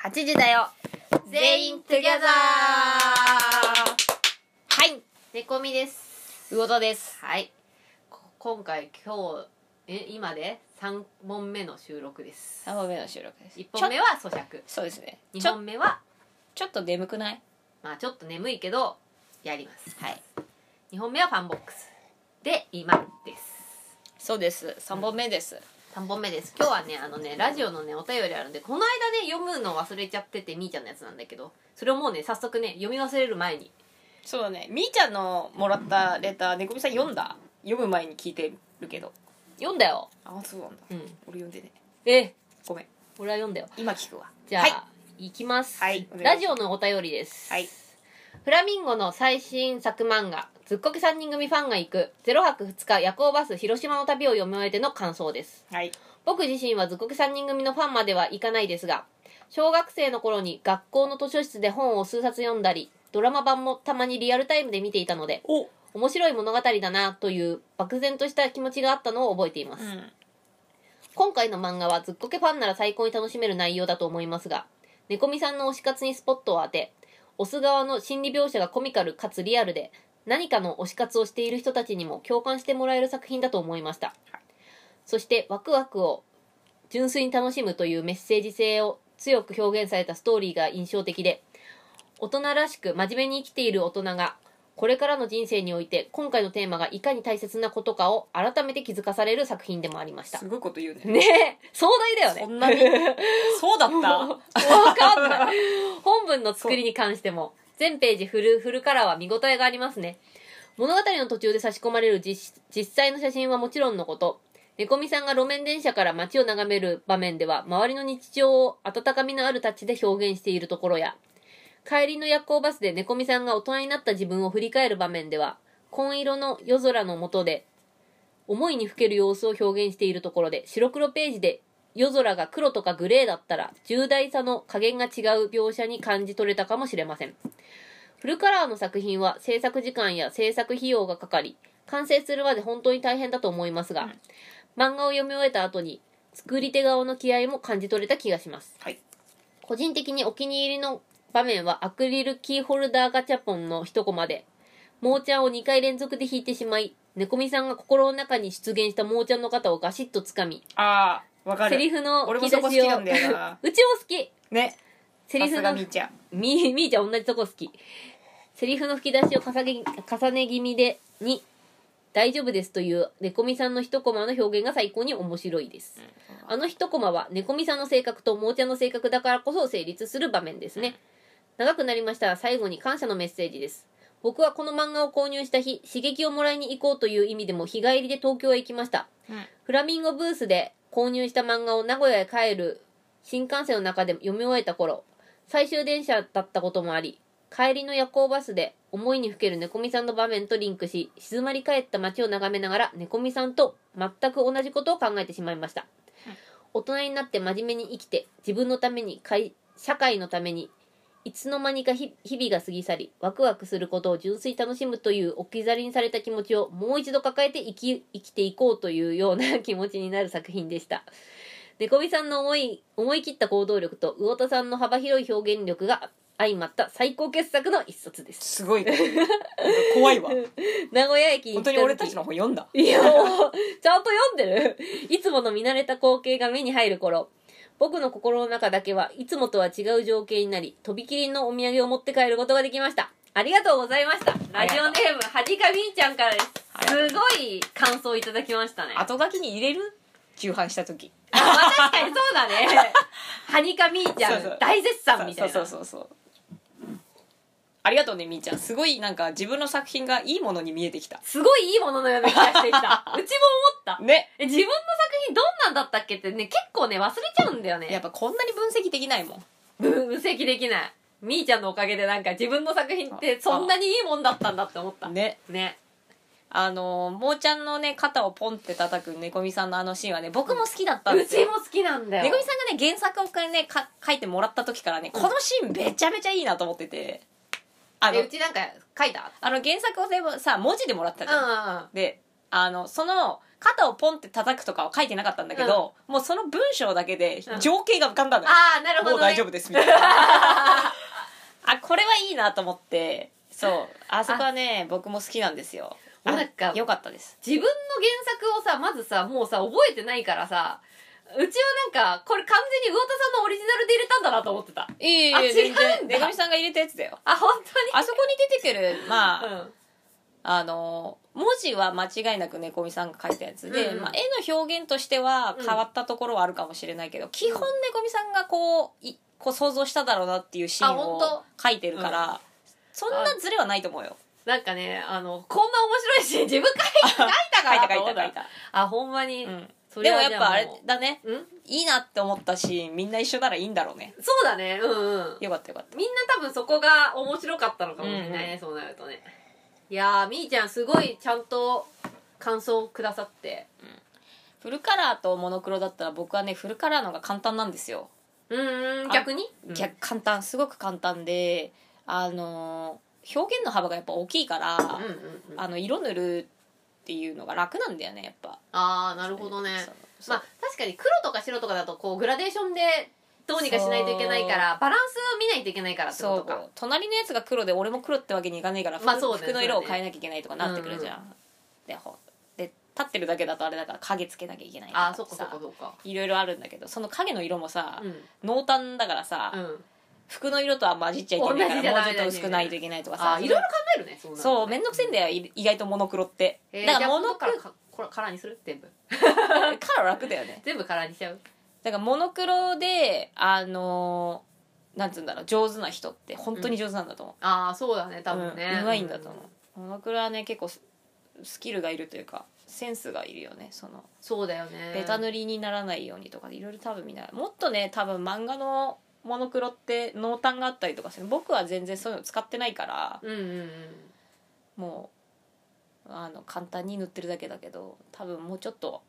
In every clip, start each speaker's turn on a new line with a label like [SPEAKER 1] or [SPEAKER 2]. [SPEAKER 1] 8時だよ
[SPEAKER 2] 全員 together
[SPEAKER 1] はい
[SPEAKER 2] 猫みです
[SPEAKER 1] 魚田です
[SPEAKER 2] はいこ今回今日え今で3本目の収録です
[SPEAKER 1] 3本目の収録です
[SPEAKER 2] 1本
[SPEAKER 1] ちょ
[SPEAKER 2] 目は咀嚼
[SPEAKER 1] そうですねち
[SPEAKER 2] 2
[SPEAKER 1] ょ
[SPEAKER 2] 本目は
[SPEAKER 1] ちょっと眠くない
[SPEAKER 2] まあちょっと眠いけどやります
[SPEAKER 1] はい
[SPEAKER 2] 2本目はファンボックスで今です
[SPEAKER 1] そうです3本目です、
[SPEAKER 2] 3本目です今日はねあのねラジオのねお便りあるんでこの間ね読むの忘れちゃっててみーちゃんのやつなんだけどそれをもうね早速ね読み忘れる前に
[SPEAKER 1] そうだねみーちゃんのもらったレター猫みさん読んだ読む前に聞いてるけど
[SPEAKER 2] 読んだよ
[SPEAKER 1] あそうなんだ
[SPEAKER 2] うん
[SPEAKER 1] 俺読んでね
[SPEAKER 2] え
[SPEAKER 1] ごめん
[SPEAKER 2] 俺は読んだよ
[SPEAKER 1] 今聞くわ
[SPEAKER 2] じゃあ、
[SPEAKER 1] はい
[SPEAKER 2] い、きます、
[SPEAKER 1] はいお願いします
[SPEAKER 2] ラジオのお便りです、
[SPEAKER 1] はい
[SPEAKER 2] フラミンゴの最新作漫画「ずっこけ3人組ファンが行く0泊2日夜行バス広島の旅」を読み終えての感想です
[SPEAKER 1] はい
[SPEAKER 2] 僕自身はずっこけ3人組のファンまではいかないですが小学生の頃に学校の図書室で本を数冊読んだりドラマ版もたまにリアルタイムで見ていたので
[SPEAKER 1] おうん
[SPEAKER 2] 面白い物語だなという漠然とした気持ちがあったのを覚えています、今回の漫画はずっこけファンなら最高に楽しめる内容だと思いますが猫みさんの推し活にスポットを当てオス側の心理描写がコミカルかつリアルで何かの推し活をしている人たちにも共感してもらえる作品だと思いました、
[SPEAKER 1] はい
[SPEAKER 2] そしてワクワクを純粋に楽しむというメッセージ性を強く表現されたストーリーが印象的で大人らしく真面目に生きている大人がこれからの人生において今回のテーマがいかに大切なことかを改めて気づかされる作品でもありました
[SPEAKER 1] すごいこと言うね
[SPEAKER 2] ねえ壮大だよね
[SPEAKER 1] そん なにそう だ った
[SPEAKER 2] わかん ない本文の作りに関しても全ページフルフルカラーは見応えがありますね物語の途中で差し込まれる実実際の写真はもちろんのこと猫みさんが路面電車から街を眺める場面では周りの日常を温かみのあるタッチで表現しているところや帰りの夜行バスで猫みさんが大人になった自分を振り返る場面では紺色の夜空の下で思いにふける様子を表現しているところで白黒ページで夜空が黒とかグレーだったら重大さの加減が違う描写に感じ取れたかもしれませんフルカラーの作品は制作時間や制作費用がかかり完成するまで本当に大変だと思いますが、漫画を読み終えた後に作り手側の気合も感じ取れた気がします
[SPEAKER 1] はい
[SPEAKER 2] 個人的にお気に入りの場面はアクリルキーホルダーガチャポンの一コマで、モーちゃんを2回連続で引いてしまい、猫みさんが心の中に出現したモーちゃんの肩をガシッと掴み、
[SPEAKER 1] ああわかる
[SPEAKER 2] セリフの
[SPEAKER 1] 俺
[SPEAKER 2] 引
[SPEAKER 1] も
[SPEAKER 2] き
[SPEAKER 1] そ
[SPEAKER 2] 出
[SPEAKER 1] こ好
[SPEAKER 2] し
[SPEAKER 1] き
[SPEAKER 2] を、
[SPEAKER 1] なんだよな
[SPEAKER 2] うちも好き
[SPEAKER 1] ね
[SPEAKER 2] セリフ
[SPEAKER 1] さすが
[SPEAKER 2] の
[SPEAKER 1] みーちゃん
[SPEAKER 2] み みーちゃん同じとこ好きセリフの吹き出しを重ね重ね気味でに「大丈夫です」という猫みさんの一コマの表現が最高に面白いです、あの一コマは猫みさんの性格ともーちゃんの性格だからこそ成立する場面ですね長くなりましたら最後に感謝のメッセージです僕はこの漫画を購入した日刺激をもらいに行こうという意味でも日帰りで東京へ行きましたフラミンゴブースで購入した漫画を名古屋へ帰る新幹線の中で読み終えた頃、最終電車だったこともあり、帰りの夜行バスで思いにふける猫みさんの場面とリンクし、静まり返った街を眺めながら猫みさんと全く同じことを考えてしまいました。大人になって真面目に生きて、自分のために、会社会のために、いつの間にか日日々が過ぎ去り、ワクワクすることを純粋に楽しむという置き去りにされた気持ちをもう一度抱えて生き生きていこうというような 気持ちになる作品でした。猫みさんの思い思い切った行動力と魚田さんの幅広い表現力が相まった最高傑作の一冊です。
[SPEAKER 1] すごい怖 いわ
[SPEAKER 2] 名古屋駅に行っ
[SPEAKER 1] 本
[SPEAKER 2] た
[SPEAKER 1] 当
[SPEAKER 2] 時
[SPEAKER 1] に俺たちの本読んだ
[SPEAKER 2] いや、もうちゃんと読んでる。 いつもの見慣れた光景が目に入る頃、僕の心の中だけはいつもとは違う情景になり、とびきりのお土産を持って帰ることができました。ありがとうございました。ラジオネーム、はじかみーちゃんからです。
[SPEAKER 1] ありがとう
[SPEAKER 2] すごい感想いただきましたね。
[SPEAKER 1] 後書きに入れる中飯した時
[SPEAKER 2] まあ、確かにそうだね。 はにかみーちゃ、
[SPEAKER 1] そうそうん
[SPEAKER 2] 大絶賛みたいな。
[SPEAKER 1] そうそうそうそうありがとうねみーちゃんすごいなんか自分の作品がいいものに見えてきた
[SPEAKER 2] すごいいいもののような気がしてき た。うちも思った。
[SPEAKER 1] ね
[SPEAKER 2] え自分の作品どんなんだったっけってね、結構ね、忘れちゃうんだよね。
[SPEAKER 1] やっぱこんなに分析できないもん
[SPEAKER 2] 分析できないみーちゃんのおかげでなんか自分の作品ってそんなにいいもんだったんだって思ったね
[SPEAKER 1] ねあのーもーちゃんのね肩をポンって叩く猫みさんのあのシーンはね僕も好きだったん
[SPEAKER 2] う
[SPEAKER 1] です
[SPEAKER 2] ち
[SPEAKER 1] よ
[SPEAKER 2] も好きなんだよ
[SPEAKER 1] 猫みさんがね原作をねか書いてもらった時からねこのシーンめちゃめちゃいいなと思っててあ
[SPEAKER 2] え
[SPEAKER 1] の
[SPEAKER 2] うちなんか書いた
[SPEAKER 1] あの原作をでもさ文字でもらったじゃん、
[SPEAKER 2] う
[SPEAKER 1] であのその肩をポンって叩くとかは書いてなかったんだけど、もうその文章だけで
[SPEAKER 2] うん
[SPEAKER 1] 情景が浮かんだのよ、
[SPEAKER 2] ああなるほど、ね、
[SPEAKER 1] もう大丈夫ですみ たいなあこれはいいなと思ってそうあそこはね僕も好きなんですよあ
[SPEAKER 2] なんか
[SPEAKER 1] よかったです
[SPEAKER 2] 自分の原作をさまずさもうさ覚えてないからさうちはなんかこれ完全に魚田さんのオリジナルで入れたんだなと思ってた
[SPEAKER 1] いい
[SPEAKER 2] いや全然
[SPEAKER 1] ねぐみさんが入れたやつだよ
[SPEAKER 2] あ本
[SPEAKER 1] あそこに出てくるまあ、
[SPEAKER 2] 当にうん
[SPEAKER 1] あの文字は間違いなくねこみさんが書いたやつで、
[SPEAKER 2] うん
[SPEAKER 1] まあ、絵の表現としては変わったところはあるかもしれないけど、基本ねこみさんがこういこう想像しただろうなっていうシーン
[SPEAKER 2] あ本
[SPEAKER 1] を書いてるから、そんなズレはないと思うよ
[SPEAKER 2] なんかねあのこんな面白いし自分書い書いた
[SPEAKER 1] 書
[SPEAKER 2] か
[SPEAKER 1] い
[SPEAKER 2] ら
[SPEAKER 1] た書いた書いた、
[SPEAKER 2] あほんまに、
[SPEAKER 1] う
[SPEAKER 2] そ
[SPEAKER 1] ん、でも
[SPEAKER 2] は
[SPEAKER 1] やっ
[SPEAKER 2] じゃ
[SPEAKER 1] ぱあ
[SPEAKER 2] もう
[SPEAKER 1] れだね
[SPEAKER 2] うん
[SPEAKER 1] いいなって思ったしみんな一緒ならいいんだろうね
[SPEAKER 2] そうだねうんうん
[SPEAKER 1] よかったよかった
[SPEAKER 2] みんな多分そこが面白かったのかもしれないね、そうなるとねいやーみーちゃんすごいちゃんと感想をくださって
[SPEAKER 1] フルカラーとモノクロだったら僕はねフルカラーの方が簡単なんですよ
[SPEAKER 2] うんうん逆に
[SPEAKER 1] 逆簡単すごく簡単であのー表現の幅がやっぱ大きいから、
[SPEAKER 2] うんうんうん
[SPEAKER 1] あの色塗るっていうのが楽なんだよねやっぱ
[SPEAKER 2] ああなるほどね
[SPEAKER 1] そ
[SPEAKER 2] ま
[SPEAKER 1] う
[SPEAKER 2] あ確かに黒とか白とかだとこうグラデーションでどうにかしないといけないからバランスを見ないといけないからって
[SPEAKER 1] そ
[SPEAKER 2] こ
[SPEAKER 1] う
[SPEAKER 2] とか
[SPEAKER 1] 隣のやつが黒で俺も黒ってわけにいかないから服,、
[SPEAKER 2] まあそうだよね
[SPEAKER 1] 服の色を変えなきゃいけないとかなってくるじゃん、でほで立ってるだけだとあれだから影つけなきゃいけないと
[SPEAKER 2] ああそっかそ
[SPEAKER 1] さ
[SPEAKER 2] っかそっか
[SPEAKER 1] いろいろあるんだけどその影の色もさ、
[SPEAKER 2] うん
[SPEAKER 1] 濃淡だからさ、
[SPEAKER 2] うん
[SPEAKER 1] 服の色とは混じっちゃいけない
[SPEAKER 2] 同
[SPEAKER 1] か
[SPEAKER 2] じじゃ
[SPEAKER 1] らもう
[SPEAKER 2] ダメだ
[SPEAKER 1] ちょっと
[SPEAKER 2] よね
[SPEAKER 1] 薄くないといけないとか
[SPEAKER 2] あ
[SPEAKER 1] さ
[SPEAKER 2] あいろいろ考えるねそ
[SPEAKER 1] そうめんどくせえんだ
[SPEAKER 2] よ
[SPEAKER 1] よい意外とモノクロって、
[SPEAKER 2] だか
[SPEAKER 1] だから
[SPEAKER 2] ら
[SPEAKER 1] モ
[SPEAKER 2] モ
[SPEAKER 1] ノ
[SPEAKER 2] ノ
[SPEAKER 1] ク
[SPEAKER 2] か
[SPEAKER 1] ロ
[SPEAKER 2] らかこれカラーにする全部
[SPEAKER 1] カラー楽だよね
[SPEAKER 2] 全部カラーにしちゃう
[SPEAKER 1] だからモノクロであのーなんつうんだろう上手な人って本当に上手なんだと思
[SPEAKER 2] ああそうだね多分
[SPEAKER 1] う
[SPEAKER 2] ね
[SPEAKER 1] んうまいんだと思う、モノクロはね結構ススキルがいるというかセンスがいるよねその
[SPEAKER 2] そうだよね
[SPEAKER 1] ベタ塗りにならないようにとかいろいろ多分みんなもっとね多分漫画のモノクロって濃淡があったりとかする僕は全然そういうの使ってないから
[SPEAKER 2] うんうんうん
[SPEAKER 1] もうあの簡単に塗ってるだけだけど多分もうちょっと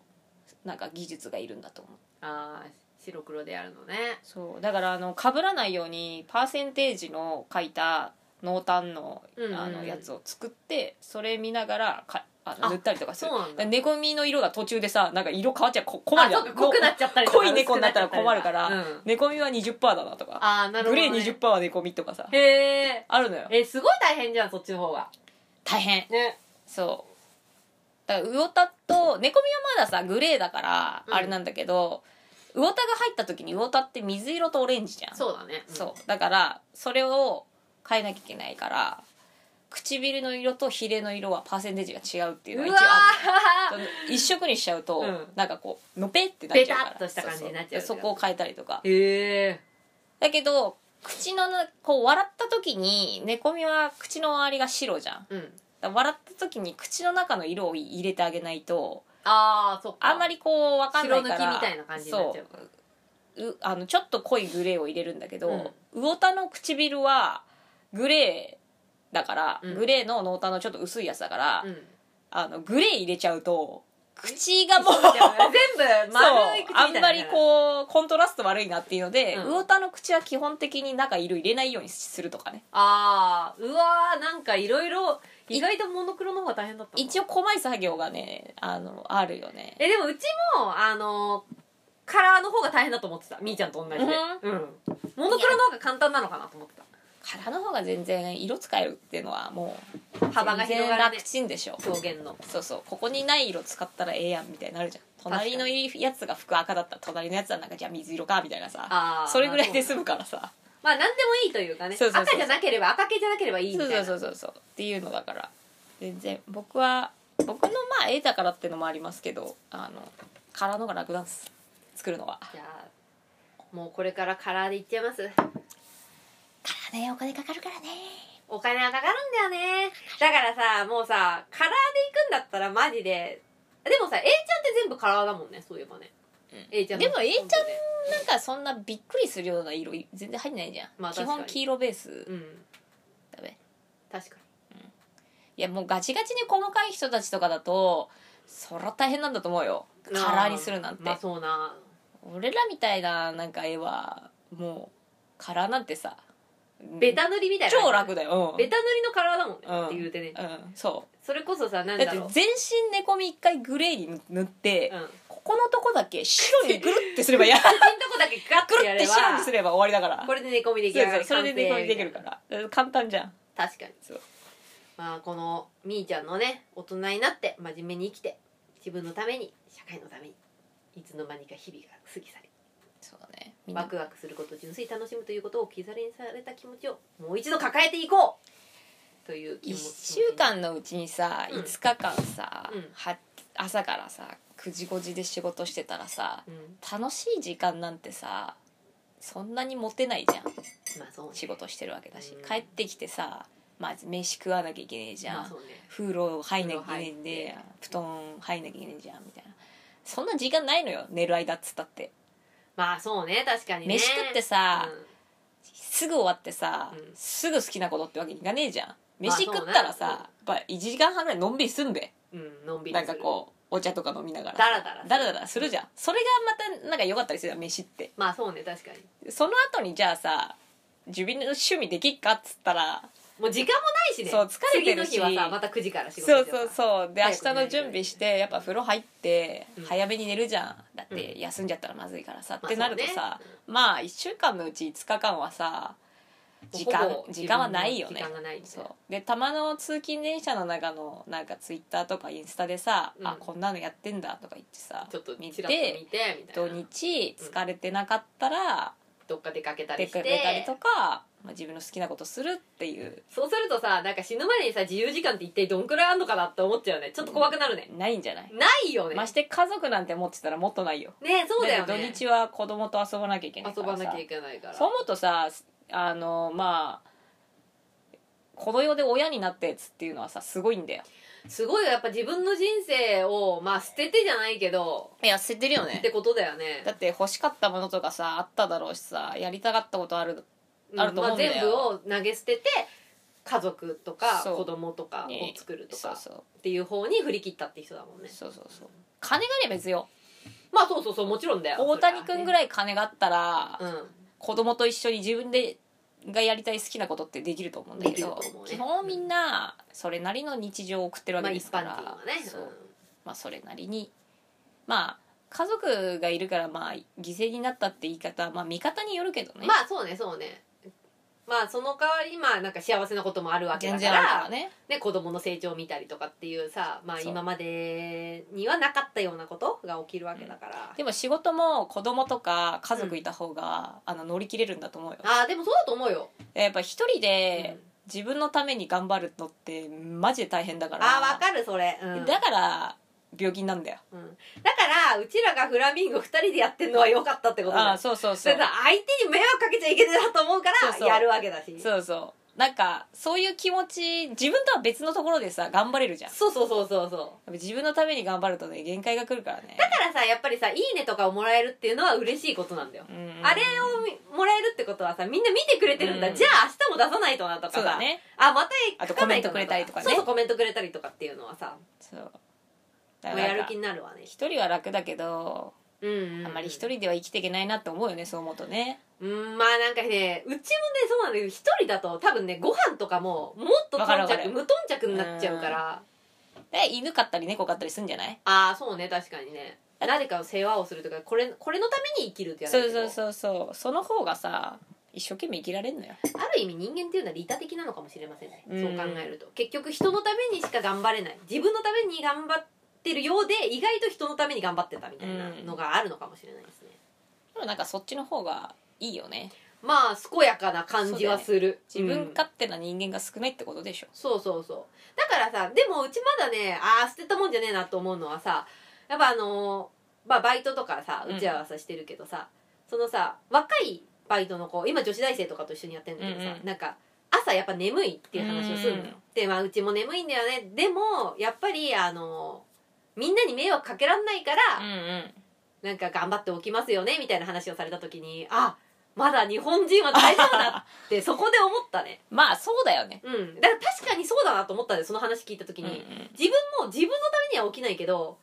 [SPEAKER 1] なんか技術がいるんだと思う
[SPEAKER 2] ああ白黒でやるのね
[SPEAKER 1] そうだからあの被らないようにパーセンテージの書いた濃淡の
[SPEAKER 2] うんうんうん
[SPEAKER 1] あのやつを作ってそれ見ながらかあの
[SPEAKER 2] あ
[SPEAKER 1] 塗ったりとかする
[SPEAKER 2] そうなんだ
[SPEAKER 1] だ猫みの色が途中でさなんか色変わっちゃうこ困
[SPEAKER 2] あ
[SPEAKER 1] るじゃ
[SPEAKER 2] そうんか濃くなっちゃったりとか
[SPEAKER 1] 濃い猫になったら困るから
[SPEAKER 2] うん
[SPEAKER 1] 猫みは20%だなとか
[SPEAKER 2] ああなるほ
[SPEAKER 1] グ
[SPEAKER 2] どね
[SPEAKER 1] レー20%は猫みとかさ
[SPEAKER 2] へえ
[SPEAKER 1] あるのよ
[SPEAKER 2] えすごい大変じゃんそっちの方が
[SPEAKER 1] 大変
[SPEAKER 2] ね
[SPEAKER 1] そうだから魚田と猫みはまださグレーだから
[SPEAKER 2] うん
[SPEAKER 1] あれなんだけど、魚田が入った時に魚田って水色とオレンジじゃん
[SPEAKER 2] そうだねうん
[SPEAKER 1] そうだからそれを変えなきゃいけないから唇の色とヒレの色はパーセンテージが違うっていう
[SPEAKER 2] う
[SPEAKER 1] の
[SPEAKER 2] わ
[SPEAKER 1] が
[SPEAKER 2] ー
[SPEAKER 1] 一応あるその一色にしちゃうと、
[SPEAKER 2] うん
[SPEAKER 1] なんかこうのぺってなっちゃうから
[SPEAKER 2] ベタっとした感じになっちゃう
[SPEAKER 1] そそそこを変えたりとか
[SPEAKER 2] へえ
[SPEAKER 1] だけど口のなこう笑った時に猫みは口の周りが白じゃんだか
[SPEAKER 2] うん
[SPEAKER 1] ら笑った時に口の中の色を入れてあげないと
[SPEAKER 2] ああそっか
[SPEAKER 1] あんまりこう分かんないから
[SPEAKER 2] 白抜きみたいな感じになっちゃうから
[SPEAKER 1] そううあのちょっと濃いグレーを入れるんだけど、魚田の唇はグレーだから、
[SPEAKER 2] うん
[SPEAKER 1] グレーの濃淡のちょっと薄いやつだから、
[SPEAKER 2] うん
[SPEAKER 1] あのグレー入れちゃうと口がも う
[SPEAKER 2] そうだよね全部
[SPEAKER 1] そう
[SPEAKER 2] 丸い口みた
[SPEAKER 1] あ
[SPEAKER 2] い
[SPEAKER 1] ん
[SPEAKER 2] な
[SPEAKER 1] まりこうコントラスト悪いなっていうので、
[SPEAKER 2] うん
[SPEAKER 1] 魚田の口は基本的に中色入れないようにするとかね
[SPEAKER 2] ああうわーなんかいろいろ意外とモノクロの方が大変だったな
[SPEAKER 1] 一応細い作業がねあのあるよね
[SPEAKER 2] えでもうちもあのカラーの方が大変だと思ってたみーちゃんと同じで、
[SPEAKER 1] う
[SPEAKER 2] うんモノクロの方が簡単なのかなと思って
[SPEAKER 1] 殻の方が全然色使えるっていうのはもう
[SPEAKER 2] た幅が広がるね
[SPEAKER 1] 全然楽ちんでしょ
[SPEAKER 2] 表現の
[SPEAKER 1] そうそうここにない色使ったらええやんみたいになるじゃん隣のやつが服赤だったら隣のやつはなんかじゃあ水色かみたいなさ
[SPEAKER 2] あー
[SPEAKER 1] それぐらいで
[SPEAKER 2] ま
[SPEAKER 1] 済むからさ
[SPEAKER 2] あまあ何でもいいというかね
[SPEAKER 1] そうそうそうそう
[SPEAKER 2] 赤じゃなければ赤系じゃなければいいみ
[SPEAKER 1] そ
[SPEAKER 2] た
[SPEAKER 1] う
[SPEAKER 2] いな
[SPEAKER 1] そうそうそうそうっていうのだから全然僕は僕のまあ絵だからっていうのもありますけどあのカラーの方が楽なんです作るのは
[SPEAKER 2] じゃあもうこれからカラーでいっちゃいます
[SPEAKER 1] カラーねお金かかるからね
[SPEAKER 2] お金はかかるんだよねだからさもうさカラーで行くんだったらマジででもさ A ちゃんって全部カラーだもんねそういえばね、
[SPEAKER 1] うん
[SPEAKER 2] A ちゃん
[SPEAKER 1] でも A ちゃん
[SPEAKER 2] 本当ね
[SPEAKER 1] なんかそんなびっくりするような色全然入んないじゃん、
[SPEAKER 2] まあ
[SPEAKER 1] 基
[SPEAKER 2] 確
[SPEAKER 1] 本
[SPEAKER 2] かに
[SPEAKER 1] 黄色ベース
[SPEAKER 2] うん
[SPEAKER 1] だべ
[SPEAKER 2] 確かに
[SPEAKER 1] いやもうガチガチに細かい人たちとかだとそら大変なんだと思うよカラーにするなんて、
[SPEAKER 2] まあそうな
[SPEAKER 1] 俺らみたいななんか絵はもうカラーなんてさ
[SPEAKER 2] ベタ塗りみたいな
[SPEAKER 1] 超楽だよ、うん、
[SPEAKER 2] ベタ塗りのカラーだもんね、
[SPEAKER 1] うん
[SPEAKER 2] って言うてね
[SPEAKER 1] うんそ
[SPEAKER 2] それこそさな
[SPEAKER 1] うんだっ
[SPEAKER 2] だ
[SPEAKER 1] て
[SPEAKER 2] ろう
[SPEAKER 1] 全身寝込み一回グレーに塗って、
[SPEAKER 2] うん
[SPEAKER 1] ここのとこだけ白にぐるってすれ ばや
[SPEAKER 2] 口のとこだけガッ
[SPEAKER 1] ぐ
[SPEAKER 2] て
[SPEAKER 1] る
[SPEAKER 2] や
[SPEAKER 1] っ
[SPEAKER 2] れ
[SPEAKER 1] て
[SPEAKER 2] ば
[SPEAKER 1] 白にすれば終わりだから
[SPEAKER 2] これで寝込みでき
[SPEAKER 1] そ
[SPEAKER 2] る
[SPEAKER 1] うそうそれで寝込みできるからうん簡単じゃん
[SPEAKER 2] 確かに
[SPEAKER 1] そう
[SPEAKER 2] まあこのみーちゃんのね大人になって真面目に生きて自分のために社会のためにいつの間にか日々が過ぎ去り
[SPEAKER 1] そうだねみん
[SPEAKER 2] ワ
[SPEAKER 1] な
[SPEAKER 2] クワクすること純粋に楽しむということを置き去りにされた気持ちをもう一度抱えていこうという気持
[SPEAKER 1] 1
[SPEAKER 2] ち
[SPEAKER 1] 週間のうちにさ
[SPEAKER 2] うん
[SPEAKER 1] 5日間さ、
[SPEAKER 2] うん
[SPEAKER 1] は朝からさ9時5時で仕事してたらさ
[SPEAKER 2] うん
[SPEAKER 1] 楽しい時間なんてさそんなに持てないじゃん
[SPEAKER 2] まあそうね
[SPEAKER 1] 仕事してるわけだし、
[SPEAKER 2] うん
[SPEAKER 1] 帰ってきてさまず飯食わなきゃいけねえじゃん、
[SPEAKER 2] まあそうね
[SPEAKER 1] 風呂入んなきゃい
[SPEAKER 2] 風
[SPEAKER 1] けねえん
[SPEAKER 2] 呂
[SPEAKER 1] で
[SPEAKER 2] 入って
[SPEAKER 1] 布団入んなきゃいけねえじゃんみたいなそんな時間ないのよ寝る間っつったって、
[SPEAKER 2] まあそうね確かにね
[SPEAKER 1] 飯食ってさ、
[SPEAKER 2] うん
[SPEAKER 1] すぐ終わってさ、
[SPEAKER 2] うん
[SPEAKER 1] すぐ好きなことってわけにいかねえじゃん
[SPEAKER 2] まあ
[SPEAKER 1] 飯食ったらさ、やっぱ1時間半ぐらいのんびりすんべ
[SPEAKER 2] うん、のんびり
[SPEAKER 1] なんかこうお茶とか飲みながら
[SPEAKER 2] ダラダラ
[SPEAKER 1] だらだらするじゃんそれがまたなんか良かったりするじゃん飯って
[SPEAKER 2] まあそうね確かに
[SPEAKER 1] その後にじゃあさ自分の趣味できっかっつったら
[SPEAKER 2] もう時間もないしね
[SPEAKER 1] そう疲れてるし
[SPEAKER 2] 次の日はさまた9時から仕事
[SPEAKER 1] そう
[SPEAKER 2] だから
[SPEAKER 1] そうそうで明
[SPEAKER 2] 早く
[SPEAKER 1] 日
[SPEAKER 2] 寝ない
[SPEAKER 1] の準備してやっぱ風呂入って
[SPEAKER 2] うん
[SPEAKER 1] 早めに寝るじゃんだっ
[SPEAKER 2] う
[SPEAKER 1] て休んじゃったらまずいからさ
[SPEAKER 2] まあ
[SPEAKER 1] ってなるとさまあ1週間のうち5日間はさ
[SPEAKER 2] そうね
[SPEAKER 1] 時間
[SPEAKER 2] ほぼ
[SPEAKER 1] 時間はないよ
[SPEAKER 2] 自分
[SPEAKER 1] ね
[SPEAKER 2] の時間がないね
[SPEAKER 1] そうでたまの通勤電車の中のなんかツイッターとかインスタでさ
[SPEAKER 2] うん
[SPEAKER 1] あこんなのやってんだとか言ってさ
[SPEAKER 2] ちょっと
[SPEAKER 1] 見
[SPEAKER 2] ちらっと見て
[SPEAKER 1] て
[SPEAKER 2] みた
[SPEAKER 1] 土
[SPEAKER 2] いな
[SPEAKER 1] 日疲れてなかったら
[SPEAKER 2] どっか出かけた
[SPEAKER 1] 出
[SPEAKER 2] りして
[SPEAKER 1] かけたりとかまあ自分の好きなことするっていう
[SPEAKER 2] そうするとさなんか死ぬまでにさ自由時間って一体どんくらいあんのかなって思っちゃうねちょっと怖くなるね、
[SPEAKER 1] ないんじゃない
[SPEAKER 2] ないよね
[SPEAKER 1] まして家族なんて持ってたらもっとないよ
[SPEAKER 2] ねそうだよね
[SPEAKER 1] 土日は子供と遊ばなきゃいけないか
[SPEAKER 2] 遊
[SPEAKER 1] ら
[SPEAKER 2] ば
[SPEAKER 1] さ
[SPEAKER 2] なきゃいけないから
[SPEAKER 1] そう思うとさあのまあこの世で親になったやつっていうのはさすごいんだよ
[SPEAKER 2] すごいよやっぱ自分の人生をまあ捨ててじゃないけど
[SPEAKER 1] いや捨ててるよ
[SPEAKER 2] ってことだよね
[SPEAKER 1] だって欲しかったものとかさあっただろうしさやりたかったことある
[SPEAKER 2] うん
[SPEAKER 1] あると思うんだよ
[SPEAKER 2] まあ、全部を投げ捨てて家族とか
[SPEAKER 1] そう
[SPEAKER 2] 子供とか
[SPEAKER 1] ね
[SPEAKER 2] を作ると
[SPEAKER 1] そう
[SPEAKER 2] か
[SPEAKER 1] そう
[SPEAKER 2] っていう方に振り切ったって人だもんね
[SPEAKER 1] そうそうそう金があれば別よ
[SPEAKER 2] まあそうそうそうもちろんだよ
[SPEAKER 1] 大谷君ぐ
[SPEAKER 2] い
[SPEAKER 1] らい金があったら、
[SPEAKER 2] うん
[SPEAKER 1] 子供と一緒に自分でがやりたい好きなことってできると思うんだけど
[SPEAKER 2] できると思うね
[SPEAKER 1] 基本みんなそれなりの日常を送ってるわ
[SPEAKER 2] まあ
[SPEAKER 1] けで
[SPEAKER 2] 一
[SPEAKER 1] すか
[SPEAKER 2] 般
[SPEAKER 1] ら、
[SPEAKER 2] 人はね
[SPEAKER 1] そううんまあ、それなりにまあ家族がいるからまあ犠牲になったって言い方はまあ見方によるけどね、
[SPEAKER 2] まあそうねそうねまあその代わりまあなんか幸せなこともあるわけだ
[SPEAKER 1] 全
[SPEAKER 2] か
[SPEAKER 1] 然あるかららね
[SPEAKER 2] ね子供の成長を見たりとかっていうさまあ
[SPEAKER 1] そう
[SPEAKER 2] 今までにはなかったようなことが起きるわけだから、
[SPEAKER 1] でも仕事も子供とか家族いた方が、あの乗り切れるんだと思うよ
[SPEAKER 2] ああでもそうだと思うよ、
[SPEAKER 1] やっぱ一人で
[SPEAKER 2] うん
[SPEAKER 1] 自分のために頑張るのってマジで大変だから
[SPEAKER 2] ああわかるそれ、うん、
[SPEAKER 1] だから病気になんだよ
[SPEAKER 2] うんだからうちらがフラミンゴ2人でやってるのは良かったってこと
[SPEAKER 1] あ
[SPEAKER 2] だ
[SPEAKER 1] あそうそう
[SPEAKER 2] そ
[SPEAKER 1] そう
[SPEAKER 2] れさ相手に迷惑かけちゃいけないなと思うか
[SPEAKER 1] そう
[SPEAKER 2] ら
[SPEAKER 1] そう
[SPEAKER 2] やるわけだし
[SPEAKER 1] そうそうなんかそういう気持ち自分とは別のところでさ頑張れるじゃんや
[SPEAKER 2] そうそうそうそうそう
[SPEAKER 1] っぱ自分のために頑張るとね限界が来るからね
[SPEAKER 2] だからさやっぱりさ「いいね」とかをもらえるっていうのは嬉しいことなんだよ、
[SPEAKER 1] うん
[SPEAKER 2] あれをみもらえるってことはさみんな見てくれてるんだ、
[SPEAKER 1] うん
[SPEAKER 2] じゃあ明日も出さないとなとかさ
[SPEAKER 1] そうだね
[SPEAKER 2] あまた
[SPEAKER 1] あと
[SPEAKER 2] 書かない
[SPEAKER 1] コメントくれたりとかね
[SPEAKER 2] そうそうコメントくれたりとかっていうのはさ
[SPEAKER 1] そうだ
[SPEAKER 2] も
[SPEAKER 1] か
[SPEAKER 2] うや
[SPEAKER 1] らな
[SPEAKER 2] る
[SPEAKER 1] んか
[SPEAKER 2] 気になるわね
[SPEAKER 1] 一人は楽だけど
[SPEAKER 2] うんうん、うん、
[SPEAKER 1] あんまり一人では生きていけないなって思うよねそう思うとね
[SPEAKER 2] うんまあなんかねうちもねそうなんだけど一人だと多分ねご飯とかももっと
[SPEAKER 1] わかる
[SPEAKER 2] 頓
[SPEAKER 1] わかる
[SPEAKER 2] 着無頓着になっちゃうから
[SPEAKER 1] で犬飼ったり猫飼ったりするんじゃない
[SPEAKER 2] ああそうね確かにね誰かの世話をするとかこれこれのために生きるってやつ
[SPEAKER 1] そうそうそうそうその方がさ一生懸命生きられんのよ
[SPEAKER 2] ある意味人間っていうのは利他的なのかもしれませんね、
[SPEAKER 1] うん
[SPEAKER 2] そう考えると結局人のためにしか頑張れない自分のために頑張ってるようで意外と人のために頑張ってたみたいなのがあるのかもしれないですね、
[SPEAKER 1] でもなんかそっちの方がいいよね
[SPEAKER 2] まあ健やかな感じはする、
[SPEAKER 1] 自分
[SPEAKER 2] うん
[SPEAKER 1] 勝手な人間が少ないってことでしょ、
[SPEAKER 2] そうそうそうだからさでもうちまだねああ捨てたもんじゃねえなと思うのはさやっぱあのーまあ、バイトとかさ
[SPEAKER 1] うん
[SPEAKER 2] うちらはさしてるけどさ、そのさ若いバイトの子今女子大生とかと一緒にやってんだけどさ、
[SPEAKER 1] うんうん
[SPEAKER 2] なんか朝やっぱ眠いっていう話をするのよ、
[SPEAKER 1] うん
[SPEAKER 2] でまあうちも眠いんだよねでもやっぱりあのーみんなに迷惑かけらんないから、
[SPEAKER 1] うんうん
[SPEAKER 2] なんか頑張っておきますよねみたいな話をされた時にあまだ日本人は 大丈夫だってそこで思ったね
[SPEAKER 1] まあそうだよね
[SPEAKER 2] うん、だから確かにそうだなと思ったんでその話聞いた時に、
[SPEAKER 1] うん
[SPEAKER 2] 自分も自分のためには起きないけど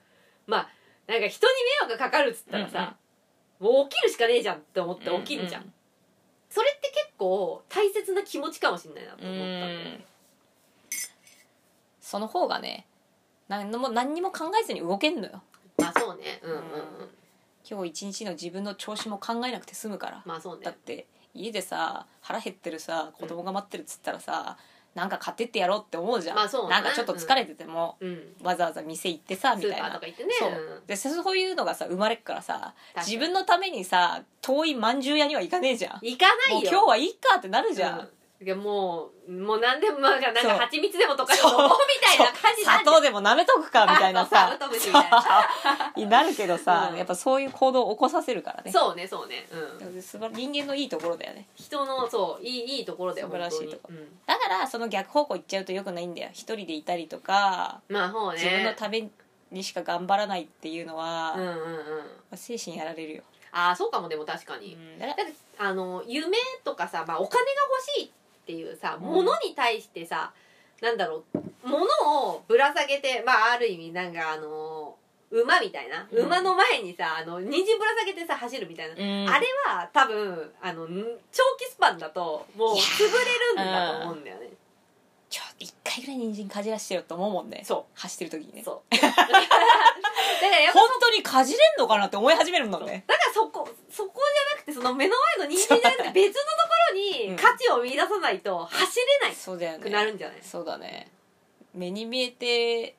[SPEAKER 2] まあなんか人に迷惑がかかるっつったらさ、もう起きるしかねえじゃんって思って起きるじゃん、
[SPEAKER 1] う
[SPEAKER 2] それって結構大切な気持ちかもしれないなと
[SPEAKER 1] う
[SPEAKER 2] 思ったんで
[SPEAKER 1] んその方がね何も何にも考えずに動けんのよ
[SPEAKER 2] まあそうねうんうんうん
[SPEAKER 1] 今日一日の自分の調子も考えなくて済むから、
[SPEAKER 2] まあそう
[SPEAKER 1] だっ
[SPEAKER 2] ね
[SPEAKER 1] て家でさ腹減ってるさ子供が待ってるっつったらさ、なんか買ってってやろうって思うじゃん、
[SPEAKER 2] まあそうね
[SPEAKER 1] なんかちょっと疲れてても、
[SPEAKER 2] うん
[SPEAKER 1] わざわざ店行ってさみ
[SPEAKER 2] ス
[SPEAKER 1] た
[SPEAKER 2] ー
[SPEAKER 1] い
[SPEAKER 2] パー
[SPEAKER 1] な
[SPEAKER 2] とか行ってね
[SPEAKER 1] そう
[SPEAKER 2] うん
[SPEAKER 1] でそういうのがさ生まれっからさ
[SPEAKER 2] 確かに
[SPEAKER 1] 自分のためにさ遠いまんじゅう屋には行かねえじゃん
[SPEAKER 2] 行かない
[SPEAKER 1] も
[SPEAKER 2] よ
[SPEAKER 1] う今日はいいかってなるじゃん、
[SPEAKER 2] うんいやもうもう何でもなんかなん
[SPEAKER 1] そう
[SPEAKER 2] か蜂蜜でもとか飲もうみたいな感じ
[SPEAKER 1] 砂
[SPEAKER 2] なんじゃん
[SPEAKER 1] 糖でも舐めとくかみたいな
[SPEAKER 2] あ
[SPEAKER 1] さ
[SPEAKER 2] そうカブトムシみたいな
[SPEAKER 1] になるけどさ、
[SPEAKER 2] うん
[SPEAKER 1] やっぱそういう行動を起こさせるからね
[SPEAKER 2] そうねそうねうん
[SPEAKER 1] 素晴人間のいいところだよね
[SPEAKER 2] 人のそういいいいところだよ
[SPEAKER 1] 素晴らしいとこ
[SPEAKER 2] 本当にうん
[SPEAKER 1] だからその逆方向行っちゃうとよくないんだよ一人でいたりとか、
[SPEAKER 2] まあそうね
[SPEAKER 1] 自分のためにしか頑張らないっていうのは、
[SPEAKER 2] う
[SPEAKER 1] ま
[SPEAKER 2] んうんうん
[SPEAKER 1] あ精神やられるよ、
[SPEAKER 2] ああそうかもでも確かに、
[SPEAKER 1] だから
[SPEAKER 2] だってあの夢とかさ、まあ、お金が欲しいっていうさ、
[SPEAKER 1] うん
[SPEAKER 2] ものに対してさなんだろうものをぶら下げてまあある意味なんかあの馬みたいな、
[SPEAKER 1] うん
[SPEAKER 2] 馬の前にさあの人参ぶら下げてさ走るみたいな、あれは多分あのん長期スパンだともう
[SPEAKER 1] いや
[SPEAKER 2] 潰れるんだと思うんだよね、
[SPEAKER 1] ちょ一回ぐらい人参かじらしてよと思うもんね
[SPEAKER 2] そ
[SPEAKER 1] 走ってる時にね
[SPEAKER 2] そう だからやっぱ
[SPEAKER 1] 本当にかじれんのかなって思い始めるのね
[SPEAKER 2] だからそこそこじゃなくてその目の前の人参じゃなくて別のところ
[SPEAKER 1] うん
[SPEAKER 2] に価値を見出さないと走れない
[SPEAKER 1] そうだよ
[SPEAKER 2] くな
[SPEAKER 1] ね
[SPEAKER 2] るんじゃない
[SPEAKER 1] そうだね目に見えて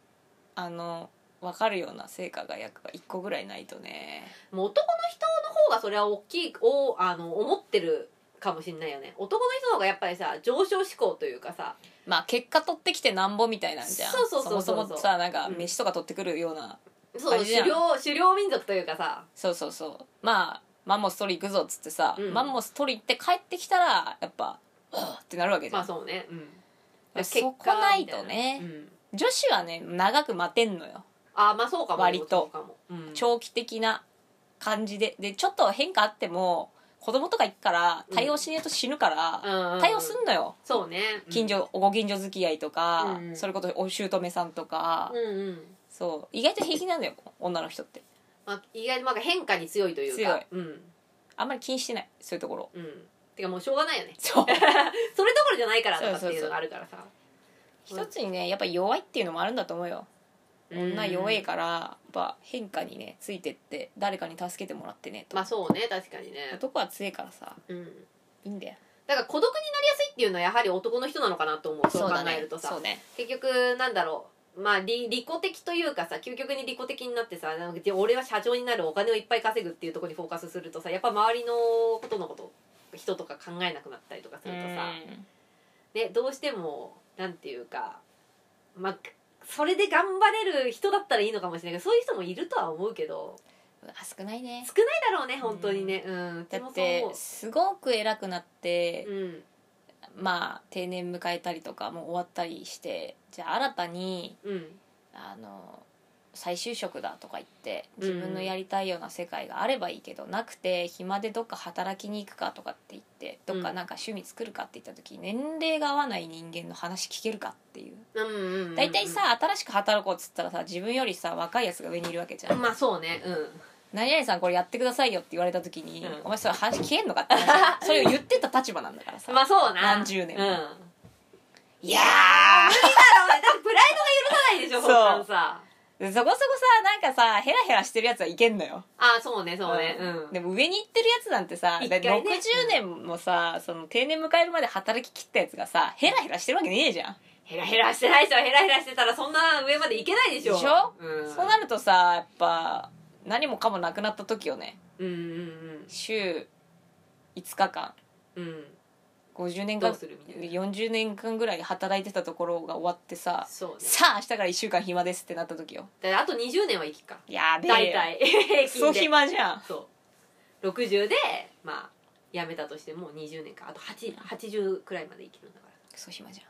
[SPEAKER 1] あの分かるような成果が約1個ぐらいないとね
[SPEAKER 2] もう男の人の方がそれは大きいをあの思ってるかもしれないよね男の人の方がやっぱりさ上昇志向というかさ
[SPEAKER 1] まあ結果取ってきてなんぼみたいなんじゃん
[SPEAKER 2] そうそうそうそう
[SPEAKER 1] そもそもさなんか
[SPEAKER 2] うん
[SPEAKER 1] 飯とか取ってくるような、
[SPEAKER 2] そう
[SPEAKER 1] あれじゃ
[SPEAKER 2] 狩
[SPEAKER 1] ん
[SPEAKER 2] 猟狩猟民族というかさ
[SPEAKER 1] そうそうそうまあマンモス取り行くぞっつってさ、
[SPEAKER 2] うん
[SPEAKER 1] マンモス取り行って帰ってきたらやっぱはぁってなるわけじ
[SPEAKER 2] ま
[SPEAKER 1] ゃん、
[SPEAKER 2] あそうねうん
[SPEAKER 1] そこない
[SPEAKER 2] 結果
[SPEAKER 1] とね
[SPEAKER 2] みたいなうん
[SPEAKER 1] 女子はね長く待てんのよ
[SPEAKER 2] あまあそうかも
[SPEAKER 1] 割と
[SPEAKER 2] そうかも、うん、
[SPEAKER 1] 長期的な感じででちょっと変化あっても子供とか行くから対応しねえと死ぬから、対応す
[SPEAKER 2] の
[SPEAKER 1] んのよ、
[SPEAKER 2] そうね
[SPEAKER 1] 近所ご近所付き合いとか、
[SPEAKER 2] うん
[SPEAKER 1] それこそお姑さんとか、
[SPEAKER 2] うんうん
[SPEAKER 1] そう意外と平気なんだよ女の人って
[SPEAKER 2] まあ、意外になんか変化に強いというかうん
[SPEAKER 1] あんまり気にしてないそういうところ
[SPEAKER 2] うんてかもう しょうがないよね
[SPEAKER 1] そう
[SPEAKER 2] それどころじゃないからとかっていうのがあるからさ
[SPEAKER 1] 一つにねやっぱ弱いっていうのもあるんだと思うよ女弱い
[SPEAKER 2] か
[SPEAKER 1] からやっぱ変化にねついてって誰かに助けてもらってねと、
[SPEAKER 2] まあそうね確かにね
[SPEAKER 1] 男は強いからさ
[SPEAKER 2] うん
[SPEAKER 1] いいんだよ
[SPEAKER 2] だから孤独になりやすいっていうのはやはり男の人なのかなと思うそう考えるとさ、
[SPEAKER 1] そうね
[SPEAKER 2] 結局なんだろうまあ利利己的というかさ究極に利己的になってさなんか俺は社長になるお金をいっぱい稼ぐっていうところにフォーカスするとさやっぱ周りのことのこと人とか考えなくなったりとかす
[SPEAKER 1] そう
[SPEAKER 2] ると
[SPEAKER 1] ね
[SPEAKER 2] さ、ね、どうしてもなんていうかまあそれで頑張れる人だったらいいのかもしれないけどそういう人もいるとは思うけど
[SPEAKER 1] うんあ少ないね
[SPEAKER 2] 少ないだろうね本当にねうん、う
[SPEAKER 1] だ
[SPEAKER 2] ちもそ
[SPEAKER 1] っ
[SPEAKER 2] う
[SPEAKER 1] て
[SPEAKER 2] 思う
[SPEAKER 1] すごく偉くなって、
[SPEAKER 2] うん
[SPEAKER 1] まあ定年迎えたりとかもう終わったりしてじゃあ新たに
[SPEAKER 2] うん
[SPEAKER 1] あの再就職だとか言って
[SPEAKER 2] うん
[SPEAKER 1] 自分のやりたいような世界があればいいけど、なくて暇でどっか働きに行くかとかって言ってどっかなんか趣味作るかって言った時、年齢が合わない人間の話聞けるかっていう
[SPEAKER 2] うんうんうんうん
[SPEAKER 1] 大体さ新しく働こうっつったらさ自分よりさ若いやつが上にいるわけじゃん
[SPEAKER 2] まあそうね うん
[SPEAKER 1] 「何々さんこれやってくださいよ」って言われた時に
[SPEAKER 2] うん
[SPEAKER 1] 「お前それ話消えんのか?」って 話それを言ってた立場なんだからさ
[SPEAKER 2] まあそうな
[SPEAKER 1] 何十年
[SPEAKER 2] うん
[SPEAKER 1] も
[SPEAKER 2] 無理だろうね
[SPEAKER 1] いや
[SPEAKER 2] だってプライドが許さないでしょ
[SPEAKER 1] そ
[SPEAKER 2] そうんなんさ
[SPEAKER 1] ーそこそこさなんかさヘラヘラしてるやつはいけんのよ
[SPEAKER 2] あそうねそうねうん
[SPEAKER 1] でも上に行ってるやつなんてさ、
[SPEAKER 2] 一
[SPEAKER 1] だっ
[SPEAKER 2] 回ね
[SPEAKER 1] て60年もさその定年迎えるまで働ききったやつがさヘラヘラしてるわけねえじゃん、
[SPEAKER 2] ヘラヘラしてないでしょヘラヘラしてたらそんな上までいけないでしょ
[SPEAKER 1] でしょ
[SPEAKER 2] うん
[SPEAKER 1] そうなるとさやっぱ何もかもなくなった時をね
[SPEAKER 2] うんうん
[SPEAKER 1] 週5日間
[SPEAKER 2] うんうん
[SPEAKER 1] 50年
[SPEAKER 2] ど
[SPEAKER 1] 間
[SPEAKER 2] うするみたいな
[SPEAKER 1] 40年間ぐらい働いてたところが終わってさ
[SPEAKER 2] そうね
[SPEAKER 1] さあ明日から1週間暇ですってなった時よ
[SPEAKER 2] だからあと20年は生きっか
[SPEAKER 1] やべえ
[SPEAKER 2] 大体
[SPEAKER 1] ク
[SPEAKER 2] 平
[SPEAKER 1] ソ
[SPEAKER 2] 均で
[SPEAKER 1] 暇じゃん
[SPEAKER 2] そう60でまあ辞めたとしても20年かあと8 80くらいまで生きるんだか
[SPEAKER 1] クソ暇じゃ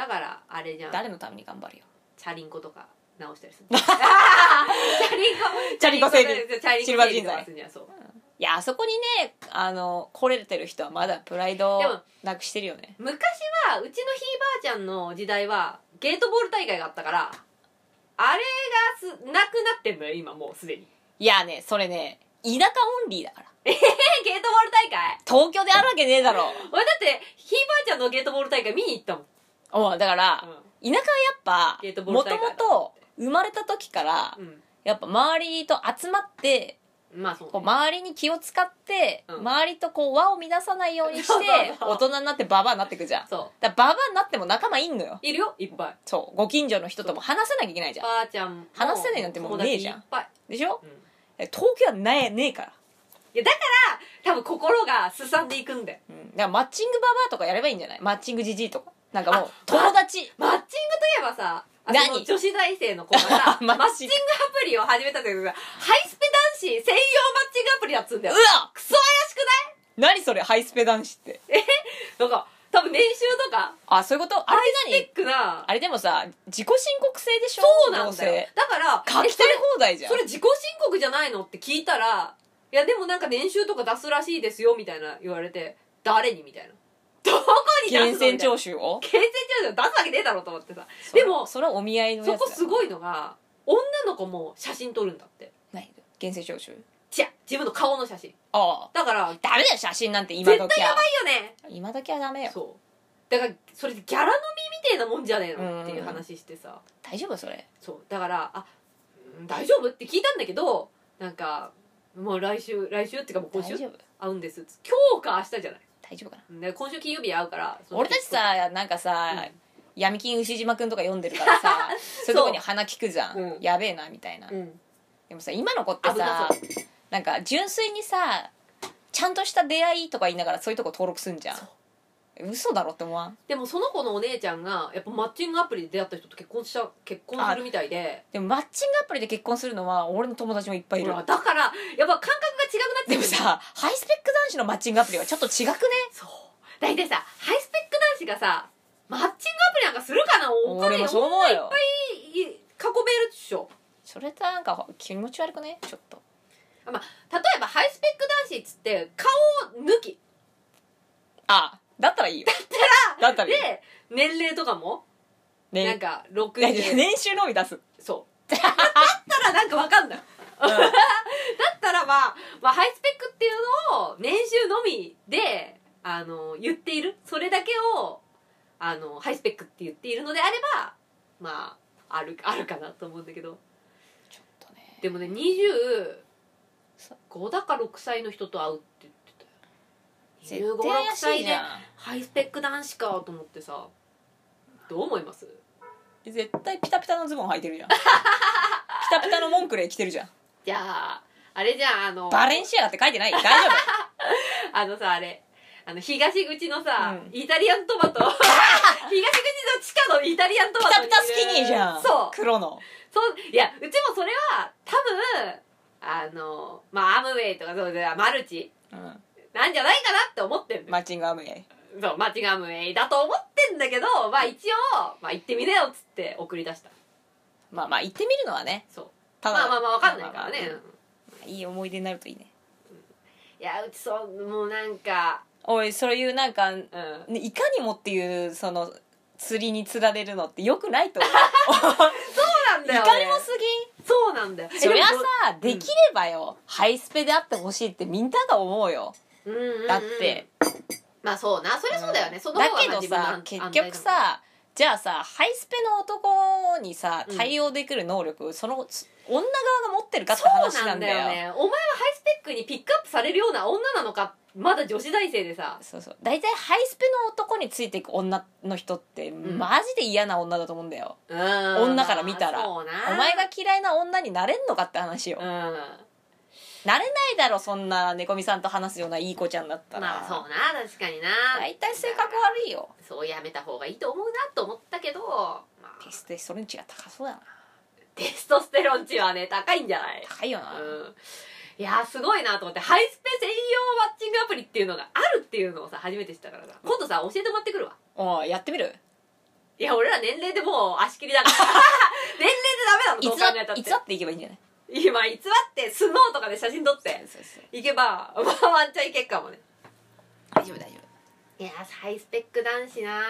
[SPEAKER 2] らだからあれじゃ
[SPEAKER 1] ん
[SPEAKER 2] ん
[SPEAKER 1] 誰のために頑張るよ
[SPEAKER 2] チャリンコとか直したりす るチャリンコ
[SPEAKER 1] チャリンコ整備
[SPEAKER 2] チャリンコ整備
[SPEAKER 1] シルバー人材
[SPEAKER 2] とかすんじゃんそう
[SPEAKER 1] いやあそこにねあの来れてる人はまだプライドを
[SPEAKER 2] でも
[SPEAKER 1] なくしてるよね
[SPEAKER 2] 昔はうちのひいばあちゃんの時代はゲートボール大会があったからあれがすなくなってんのよ今もうすでに
[SPEAKER 1] いやね、それね、田舎オンリーだから。
[SPEAKER 2] えゲートボール大会
[SPEAKER 1] 都東京であるわけねえだろ
[SPEAKER 2] 俺だってひいばあちゃんのゲートボール大会見に行ったもん、
[SPEAKER 1] おうだから田舎はやっぱ
[SPEAKER 2] ゲートボー
[SPEAKER 1] も
[SPEAKER 2] ル
[SPEAKER 1] と
[SPEAKER 2] 大会
[SPEAKER 1] もと生まれた時から
[SPEAKER 2] うん
[SPEAKER 1] やっぱ周りと集まって
[SPEAKER 2] うんまあそう、
[SPEAKER 1] こう周りに気を使って
[SPEAKER 2] うん
[SPEAKER 1] 周りとこう輪を乱さないようにして
[SPEAKER 2] そうそうそう
[SPEAKER 1] 大人になってババアになってくじゃん
[SPEAKER 2] そ
[SPEAKER 1] だからババアになっても仲間いんのよ
[SPEAKER 2] ういるよいっぱい
[SPEAKER 1] そうご近所の人とも話せなきゃいけないじゃん
[SPEAKER 2] ばあちゃんも
[SPEAKER 1] 話せないなんてもうねえじゃん
[SPEAKER 2] 友達いっぱい、
[SPEAKER 1] でしょ
[SPEAKER 2] うん
[SPEAKER 1] 東京はねえねえから
[SPEAKER 2] いやだから多分心がすさんでいくんだよ
[SPEAKER 1] うん、だからマッチングババアとかやればいいんじゃないマッチングじじいとかなんかもう
[SPEAKER 2] あ
[SPEAKER 1] 友達
[SPEAKER 2] マッチングといえばさあ
[SPEAKER 1] 何
[SPEAKER 2] の女子大生の子がさマ
[SPEAKER 1] マ
[SPEAKER 2] ッ
[SPEAKER 1] ッチング
[SPEAKER 2] チングアプリを始めたんだけどさハイスペ男子専用マッチングアプリだっつうんだ
[SPEAKER 1] う
[SPEAKER 2] よ
[SPEAKER 1] わ
[SPEAKER 2] クソ怪しく
[SPEAKER 1] 何それハイスペ男子って
[SPEAKER 2] ないなんか多分年収とか
[SPEAKER 1] あそういうことあれ
[SPEAKER 2] テ
[SPEAKER 1] 何
[SPEAKER 2] ックな
[SPEAKER 1] あれでもさ自己申告制でしょ
[SPEAKER 2] そうなんだ
[SPEAKER 1] どう
[SPEAKER 2] よだから
[SPEAKER 1] せ書
[SPEAKER 2] え
[SPEAKER 1] き取り放題じゃん
[SPEAKER 2] それ自己申告じゃないのって聞いたらいやでもなんか年収とか出すらしいですよみたいな言われて誰にみたいなどこに出すの
[SPEAKER 1] 源泉
[SPEAKER 2] み
[SPEAKER 1] 徴収を
[SPEAKER 2] たいな源泉徴収出すわけねえだろうと思ってさでも
[SPEAKER 1] それはお見合いのやつ
[SPEAKER 2] そこ
[SPEAKER 1] だ
[SPEAKER 2] すごいのが女の子も写真撮るんだって
[SPEAKER 1] 何源泉徴収
[SPEAKER 2] 違う自分の顔の写真
[SPEAKER 1] ああ
[SPEAKER 2] だから
[SPEAKER 1] ダメだよ写真なんて今
[SPEAKER 2] 絶
[SPEAKER 1] 時は
[SPEAKER 2] 対やばいよね
[SPEAKER 1] 今時はダメよ
[SPEAKER 2] そうだからそれギャラ飲みみたいなもんじゃねえ
[SPEAKER 1] うんうんう
[SPEAKER 2] の
[SPEAKER 1] ん
[SPEAKER 2] っていう話してさ
[SPEAKER 1] 大丈夫それ
[SPEAKER 2] そうだから「あうん大丈夫?」って聞いたんだけどなんかもう来週来週っていうかもう
[SPEAKER 1] 大
[SPEAKER 2] 今週
[SPEAKER 1] 丈夫
[SPEAKER 2] 会うんですっつ今日か明日じゃない
[SPEAKER 1] 大丈夫かな
[SPEAKER 2] ね今週金曜日に会うからその
[SPEAKER 1] 俺たちさなんかさ、闇金牛島くんとか読んでるか らさそういうとこに鼻聞くじゃん、
[SPEAKER 2] うん
[SPEAKER 1] やべえなみたいな、
[SPEAKER 2] うん、うん
[SPEAKER 1] でもさ今の子って
[SPEAKER 2] 危な
[SPEAKER 1] さなんか純粋にさちゃんとした出会いとか言いながらそういうとこ登録すんじゃ
[SPEAKER 2] そ
[SPEAKER 1] ん嘘だろって思わん
[SPEAKER 2] でもその子のお姉ちゃんがやっぱマッチングアプリで出会った人と結婚しちゃう結婚するみたいで
[SPEAKER 1] でもマッチングアプリで結婚するのは俺の友達もいっぱいい
[SPEAKER 2] ほ
[SPEAKER 1] る
[SPEAKER 2] らだからやっぱ感覚が違くなって
[SPEAKER 1] で
[SPEAKER 2] く
[SPEAKER 1] も
[SPEAKER 2] る
[SPEAKER 1] さハイスペック男子のマッチングアプリはちょっと違くね
[SPEAKER 2] そう大体さハイスペック男子がさマッチングアプリなんかするかなお金
[SPEAKER 1] 俺もそう思うよ
[SPEAKER 2] いっぱい囲めるでしょ
[SPEAKER 1] それってなんか気持ち悪くねちょっと
[SPEAKER 2] 例えばハイスペック男子っつって顔を抜き
[SPEAKER 1] あだったらいいよだったらいいよ
[SPEAKER 2] で年齢とかも
[SPEAKER 1] ね
[SPEAKER 2] なんか60
[SPEAKER 1] 年収のみ出す、
[SPEAKER 2] そうだったらなんかわかんないだったらまあ、まあ、ハイスペックっていうのを年収のみで、あの、言っている。それだけを、あの、ハイスペックって言っているのであれば、まあ、ある、あるかなと思うんだけど。
[SPEAKER 1] ちょっとね
[SPEAKER 2] でもね、25だか6歳の人と会うって言ってたよ。15、6歳で、ハイスペック男子かと思ってさ、どう思います
[SPEAKER 1] 絶対ピタピタのズボン履いてるじゃんピタピタのモンクレー着てるじゃん
[SPEAKER 2] じゃあ、あれじゃあ、あの、
[SPEAKER 1] バレンシアガって書いて ない大丈夫
[SPEAKER 2] あのさ、あれ。あの、東口のさ、
[SPEAKER 1] うん
[SPEAKER 2] イタリアント マト。東口の地下のイタリアントマ
[SPEAKER 1] ピ
[SPEAKER 2] ト
[SPEAKER 1] タ
[SPEAKER 2] にいる。
[SPEAKER 1] ピタスキニーじゃん
[SPEAKER 2] そう。
[SPEAKER 1] 黒の
[SPEAKER 2] そう、いや、うちもそれは、多分、あの、まあ、アムウェイとかそうで、マルチ
[SPEAKER 1] うん
[SPEAKER 2] なんじゃないかなって思ってんの
[SPEAKER 1] マッチングアムウェイ
[SPEAKER 2] そう、マッチングアムウェイだと思ってんだけど、まあ一応、まあ行ってみなよっつって送り出した。
[SPEAKER 1] まあまあ行ってみるのはね
[SPEAKER 2] そう。
[SPEAKER 1] た
[SPEAKER 2] まあまあまあわかんない
[SPEAKER 1] ま
[SPEAKER 2] か
[SPEAKER 1] あ
[SPEAKER 2] らね。
[SPEAKER 1] まあまあいい思い出になるといいね
[SPEAKER 2] いや、うちそう、もうなんか、
[SPEAKER 1] おいそういうなんかね
[SPEAKER 2] うん。
[SPEAKER 1] いかにもっていうその釣りに釣られるのってよくないと思う
[SPEAKER 2] そうなん
[SPEAKER 1] い
[SPEAKER 2] だよ、
[SPEAKER 1] かにもす
[SPEAKER 2] そうなんだよ。
[SPEAKER 1] ぎそりゃさ
[SPEAKER 2] えでも
[SPEAKER 1] できればよハイスペであってほしいってみんなが思うよ
[SPEAKER 2] うんうんうん
[SPEAKER 1] だって
[SPEAKER 2] まあそうなそりゃそうだよね、その
[SPEAKER 1] だ
[SPEAKER 2] 方が
[SPEAKER 1] け
[SPEAKER 2] まあ
[SPEAKER 1] ど
[SPEAKER 2] 自分の
[SPEAKER 1] さ
[SPEAKER 2] 安
[SPEAKER 1] 結局さじゃあさハイスペの男にさ
[SPEAKER 2] うん
[SPEAKER 1] 対応できる能力、そのつ女側が持ってるか
[SPEAKER 2] 安
[SPEAKER 1] って
[SPEAKER 2] 全だもん
[SPEAKER 1] 話
[SPEAKER 2] そうな
[SPEAKER 1] なんん
[SPEAKER 2] だ
[SPEAKER 1] だよ
[SPEAKER 2] よねお前はハイスペックにピックアップされるような女なのかまだ女子大生でさ
[SPEAKER 1] そうそう大体ハイスペの男についていく女の人って
[SPEAKER 2] ん
[SPEAKER 1] マジで嫌な女だと思うんだよ、
[SPEAKER 2] 女
[SPEAKER 1] から見たら
[SPEAKER 2] そうな
[SPEAKER 1] お前が嫌いな女になれんのかって話よ、
[SPEAKER 2] うん
[SPEAKER 1] なれないだろそんな猫みさんと話すようないい子ちゃんだったら、
[SPEAKER 2] まあそうな確かにな
[SPEAKER 1] 大体性格悪いよ
[SPEAKER 2] そうやめた方がいいと思うなと思ったけど、まあ
[SPEAKER 1] テステストレン値が高そうだな
[SPEAKER 2] テストステロン値はね高いんじゃない
[SPEAKER 1] 高いよな、
[SPEAKER 2] うんいやーすごいなと思ってハイスペ専用マッチングアプリっていうのがあるっていうのをさ初めて知ったからさ今度さ教えてもらってくるわ
[SPEAKER 1] おいやってみる
[SPEAKER 2] いや、俺ら年齢でもう足切りだ から。年齢で
[SPEAKER 1] い
[SPEAKER 2] ダメ
[SPEAKER 1] つ
[SPEAKER 2] な
[SPEAKER 1] だ
[SPEAKER 2] の、どう考えたっ
[SPEAKER 1] い
[SPEAKER 2] て。
[SPEAKER 1] つだっていけばいいんじゃない
[SPEAKER 2] 今、偽って、スノーとかで写真撮って、
[SPEAKER 1] そうそう
[SPEAKER 2] 行けば、まあ、ワンチャンいけっかもね。
[SPEAKER 1] 大丈夫大丈夫
[SPEAKER 2] いやー、ハイスペック男子な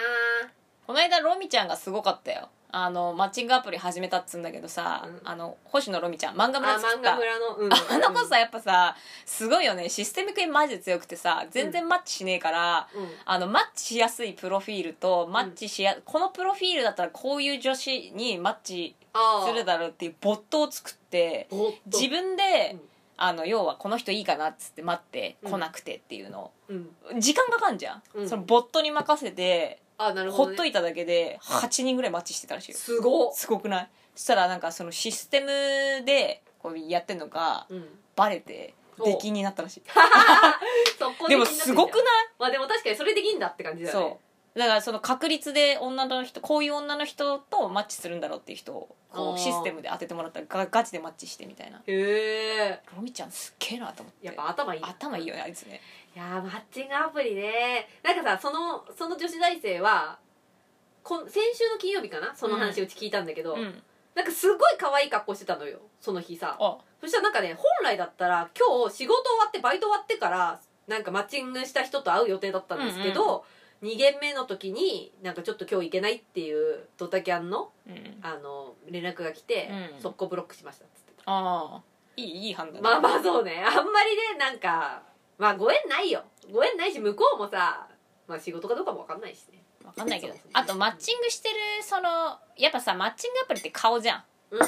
[SPEAKER 1] この間ロミちゃんがすごかったよあのマッチングアプリ始めたっつうんだけどさ、
[SPEAKER 2] うん
[SPEAKER 1] あの星野ロミちゃん漫画
[SPEAKER 2] あ
[SPEAKER 1] 村作っ
[SPEAKER 2] 漫
[SPEAKER 1] た
[SPEAKER 2] 画村 の、うん、
[SPEAKER 1] あの子さやっぱさすごいよねシステム系マジで強くてさ全然マッチしねえから、
[SPEAKER 2] うん、
[SPEAKER 1] あのマッチしやすいプロフィールとマッチしや、このプロフィールだったらこういう女子にマッチ
[SPEAKER 2] ああ
[SPEAKER 1] するだろうっていうボットを作って
[SPEAKER 2] ぼーっと
[SPEAKER 1] 自分で、
[SPEAKER 2] うん
[SPEAKER 1] あの要はこの人いいかなっつって待って
[SPEAKER 2] うん
[SPEAKER 1] 来なくてっていうの、
[SPEAKER 2] うん、
[SPEAKER 1] 時間かかんじゃん、
[SPEAKER 2] うん
[SPEAKER 1] そのボットに任せて
[SPEAKER 2] あなるほ
[SPEAKER 1] ほ
[SPEAKER 2] ど、
[SPEAKER 1] っ
[SPEAKER 2] ね、
[SPEAKER 1] といただけで
[SPEAKER 2] はい
[SPEAKER 1] 8人ぐらいマッチしてたらしいよ
[SPEAKER 2] すごっ
[SPEAKER 1] すごくないそしたらなんかそのシステムでこうやってんのが
[SPEAKER 2] うん
[SPEAKER 1] バレて
[SPEAKER 2] お
[SPEAKER 1] 出禁になったらしい
[SPEAKER 2] そこ
[SPEAKER 1] でもすごく
[SPEAKER 2] な
[SPEAKER 1] な
[SPEAKER 2] っちゃうまあでも確かにそれできんだって感じ
[SPEAKER 1] い
[SPEAKER 2] だよね
[SPEAKER 1] そうだからその確率で女の人こういう女の人とマッチするんだろうっていう人をこ
[SPEAKER 2] あー
[SPEAKER 1] うシステムで当ててもらったらガガチでマッチしてみたいな
[SPEAKER 2] へえ
[SPEAKER 1] ロミちゃんすっげえなと思って
[SPEAKER 2] やっぱ頭いいな
[SPEAKER 1] 頭いいよねあいつね
[SPEAKER 2] いやーマッチングアプリねなんかさそのその女子大生はこん先週の金曜日かなその話
[SPEAKER 1] う
[SPEAKER 2] うち聞いたんだけど、
[SPEAKER 1] うん
[SPEAKER 2] なんかすごい可愛い格好してたのよその日さ
[SPEAKER 1] あ
[SPEAKER 2] そしたらなんかね本来だったら今日仕事終わってバイト終わってからなんかマッチングした人と会う予定だったんですけど、2軒目の時になんかちょっと今日行けないっていうドタキャンの
[SPEAKER 1] うん
[SPEAKER 2] あの連絡が来て、
[SPEAKER 1] うん
[SPEAKER 2] 速攻ブロックしましたっつって
[SPEAKER 1] ああいいいい判断
[SPEAKER 2] まあまあそうねあんまりねなんかまあご縁ないよご縁ないし向こうもさ、まあ、仕事かどうかも分かんないしね
[SPEAKER 1] わかんないけど
[SPEAKER 2] そうですね
[SPEAKER 1] あとマッチングしてるそのやっぱさマッチングアプリって顔じゃん
[SPEAKER 2] うんうんう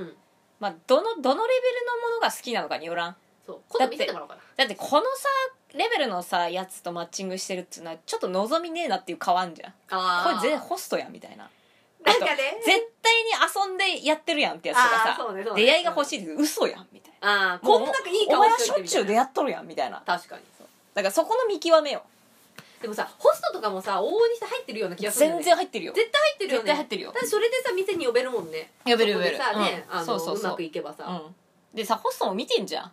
[SPEAKER 2] ん
[SPEAKER 1] まあどのどのレベルのものが好きなのかによらん
[SPEAKER 2] そう今度見せてもらおうかな
[SPEAKER 1] だってこのさレベルのさやつとマッチングしてるっていうのはちょっと望みねえなっていう顔あんじゃんこ
[SPEAKER 2] あ
[SPEAKER 1] れ
[SPEAKER 2] ー
[SPEAKER 1] 全ホストやんみたいな
[SPEAKER 2] なんかね
[SPEAKER 1] 絶対に遊んでやってるやんってやつと
[SPEAKER 2] あ
[SPEAKER 1] か
[SPEAKER 2] ー
[SPEAKER 1] さ
[SPEAKER 2] そうねそうね
[SPEAKER 1] 出会いが欲しいです嘘やんみたい
[SPEAKER 2] ああ
[SPEAKER 1] な
[SPEAKER 2] こんなんかいい
[SPEAKER 1] お
[SPEAKER 2] 顔
[SPEAKER 1] 前は
[SPEAKER 2] とい
[SPEAKER 1] しょ
[SPEAKER 2] て
[SPEAKER 1] っ
[SPEAKER 2] み
[SPEAKER 1] ち
[SPEAKER 2] た
[SPEAKER 1] ゅ
[SPEAKER 2] いうな
[SPEAKER 1] 出会っとるやんみたいな
[SPEAKER 2] 確かにそう
[SPEAKER 1] だからそこの見極めよ
[SPEAKER 2] でもさホストとかもさ往々にして入ってるような気がするんだよ
[SPEAKER 1] 全
[SPEAKER 2] ね
[SPEAKER 1] 然入ってるよ
[SPEAKER 2] 絶対入ってるよ
[SPEAKER 1] 絶
[SPEAKER 2] ね
[SPEAKER 1] 対入ってるよ
[SPEAKER 2] だってそれでさ店に呼べるもんね
[SPEAKER 1] 呼べる呼べる
[SPEAKER 2] そこでさね、
[SPEAKER 1] うん
[SPEAKER 2] あの
[SPEAKER 1] そうそうそう
[SPEAKER 2] まくいけばさ、
[SPEAKER 1] うんでさホストも見てんじゃん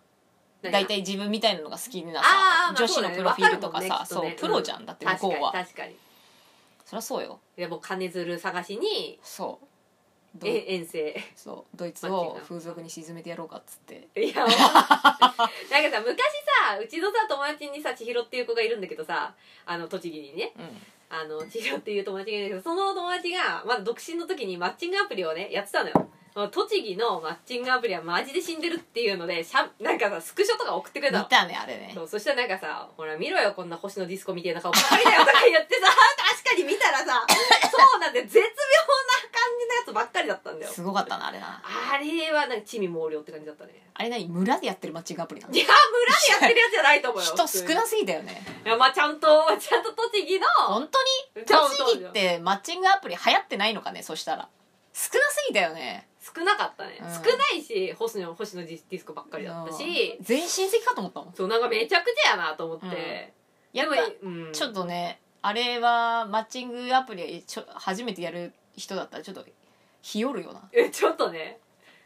[SPEAKER 2] 何が
[SPEAKER 1] 大体自分みたいなのが好きなさ
[SPEAKER 2] あー、まあ
[SPEAKER 1] 女子のプロフィールとか
[SPEAKER 2] そ
[SPEAKER 1] さ
[SPEAKER 2] う
[SPEAKER 1] そ
[SPEAKER 2] だ
[SPEAKER 1] う,、
[SPEAKER 2] よねきっとね
[SPEAKER 1] プロじゃんだって向こう
[SPEAKER 2] 確
[SPEAKER 1] は
[SPEAKER 2] かに確かに
[SPEAKER 1] そりゃそうよ
[SPEAKER 2] でもう金づる探しに
[SPEAKER 1] そうドイ
[SPEAKER 2] え遠征
[SPEAKER 1] そうドイツ
[SPEAKER 2] マッチン
[SPEAKER 1] を
[SPEAKER 2] グ
[SPEAKER 1] 風俗に沈めてやろうかっつって
[SPEAKER 2] いやもう なんかさ昔さうちのさ友達にさ千尋っていう子がいるんだけどさあの栃木にね
[SPEAKER 1] うん
[SPEAKER 2] あの千尋っていう友達がいるんだけどその友達がまだ独身の時にマッチングアプリをねやってたのよ栃木のマッチングアプリはマジで死んでるっていうのでしゃなんかさスクショとか送ってくれたの
[SPEAKER 1] 見たねあれね
[SPEAKER 2] そうそしたらなんかさ「ほら見ろよこんな星のディスコみたいな顔ばっかりだよ」とか言ってさ 確かに見たらさそうなんだよ絶妙な感じのやつばっかりだったんだよ
[SPEAKER 1] すごかったなあれな
[SPEAKER 2] あれはなんか地味猛量って感じだったね
[SPEAKER 1] あれ何村でやってるマッチングアプリなの
[SPEAKER 2] いや村でやってるやつじゃないと思うよ
[SPEAKER 1] 人少
[SPEAKER 2] 普通に
[SPEAKER 1] なすぎたよね
[SPEAKER 2] いやまあちゃんとちゃんと栃木の
[SPEAKER 1] 本当に栃木ってマッチングアプリ流行ってないのかねそしたら少なすぎたよね
[SPEAKER 2] 少なかったね、
[SPEAKER 1] うん
[SPEAKER 2] 少ないし星野星野ディスディスコばっかりだったし
[SPEAKER 1] うん全員親戚かと思ったもん
[SPEAKER 2] そうなんかめちゃくちゃやなと思って、
[SPEAKER 1] うん
[SPEAKER 2] で
[SPEAKER 1] やっ
[SPEAKER 2] も
[SPEAKER 1] ぱ
[SPEAKER 2] うん、
[SPEAKER 1] ちょっとねあれはマッチングアプリちょ初めてやる人だったらちょっと日和るよな
[SPEAKER 2] えちょっとね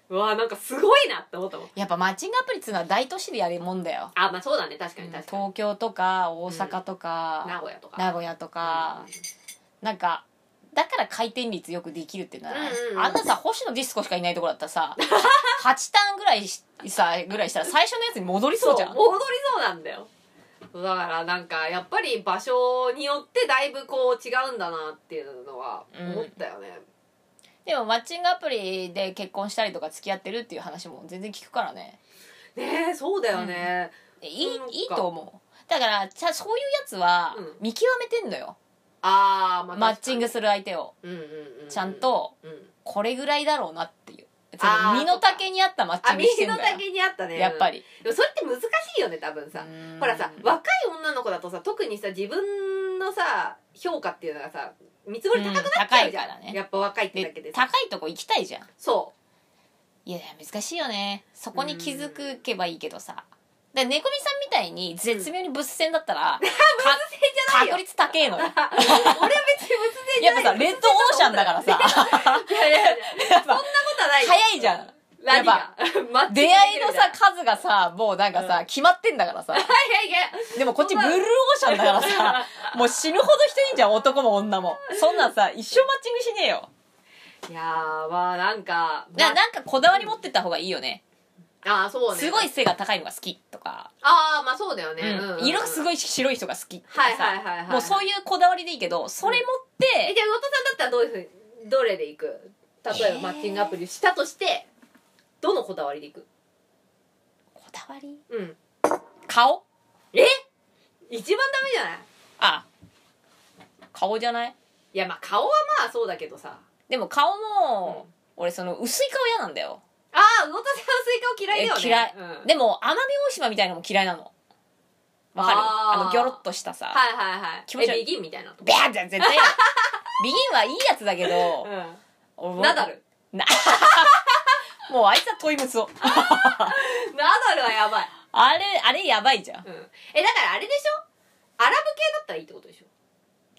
[SPEAKER 2] うわなんかすごいなって思ったもん
[SPEAKER 1] やっぱマッチングアプリっつうのは大都市でやるもんだよ
[SPEAKER 2] あまあそうだね確かに確かに、
[SPEAKER 1] 東京とか大阪とか、
[SPEAKER 2] 名古屋とか
[SPEAKER 1] 名古屋とか、なんかだから回転率よくできるっていうのはね、
[SPEAKER 2] うんうんうん
[SPEAKER 1] あんなさ星野ディスコしかいないところだったらさ 8ターンぐらいしさぐらいしたら最初のやつに戻り
[SPEAKER 2] そ
[SPEAKER 1] そううじ
[SPEAKER 2] 踊
[SPEAKER 1] ゃ
[SPEAKER 2] り
[SPEAKER 1] ん
[SPEAKER 2] そうなんだよだからなんかやっぱり場所によってだいぶこう違うんだなっていうのは思ったよね、
[SPEAKER 1] でもマッチングアプリで結婚したりとか付き合ってるっていう話も全然聞くからね
[SPEAKER 2] ねえそうだよね、
[SPEAKER 1] いい
[SPEAKER 2] そうか
[SPEAKER 1] いいと思うだからちゃそういうやつは
[SPEAKER 2] うん
[SPEAKER 1] 見極めてんのよ、
[SPEAKER 2] ああまあ
[SPEAKER 1] マッチング
[SPEAKER 2] 確
[SPEAKER 1] する相手を
[SPEAKER 2] かにうんうんうん
[SPEAKER 1] ちゃんと、
[SPEAKER 2] うん、
[SPEAKER 1] これぐらいだろうなっていうそ
[SPEAKER 2] あー
[SPEAKER 1] の身の丈に合ったマッチ
[SPEAKER 2] あ
[SPEAKER 1] ングして
[SPEAKER 2] 右
[SPEAKER 1] ん
[SPEAKER 2] の
[SPEAKER 1] だよ
[SPEAKER 2] 丈にあったね
[SPEAKER 1] やっぱり
[SPEAKER 2] でもそれって難しいよね多分さほらさ
[SPEAKER 1] うん
[SPEAKER 2] 若い女の子だとさ特にさ自分のさ評価っていうのがさ見積もり高くなっちゃうじゃん、
[SPEAKER 1] うん高いからね
[SPEAKER 2] やっぱ若いってだけ
[SPEAKER 1] で
[SPEAKER 2] でさ
[SPEAKER 1] 高いとこ行きたいじゃん
[SPEAKER 2] そ
[SPEAKER 1] いや難しいよねそこに気づけばいいけどさで猫みさんみたいに絶妙に物線だっ たら、
[SPEAKER 2] ゃないよ
[SPEAKER 1] 確率高えのよ
[SPEAKER 2] う俺は別に別
[SPEAKER 1] や
[SPEAKER 2] 然
[SPEAKER 1] っ
[SPEAKER 2] じ
[SPEAKER 1] ぱ
[SPEAKER 2] ゃ
[SPEAKER 1] さ
[SPEAKER 2] ない
[SPEAKER 1] レッドオーシャンだからさ
[SPEAKER 2] いやいやいや
[SPEAKER 1] やっ
[SPEAKER 2] そんな
[SPEAKER 1] ぱ
[SPEAKER 2] ことはないよ
[SPEAKER 1] 早いじゃん
[SPEAKER 2] 何がマッチングできる
[SPEAKER 1] 出会いのさ
[SPEAKER 2] み
[SPEAKER 1] 数がさもうなんかさ、
[SPEAKER 2] う
[SPEAKER 1] 決まってんだからさ
[SPEAKER 2] たいないやいや
[SPEAKER 1] でもこっ ちブルーオーシャンだからさもう死ぬほど人いいんじゃん男も女もそんなんさ一生マッチングしねえよ
[SPEAKER 2] い やーまあなんか
[SPEAKER 1] だからなんかこだわり持ってった方がいいよね
[SPEAKER 2] ああそうね
[SPEAKER 1] すごい背が高いのが好きとか、
[SPEAKER 2] ああまあそうだよね、うん
[SPEAKER 1] うん、色がすご
[SPEAKER 2] い
[SPEAKER 1] い白い人が好きとかさ、
[SPEAKER 2] はいはいはいはい
[SPEAKER 1] もうそういうこだわりでいいけどそれ持って、
[SPEAKER 2] えじゃあ魚田さんだったらどういうふうにどれでいく例えばマッチングアプリしたとしてどのこだわりでいく
[SPEAKER 1] こだわり
[SPEAKER 2] うん
[SPEAKER 1] 顔
[SPEAKER 2] え一番ダメじゃない
[SPEAKER 1] あ顔じゃない
[SPEAKER 2] いやまあ顔はまあそうだけどさ
[SPEAKER 1] でも顔
[SPEAKER 2] うん
[SPEAKER 1] も、俺その薄い顔嫌なんだよ
[SPEAKER 2] ああ魚田さんスイカを嫌いだよね
[SPEAKER 1] え嫌い
[SPEAKER 2] うん
[SPEAKER 1] でも奄美大島みたいなのも嫌いなのわかる
[SPEAKER 2] あー
[SPEAKER 1] あのギョロッとしたさ、
[SPEAKER 2] はいはいはい
[SPEAKER 1] 気持ち悪い
[SPEAKER 2] えビギンみたいなと
[SPEAKER 1] ビャーって絶対嫌 だビギンはいいやつだけど、
[SPEAKER 2] う
[SPEAKER 1] 俺
[SPEAKER 2] ん ナダル
[SPEAKER 1] なもうあいつは問い物を
[SPEAKER 2] ナダルはやばい、
[SPEAKER 1] あれあれやばいじゃん
[SPEAKER 2] うん、えだからあれでしょアラブ系だったらいいってことでしょ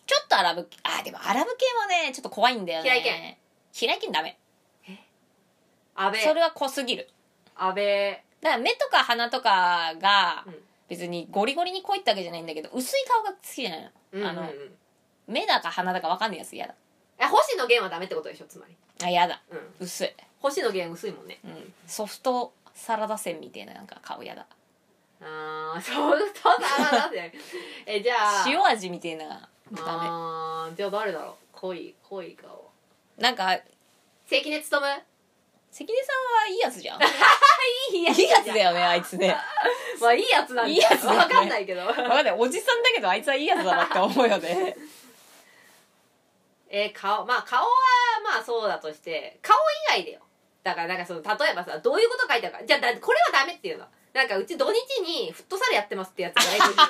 [SPEAKER 1] ちょっとアラブあでもアラブ系はねちょっと怖いんだよね
[SPEAKER 2] 嫌い嫌
[SPEAKER 1] 嫌い嫌いダメ
[SPEAKER 2] 安倍
[SPEAKER 1] それは濃すぎる
[SPEAKER 2] 安倍
[SPEAKER 1] だから目とか鼻とかが
[SPEAKER 2] うん
[SPEAKER 1] 別にゴリゴリに濃いってわけじゃないんだけど薄い顔が好きじゃないの
[SPEAKER 2] あ
[SPEAKER 1] あ
[SPEAKER 2] の、
[SPEAKER 1] の
[SPEAKER 2] うんうんうん
[SPEAKER 1] 目だか鼻だか分かんないやつ嫌だ
[SPEAKER 2] え星野源はダメってことでしょつまり、
[SPEAKER 1] あ嫌だ
[SPEAKER 2] うん、
[SPEAKER 1] 薄い、
[SPEAKER 2] 星野源薄いもんね
[SPEAKER 1] うん、ソフトサラダ線みたいななんか顔嫌だ
[SPEAKER 2] ああそうそうだななんでえじゃあ
[SPEAKER 1] 塩味みたいなダ
[SPEAKER 2] あーじゃあ誰だろう濃い濃い顔
[SPEAKER 1] メなんか
[SPEAKER 2] 関根勤
[SPEAKER 1] 関根さんはいいやつじゃん
[SPEAKER 2] いいや
[SPEAKER 1] いいやつだよねあいつね
[SPEAKER 2] まあいいやつなんだ
[SPEAKER 1] いいやつだね
[SPEAKER 2] わかんないけど
[SPEAKER 1] 分かんないおじさんだけどあいつはいいやつだなって思う よね
[SPEAKER 2] えー顔まあ顔はまあそうだとして顔以外だよだからなんかその例えばさどういうこと書いてあるかじゃあだこれはダメっていうのなんかうち土日にフットサルやってますってやつが NG あ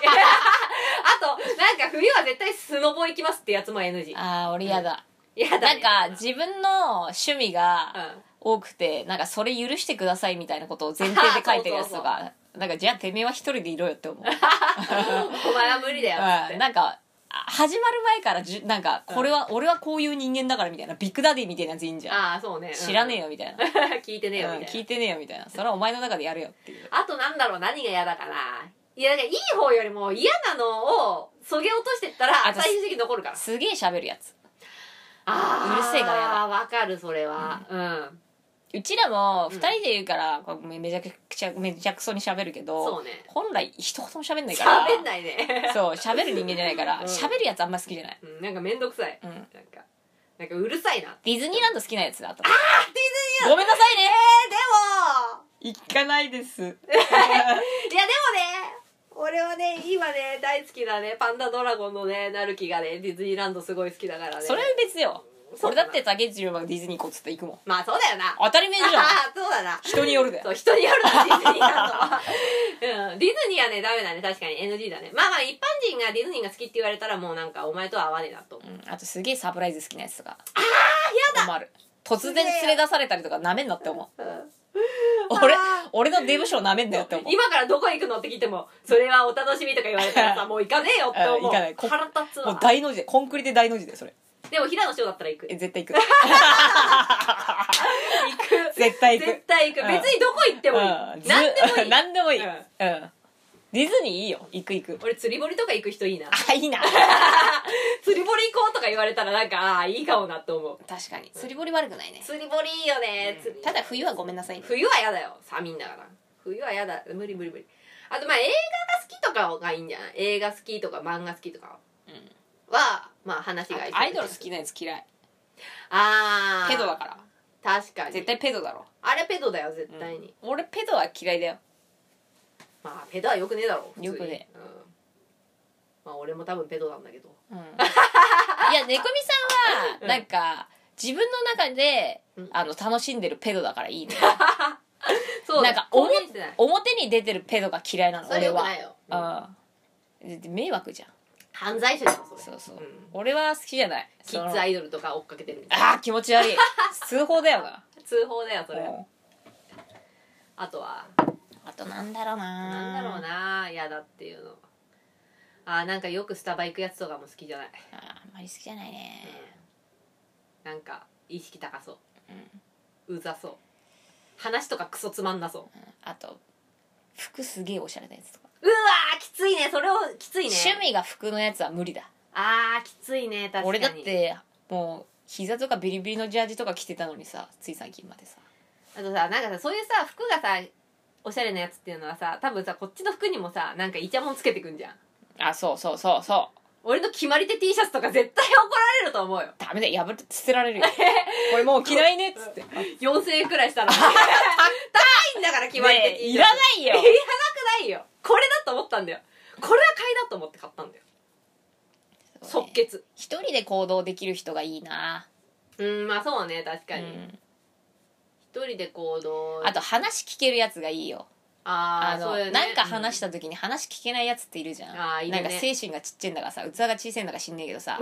[SPEAKER 2] となんか冬は絶対スノボ行きますってやつも NG
[SPEAKER 1] ああ俺嫌だ、
[SPEAKER 2] いやだ、
[SPEAKER 1] なん
[SPEAKER 2] ね、
[SPEAKER 1] か自分の趣味が
[SPEAKER 2] うん
[SPEAKER 1] 多くてなんかそれ許してくださいみたいなことを前提で書いてるやつとかなんかじゃあてめえは一人でいろよって思う、
[SPEAKER 2] お前は無理だよっつっ
[SPEAKER 1] うん、
[SPEAKER 2] て
[SPEAKER 1] なんかあ始まる前からじゅなんかこれは俺はこういう人間だからみたいなビッグダディみたいなやついいんじゃん
[SPEAKER 2] ああそうね、
[SPEAKER 1] 知らねえ
[SPEAKER 2] よ
[SPEAKER 1] よみたいな
[SPEAKER 2] 聞いてねえよみ
[SPEAKER 1] うん
[SPEAKER 2] たい
[SPEAKER 1] 聞
[SPEAKER 2] ない
[SPEAKER 1] てねえよみたいなそれはお前の中でやるよっていう
[SPEAKER 2] あとなんだろう何が嫌だかないやだからいい方よりも嫌なのをそげ落としてったら
[SPEAKER 1] あと
[SPEAKER 2] 最終的に残るから
[SPEAKER 1] すげえ喋るやつ
[SPEAKER 2] あ
[SPEAKER 1] うるせえからやだ
[SPEAKER 2] あわかるそれはうん
[SPEAKER 1] うちらも
[SPEAKER 2] うん
[SPEAKER 1] 二人で言うから、こうめちゃくちゃめちゃくそに喋るけ
[SPEAKER 2] そ
[SPEAKER 1] ど
[SPEAKER 2] うね
[SPEAKER 1] 本来一言も喋んないから
[SPEAKER 2] 喋んないね
[SPEAKER 1] そう喋る人間じゃないから
[SPEAKER 2] うん
[SPEAKER 1] 喋、るやつあんま好きじゃない、
[SPEAKER 2] うんなんかめんどくさい
[SPEAKER 1] うん、
[SPEAKER 2] なんかなんかうるさいな
[SPEAKER 1] ディズニーランド好きなやつだったあディズニーごめんなさいね
[SPEAKER 2] えでも
[SPEAKER 1] 行かないです
[SPEAKER 2] いやでもね俺はね今ね大好きなねパンダドラゴンのねなるきがねディズニーランドすごい好きだからね
[SPEAKER 1] それは別よ
[SPEAKER 2] そう
[SPEAKER 1] 俺
[SPEAKER 2] か
[SPEAKER 1] だ
[SPEAKER 2] な
[SPEAKER 1] って竹内龍馬がディズニー行こうっつって行くもん
[SPEAKER 2] まあそうだよな
[SPEAKER 1] 当たり前じゃん
[SPEAKER 2] ああ そうだな
[SPEAKER 1] 人によるで
[SPEAKER 2] そう人によるなディズニーランドはうんディズニーはねダメだね確かに NG だねまあまあ一般人がディズニーが好きって言われたらもうなんかお前とは合わねえなと思う
[SPEAKER 1] うん、あとすげえサプライズ好きなやつとかああやだ困る突然連れ出されたりとかなめんなって思う俺
[SPEAKER 2] あ
[SPEAKER 1] 俺のデブ賞なめんなよって思う
[SPEAKER 2] 今からどこ行くのって聞いてもそれはお楽しみとか言われたらさもう行かねえよって
[SPEAKER 1] うん
[SPEAKER 2] 思う
[SPEAKER 1] 行か ないこ
[SPEAKER 2] 腹立つ
[SPEAKER 1] もう
[SPEAKER 2] わ
[SPEAKER 1] 大の字でコンクリで大の字でそれ
[SPEAKER 2] でも平野紫耀だったら行く
[SPEAKER 1] え
[SPEAKER 2] 行
[SPEAKER 1] 絶対行く
[SPEAKER 2] く
[SPEAKER 1] 絶対行く
[SPEAKER 2] 絶対行く
[SPEAKER 1] うん
[SPEAKER 2] 別にどこ行ってもいい
[SPEAKER 1] うんず
[SPEAKER 2] 何でも いい
[SPEAKER 1] 何でもいい、
[SPEAKER 2] う
[SPEAKER 1] うんんディズニーいいよ行く行く
[SPEAKER 2] 俺釣り堀とか行く人いいな
[SPEAKER 1] あいいな
[SPEAKER 2] 釣り堀行こうとか言われたらなんかああいいかもなって思う
[SPEAKER 1] 確かに釣り堀悪くないね
[SPEAKER 2] 釣り堀いいよね、釣り堀
[SPEAKER 1] ただ冬はごめんなさい
[SPEAKER 2] 冬は嫌だよ寒いんだから冬は嫌だ無理無理無理あとまあ映画が好きとかがいいんじゃない映画好きとか漫画好きとか
[SPEAKER 1] うん
[SPEAKER 2] はまあ話が合いそう
[SPEAKER 1] アイドル好きなやつ嫌い
[SPEAKER 2] ああ
[SPEAKER 1] ペドだから
[SPEAKER 2] 確かに
[SPEAKER 1] 絶対ペドだろ、
[SPEAKER 2] あれペドだよ絶
[SPEAKER 1] うん
[SPEAKER 2] 対に、
[SPEAKER 1] 俺ペドは嫌いだよ
[SPEAKER 2] まあペドはよくねえだろ普通に
[SPEAKER 1] よくね
[SPEAKER 2] うん、まあ俺も多分ペドなんだけど
[SPEAKER 1] うん いや猫みさんはなんか自分の中で
[SPEAKER 2] うん
[SPEAKER 1] あの楽しんでるペドだからいいね
[SPEAKER 2] そう
[SPEAKER 1] なんか
[SPEAKER 2] 公
[SPEAKER 1] 思
[SPEAKER 2] 言してない
[SPEAKER 1] 表に出てるペドが嫌いなの
[SPEAKER 2] それ
[SPEAKER 1] 俺
[SPEAKER 2] よく
[SPEAKER 1] は
[SPEAKER 2] ないよ、うん
[SPEAKER 1] うんで迷惑じゃん
[SPEAKER 2] 犯罪者だよそれ
[SPEAKER 1] そうそう、
[SPEAKER 2] ん
[SPEAKER 1] 俺は好きじゃない
[SPEAKER 2] キッ
[SPEAKER 1] そ
[SPEAKER 2] ズ
[SPEAKER 1] の
[SPEAKER 2] アイドルとか追っかけてるみたいな
[SPEAKER 1] あー気持ち悪い通報だよな
[SPEAKER 2] 通報だよそれ、
[SPEAKER 1] うん
[SPEAKER 2] あとは
[SPEAKER 1] あとなんだろうな
[SPEAKER 2] なんだろうな嫌だっていうのあーなんかよくスタバ行くやつとかも好きじゃない、
[SPEAKER 1] あーあんまり好きじゃないね
[SPEAKER 2] なんか意識高そう、うざそう話とかクソつまんなそう
[SPEAKER 1] うんあと服すげえおしゃれなやつとか、
[SPEAKER 2] うわーきついねそれをきついね
[SPEAKER 1] 趣味が服のやつは無理だ
[SPEAKER 2] あーきついね確かに
[SPEAKER 1] 俺だってもう膝とかビリビリのジャージとか着てたのにさつい最近までさ
[SPEAKER 2] あとさなんかさそういうさ服がさおしゃれなやつっていうのはさ多分さこっちの服にもさなんかイチャモンつけてくんじゃん
[SPEAKER 1] あそうそうそうそ
[SPEAKER 2] 俺の決まり手 T シャツとか絶対怒られると思うよ
[SPEAKER 1] ダメだよ破って捨てられるよ これもう着ないねっつって
[SPEAKER 2] 4000円くらい したの高いんだから 決まり手
[SPEAKER 1] ね
[SPEAKER 2] T シャツ
[SPEAKER 1] えいらない
[SPEAKER 2] い
[SPEAKER 1] よ
[SPEAKER 2] らな くないよこれだと思ったんだよこれは買いだと思って買ったんだよ
[SPEAKER 1] そ
[SPEAKER 2] 即
[SPEAKER 1] うね
[SPEAKER 2] 決
[SPEAKER 1] 一人で行動できる人がいいな
[SPEAKER 2] うんまあそうね確かに
[SPEAKER 1] うん
[SPEAKER 2] 一、人で行動
[SPEAKER 1] あと話聞けるやつがいいよ
[SPEAKER 2] あ
[SPEAKER 1] あ
[SPEAKER 2] ーそ
[SPEAKER 1] の、
[SPEAKER 2] うよね
[SPEAKER 1] なんか話した時に話聞けないやつっているじゃん
[SPEAKER 2] あーいるね
[SPEAKER 1] なんか精神がちっちゃいんだかさ器が小さいんだか知んねえけ どさ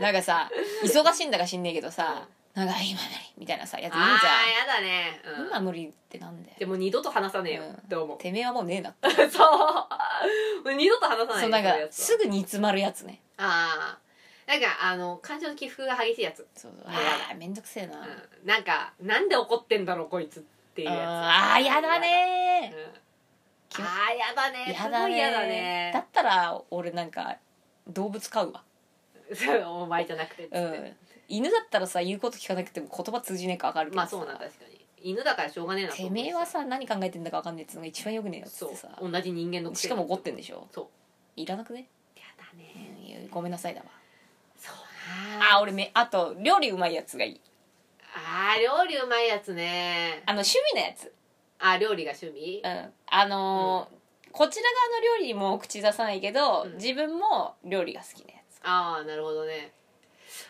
[SPEAKER 1] なんかさ忙しいんだか知んねえけどさ、なんか今無理みたいなさや
[SPEAKER 2] うん
[SPEAKER 1] ついるじ
[SPEAKER 2] あーやだね、
[SPEAKER 1] ゃ
[SPEAKER 2] うん
[SPEAKER 1] ん今無理ってなんだよ
[SPEAKER 2] でも二度と話さねえよ、
[SPEAKER 1] うん
[SPEAKER 2] どう も
[SPEAKER 1] てめえはもうねえなって
[SPEAKER 2] そうもう二度と話さない
[SPEAKER 1] そうなんかすぐ煮詰まるやつね
[SPEAKER 2] ああなんかあの感情の起伏が激しいやつ、
[SPEAKER 1] そう
[SPEAKER 2] うん
[SPEAKER 1] ああめんどくせえな、うん
[SPEAKER 2] うん、なんかなんで怒ってんだろうこいつっていうや
[SPEAKER 1] あーやだ
[SPEAKER 2] つ、
[SPEAKER 1] ね
[SPEAKER 2] うん
[SPEAKER 1] きも
[SPEAKER 2] あーやだね
[SPEAKER 1] や
[SPEAKER 2] す
[SPEAKER 1] だ
[SPEAKER 2] ごい
[SPEAKER 1] ね
[SPEAKER 2] やだね
[SPEAKER 1] だったら俺なんか動物飼うわ
[SPEAKER 2] そう お前じゃなくてっつって、
[SPEAKER 1] うん犬だったらさ言うこと聞かなくても言葉通じねえか分かるけど
[SPEAKER 2] まあ
[SPEAKER 1] さ
[SPEAKER 2] そうなん確かに犬だからしょうがねえなと
[SPEAKER 1] て
[SPEAKER 2] 思う
[SPEAKER 1] めえはさ何考えてんだか分かんねえっつうのが一番よくねえよっつ
[SPEAKER 2] そ
[SPEAKER 1] っ
[SPEAKER 2] う
[SPEAKER 1] てさ
[SPEAKER 2] 同じ人間のくせ
[SPEAKER 1] し
[SPEAKER 2] に
[SPEAKER 1] かも怒ってんでしょ
[SPEAKER 2] そう
[SPEAKER 1] いらなくね、
[SPEAKER 2] やだ
[SPEAKER 1] う
[SPEAKER 2] ね
[SPEAKER 1] んいやごめんなさいだわ
[SPEAKER 2] そう
[SPEAKER 1] あ
[SPEAKER 2] あ
[SPEAKER 1] ー俺めあと料理うまいやつがいい
[SPEAKER 2] あー料理うまいやつね
[SPEAKER 1] あの趣味のやつ
[SPEAKER 2] あー料理が趣味
[SPEAKER 1] うんあのーこちら側の料理にも口出さないけど、
[SPEAKER 2] うん
[SPEAKER 1] 自分も料理が好きなやつ
[SPEAKER 2] ああなるほどね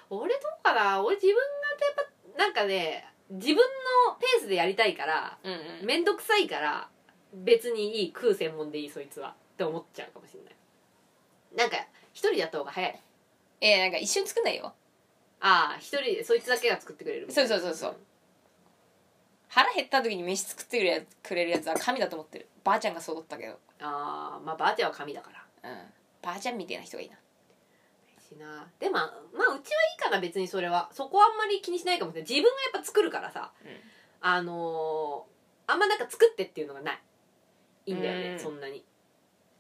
[SPEAKER 2] 俺どうかな俺自分がやっぱなんかね自分のペースでやりたいから
[SPEAKER 1] うんうん
[SPEAKER 2] 面倒くさいから別にいい食う専門でいいそいつはって思っちゃうかもしれないなんか一人だった方が早い
[SPEAKER 1] えーなんか一緒に作んないよ
[SPEAKER 2] ああ一人でそいつだけが作ってくれるみたいな
[SPEAKER 1] そうそうそうそう腹減った時に飯作ってくれるやつくれるやつは神だと思ってるばあちゃんがそうだったけど
[SPEAKER 2] ああまあばあちゃんは神だから
[SPEAKER 1] うんばあちゃんみたいな人がいいな
[SPEAKER 2] しなでもまあうちはいいかな別にそれはそこはあんまり気にしないかもしれない自分がやっぱ作るからさ、
[SPEAKER 1] うん
[SPEAKER 2] あのーあんまなんか作ってっていうのがないいいんだよね、
[SPEAKER 1] うん
[SPEAKER 2] そんなに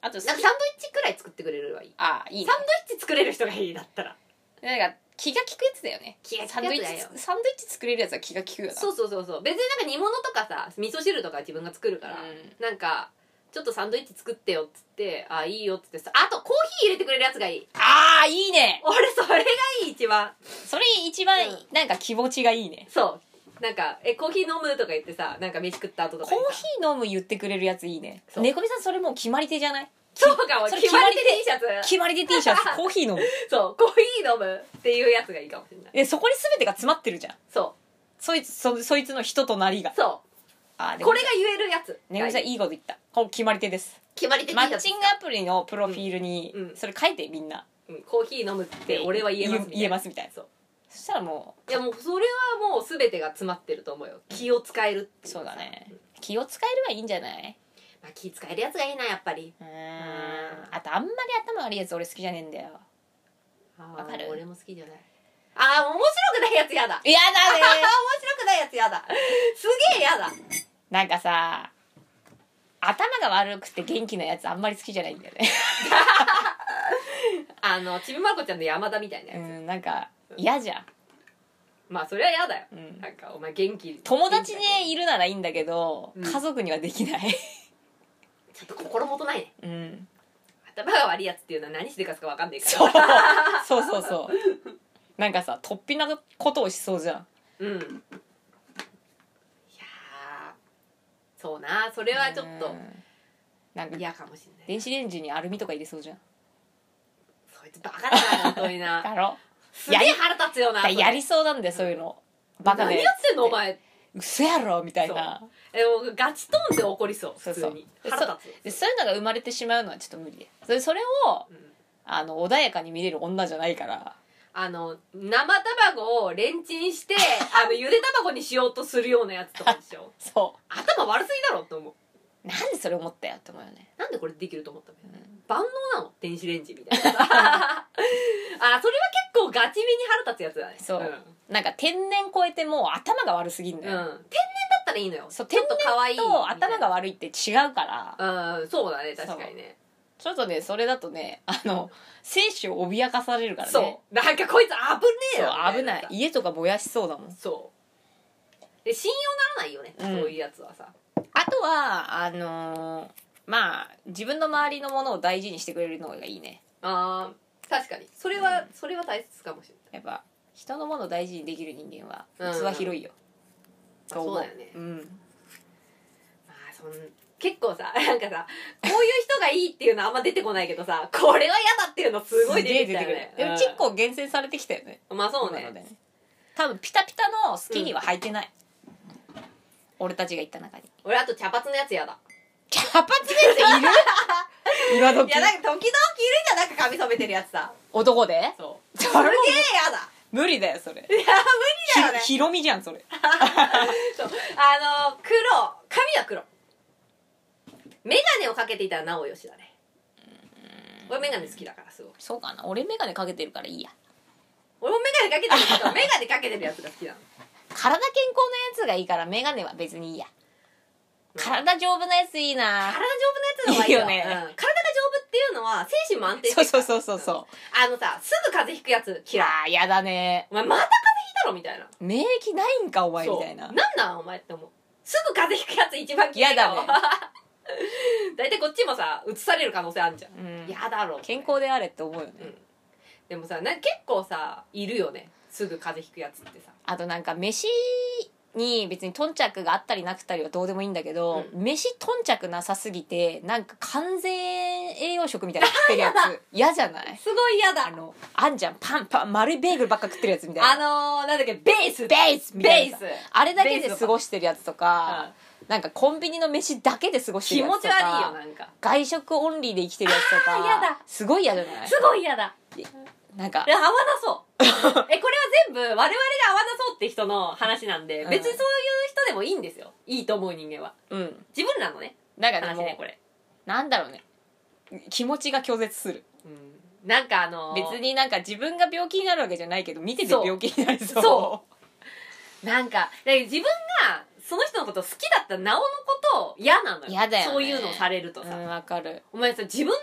[SPEAKER 1] あと好き
[SPEAKER 2] なんかサンドイッチくらい作ってくれればいい
[SPEAKER 1] あーいいね
[SPEAKER 2] サンドイッチ作れる人がいいだったら
[SPEAKER 1] なんか気が利くやつだよね
[SPEAKER 2] 気が利く
[SPEAKER 1] サンドイッ
[SPEAKER 2] やつだよ
[SPEAKER 1] チサンドイッチ作れるやつは気が利くよな
[SPEAKER 2] そうそうそうそう別になんか煮物とかさ味噌汁とか自分が作るから、
[SPEAKER 1] うん
[SPEAKER 2] なんかちょっとサンドイッチ作ってよっつってあいいよっつってさあとコーヒー入れてくれるやつがいい
[SPEAKER 1] ああいいね
[SPEAKER 2] 俺それがいい一番
[SPEAKER 1] それ一番
[SPEAKER 2] うん
[SPEAKER 1] なんか気持ちがいいね
[SPEAKER 2] そうなんか「えコーヒー飲む?」とか言ってさなんか飯食った後と
[SPEAKER 1] コー
[SPEAKER 2] かにさ
[SPEAKER 1] ヒー飲む言ってくれるやついいね
[SPEAKER 2] そう
[SPEAKER 1] 猫みさんそれもう決まり手じゃない
[SPEAKER 2] そうかも
[SPEAKER 1] それ
[SPEAKER 2] 決まり手
[SPEAKER 1] 決まり
[SPEAKER 2] T シャツ
[SPEAKER 1] 決まり手 T シャツコーヒー飲む
[SPEAKER 2] そうコーヒー飲むっていうやつがいいかもしれない
[SPEAKER 1] えそこに全てが詰まってるじゃん
[SPEAKER 2] そ
[SPEAKER 1] そいつそそいつの人となりが
[SPEAKER 2] うそ
[SPEAKER 1] あ
[SPEAKER 2] うこれが言えるやつ
[SPEAKER 1] ねこみさんいいこと言ったこう決まり手です
[SPEAKER 2] 決まり手 T シ
[SPEAKER 1] マ
[SPEAKER 2] ャツ
[SPEAKER 1] ッチングアプリのプロフィールに
[SPEAKER 2] うんうん
[SPEAKER 1] それ書いてみんな
[SPEAKER 2] うんコーヒー飲むって俺は言えます
[SPEAKER 1] 言えますみたいな
[SPEAKER 2] そう
[SPEAKER 1] そしたらも
[SPEAKER 2] いやもうそれはもう全てが詰まってると思うよ気を使えるって
[SPEAKER 1] う
[SPEAKER 2] い
[SPEAKER 1] そうだね
[SPEAKER 2] うん
[SPEAKER 1] 気を使えればいいんじゃない
[SPEAKER 2] まあ、気使えるやつがいいなやっぱり
[SPEAKER 1] うーん
[SPEAKER 2] ん
[SPEAKER 1] あとあんまり頭悪いやつ俺好きじゃねえんだよ
[SPEAKER 2] わ
[SPEAKER 1] わかる
[SPEAKER 2] 俺も好きじゃないああ面白くないやつやだ
[SPEAKER 1] いや
[SPEAKER 2] あ
[SPEAKER 1] だ
[SPEAKER 2] ー面
[SPEAKER 1] ね
[SPEAKER 2] 白くないやつ やだすげえやだ
[SPEAKER 1] なんかさ頭が悪くて元気なやつあんまり好きじゃないんだよね
[SPEAKER 2] あのちびまる子ちゃんの山田みたいなや
[SPEAKER 1] う
[SPEAKER 2] つ、
[SPEAKER 1] んなんか嫌じゃん、
[SPEAKER 2] まあそれはやだよ
[SPEAKER 1] うん、
[SPEAKER 2] なんかお前元気
[SPEAKER 1] 友達で
[SPEAKER 2] 元気だ
[SPEAKER 1] いるならいいんだけど、
[SPEAKER 2] うん
[SPEAKER 1] 家族にはできない
[SPEAKER 2] けどちょっと心もとないね
[SPEAKER 1] うん
[SPEAKER 2] 頭が悪いやつっていうのは何してかすか分かんないから
[SPEAKER 1] そうそうそうそうなんかさ突飛なことをしそうじゃん
[SPEAKER 2] うんいやーそうなそれはちょっ
[SPEAKER 1] う
[SPEAKER 2] と
[SPEAKER 1] んなんか
[SPEAKER 2] 嫌かもしれない
[SPEAKER 1] 電子レンジにアルミとか入れそうじゃん
[SPEAKER 2] そいつバカだな本当に な
[SPEAKER 1] だろ
[SPEAKER 2] すげえ腹立つよ
[SPEAKER 1] だ
[SPEAKER 2] な
[SPEAKER 1] から
[SPEAKER 2] それ
[SPEAKER 1] やりそうなんだよそういうのバカ
[SPEAKER 2] 何
[SPEAKER 1] で
[SPEAKER 2] やってんのお前
[SPEAKER 1] 嘘やろみたいな
[SPEAKER 2] えもうガチトーンで怒りそう
[SPEAKER 1] そ
[SPEAKER 2] 普
[SPEAKER 1] うそ
[SPEAKER 2] 通
[SPEAKER 1] う
[SPEAKER 2] に
[SPEAKER 1] で
[SPEAKER 2] 腹立
[SPEAKER 1] でそういうのが生まれてしまうのはちょっと無理でそれそれを
[SPEAKER 2] つ、うん
[SPEAKER 1] あの穏やかに見れる女じゃないから
[SPEAKER 2] あの生卵をレンチンしてあのゆで卵にしようとするようなやつとかでしょ
[SPEAKER 1] そ
[SPEAKER 2] 頭悪すぎだろって思う
[SPEAKER 1] うなんでそれ思ったよって思うよね
[SPEAKER 2] なんでこれできると思ったの、万能なの電子レンジみたいな あそれは結構ガチめに腹立つやつだね、
[SPEAKER 1] そう
[SPEAKER 2] う
[SPEAKER 1] ん
[SPEAKER 2] ん、
[SPEAKER 1] なんか天然超えてもう頭が悪すぎん
[SPEAKER 2] 天
[SPEAKER 1] だ
[SPEAKER 2] 然
[SPEAKER 1] よ、
[SPEAKER 2] だったらいいのよ
[SPEAKER 1] そう
[SPEAKER 2] ちょっと可愛い
[SPEAKER 1] と頭が
[SPEAKER 2] 悪
[SPEAKER 1] 悪いって違うから
[SPEAKER 2] いうんそうだね確かにね
[SPEAKER 1] ちょっとねそれだとねあの生死を脅かされるからね
[SPEAKER 2] そう,、なんかこいつ危ねえよ
[SPEAKER 1] そう危
[SPEAKER 2] みた
[SPEAKER 1] ない
[SPEAKER 2] さ
[SPEAKER 1] 家とか燃やしそうだもん
[SPEAKER 2] そうで信用ならないよね、
[SPEAKER 1] うん
[SPEAKER 2] そういうやつはさ
[SPEAKER 1] あとはあのーまあ自分の周りのものを大事にしてくれるのがいいね
[SPEAKER 2] あー確かにそれは、
[SPEAKER 1] う
[SPEAKER 2] それは大切かもしれない
[SPEAKER 1] やっぱ人のものを大事にできる人間は
[SPEAKER 2] うん
[SPEAKER 1] 器広いよ、
[SPEAKER 2] まあ
[SPEAKER 1] と思
[SPEAKER 2] そうだよね
[SPEAKER 1] うん
[SPEAKER 2] まあそん結構さ なんかさこういう人がいいっていうのはあんま出てこないけどさこれは嫌だっていうのすごい出てきたよね
[SPEAKER 1] すげえ出てくるでも結構厳選されてきたよね
[SPEAKER 2] うんまあそう
[SPEAKER 1] なので
[SPEAKER 2] ね
[SPEAKER 1] 多分ピタピタの好きには履いてない、俺たちが言った 中に
[SPEAKER 2] 俺あと茶髪のやつ嫌だ
[SPEAKER 1] キャパツですいる今
[SPEAKER 2] い
[SPEAKER 1] 時
[SPEAKER 2] やなんか時々いるじゃんなんか髪染めてるやつさ
[SPEAKER 1] 男で
[SPEAKER 2] そう
[SPEAKER 1] そ
[SPEAKER 2] それ
[SPEAKER 1] れ
[SPEAKER 2] で嫌だ
[SPEAKER 1] 無理だよそれ
[SPEAKER 2] いや無理だよね
[SPEAKER 1] ひひろみじゃんそれ
[SPEAKER 2] そうあの黒髪は黒眼鏡をかけていたらなおよしだね俺眼鏡好きだからすごい
[SPEAKER 1] そうかな俺眼鏡かけてるからいいや
[SPEAKER 2] 俺も眼鏡かけて るけど眼鏡かけてるやつが好きなの
[SPEAKER 1] 体健康のやつがいいから眼鏡は別にいいや
[SPEAKER 2] うん
[SPEAKER 1] 体丈夫なやついいな
[SPEAKER 2] 体丈夫なやつの方がいいよ
[SPEAKER 1] いいよね
[SPEAKER 2] うん体が丈夫っていうのは精神も安定して
[SPEAKER 1] そう
[SPEAKER 2] るか
[SPEAKER 1] そう
[SPEAKER 2] ら
[SPEAKER 1] そうそうそ
[SPEAKER 2] あのさすぐ風邪ひくやつ
[SPEAKER 1] うい
[SPEAKER 2] 嫌
[SPEAKER 1] や
[SPEAKER 2] い
[SPEAKER 1] ーやだね
[SPEAKER 2] お前また風邪ひいたろみたいな
[SPEAKER 1] 免疫ないんかお前み
[SPEAKER 2] そう
[SPEAKER 1] たいな
[SPEAKER 2] なんなんお前って思うすぐ風邪ひくやつ一番嫌い
[SPEAKER 1] 嫌だ
[SPEAKER 2] わ
[SPEAKER 1] ね
[SPEAKER 2] 大体こっちもさうつされる可能性あるじゃん
[SPEAKER 1] うん
[SPEAKER 2] 嫌だろ
[SPEAKER 1] 健康であれって思うよね、
[SPEAKER 2] うんでもさな結構さいるよねすぐ風邪ひくやつってさ
[SPEAKER 1] あとなんか飯に別に頓着があったりなくたりはどうでもいいんだけど、飯頓着なさすぎてなんか完全栄養食みたいなの食ってるやつ 嫌じゃない
[SPEAKER 2] すごい嫌だ
[SPEAKER 1] あのあんじゃんパンパン丸いベーグルばっか食ってるやつみたいな
[SPEAKER 2] あのー、なんだっけベース
[SPEAKER 1] ベースみ
[SPEAKER 2] ベ
[SPEAKER 1] たい
[SPEAKER 2] ー
[SPEAKER 1] な
[SPEAKER 2] ス、
[SPEAKER 1] あれだけで過ごしてるやつとか、なんかコンビニの飯だけで過ごして
[SPEAKER 2] 気
[SPEAKER 1] るや
[SPEAKER 2] 持
[SPEAKER 1] つ
[SPEAKER 2] ち
[SPEAKER 1] と
[SPEAKER 2] 悪い
[SPEAKER 1] か
[SPEAKER 2] よなんか
[SPEAKER 1] 外食オンリーで生きてるやつとか
[SPEAKER 2] あーやだ
[SPEAKER 1] すごい嫌じゃない
[SPEAKER 2] すごい嫌だ
[SPEAKER 1] なんか
[SPEAKER 2] で合わなそう えこれは全部我々が合わなそうって人の話なんで
[SPEAKER 1] うん
[SPEAKER 2] 別にそういう人でもいいんですよいいと思う人間は
[SPEAKER 1] うん
[SPEAKER 2] 自分らのね
[SPEAKER 1] なんかね
[SPEAKER 2] 話
[SPEAKER 1] も
[SPEAKER 2] ねこ
[SPEAKER 1] う
[SPEAKER 2] れ、
[SPEAKER 1] なんだろうね気持ちが拒絶する
[SPEAKER 2] うん、なんかあのー、
[SPEAKER 1] 別になんか自分が病気になるわけじゃないけど見てて
[SPEAKER 2] そう
[SPEAKER 1] 病気になりそう
[SPEAKER 2] そなんかだから自分がその人のこと好きだったらなおのこと嫌なのよ
[SPEAKER 1] 嫌だよね
[SPEAKER 2] そういうのをされるとさ、
[SPEAKER 1] んわかる
[SPEAKER 2] お前さ自分のこ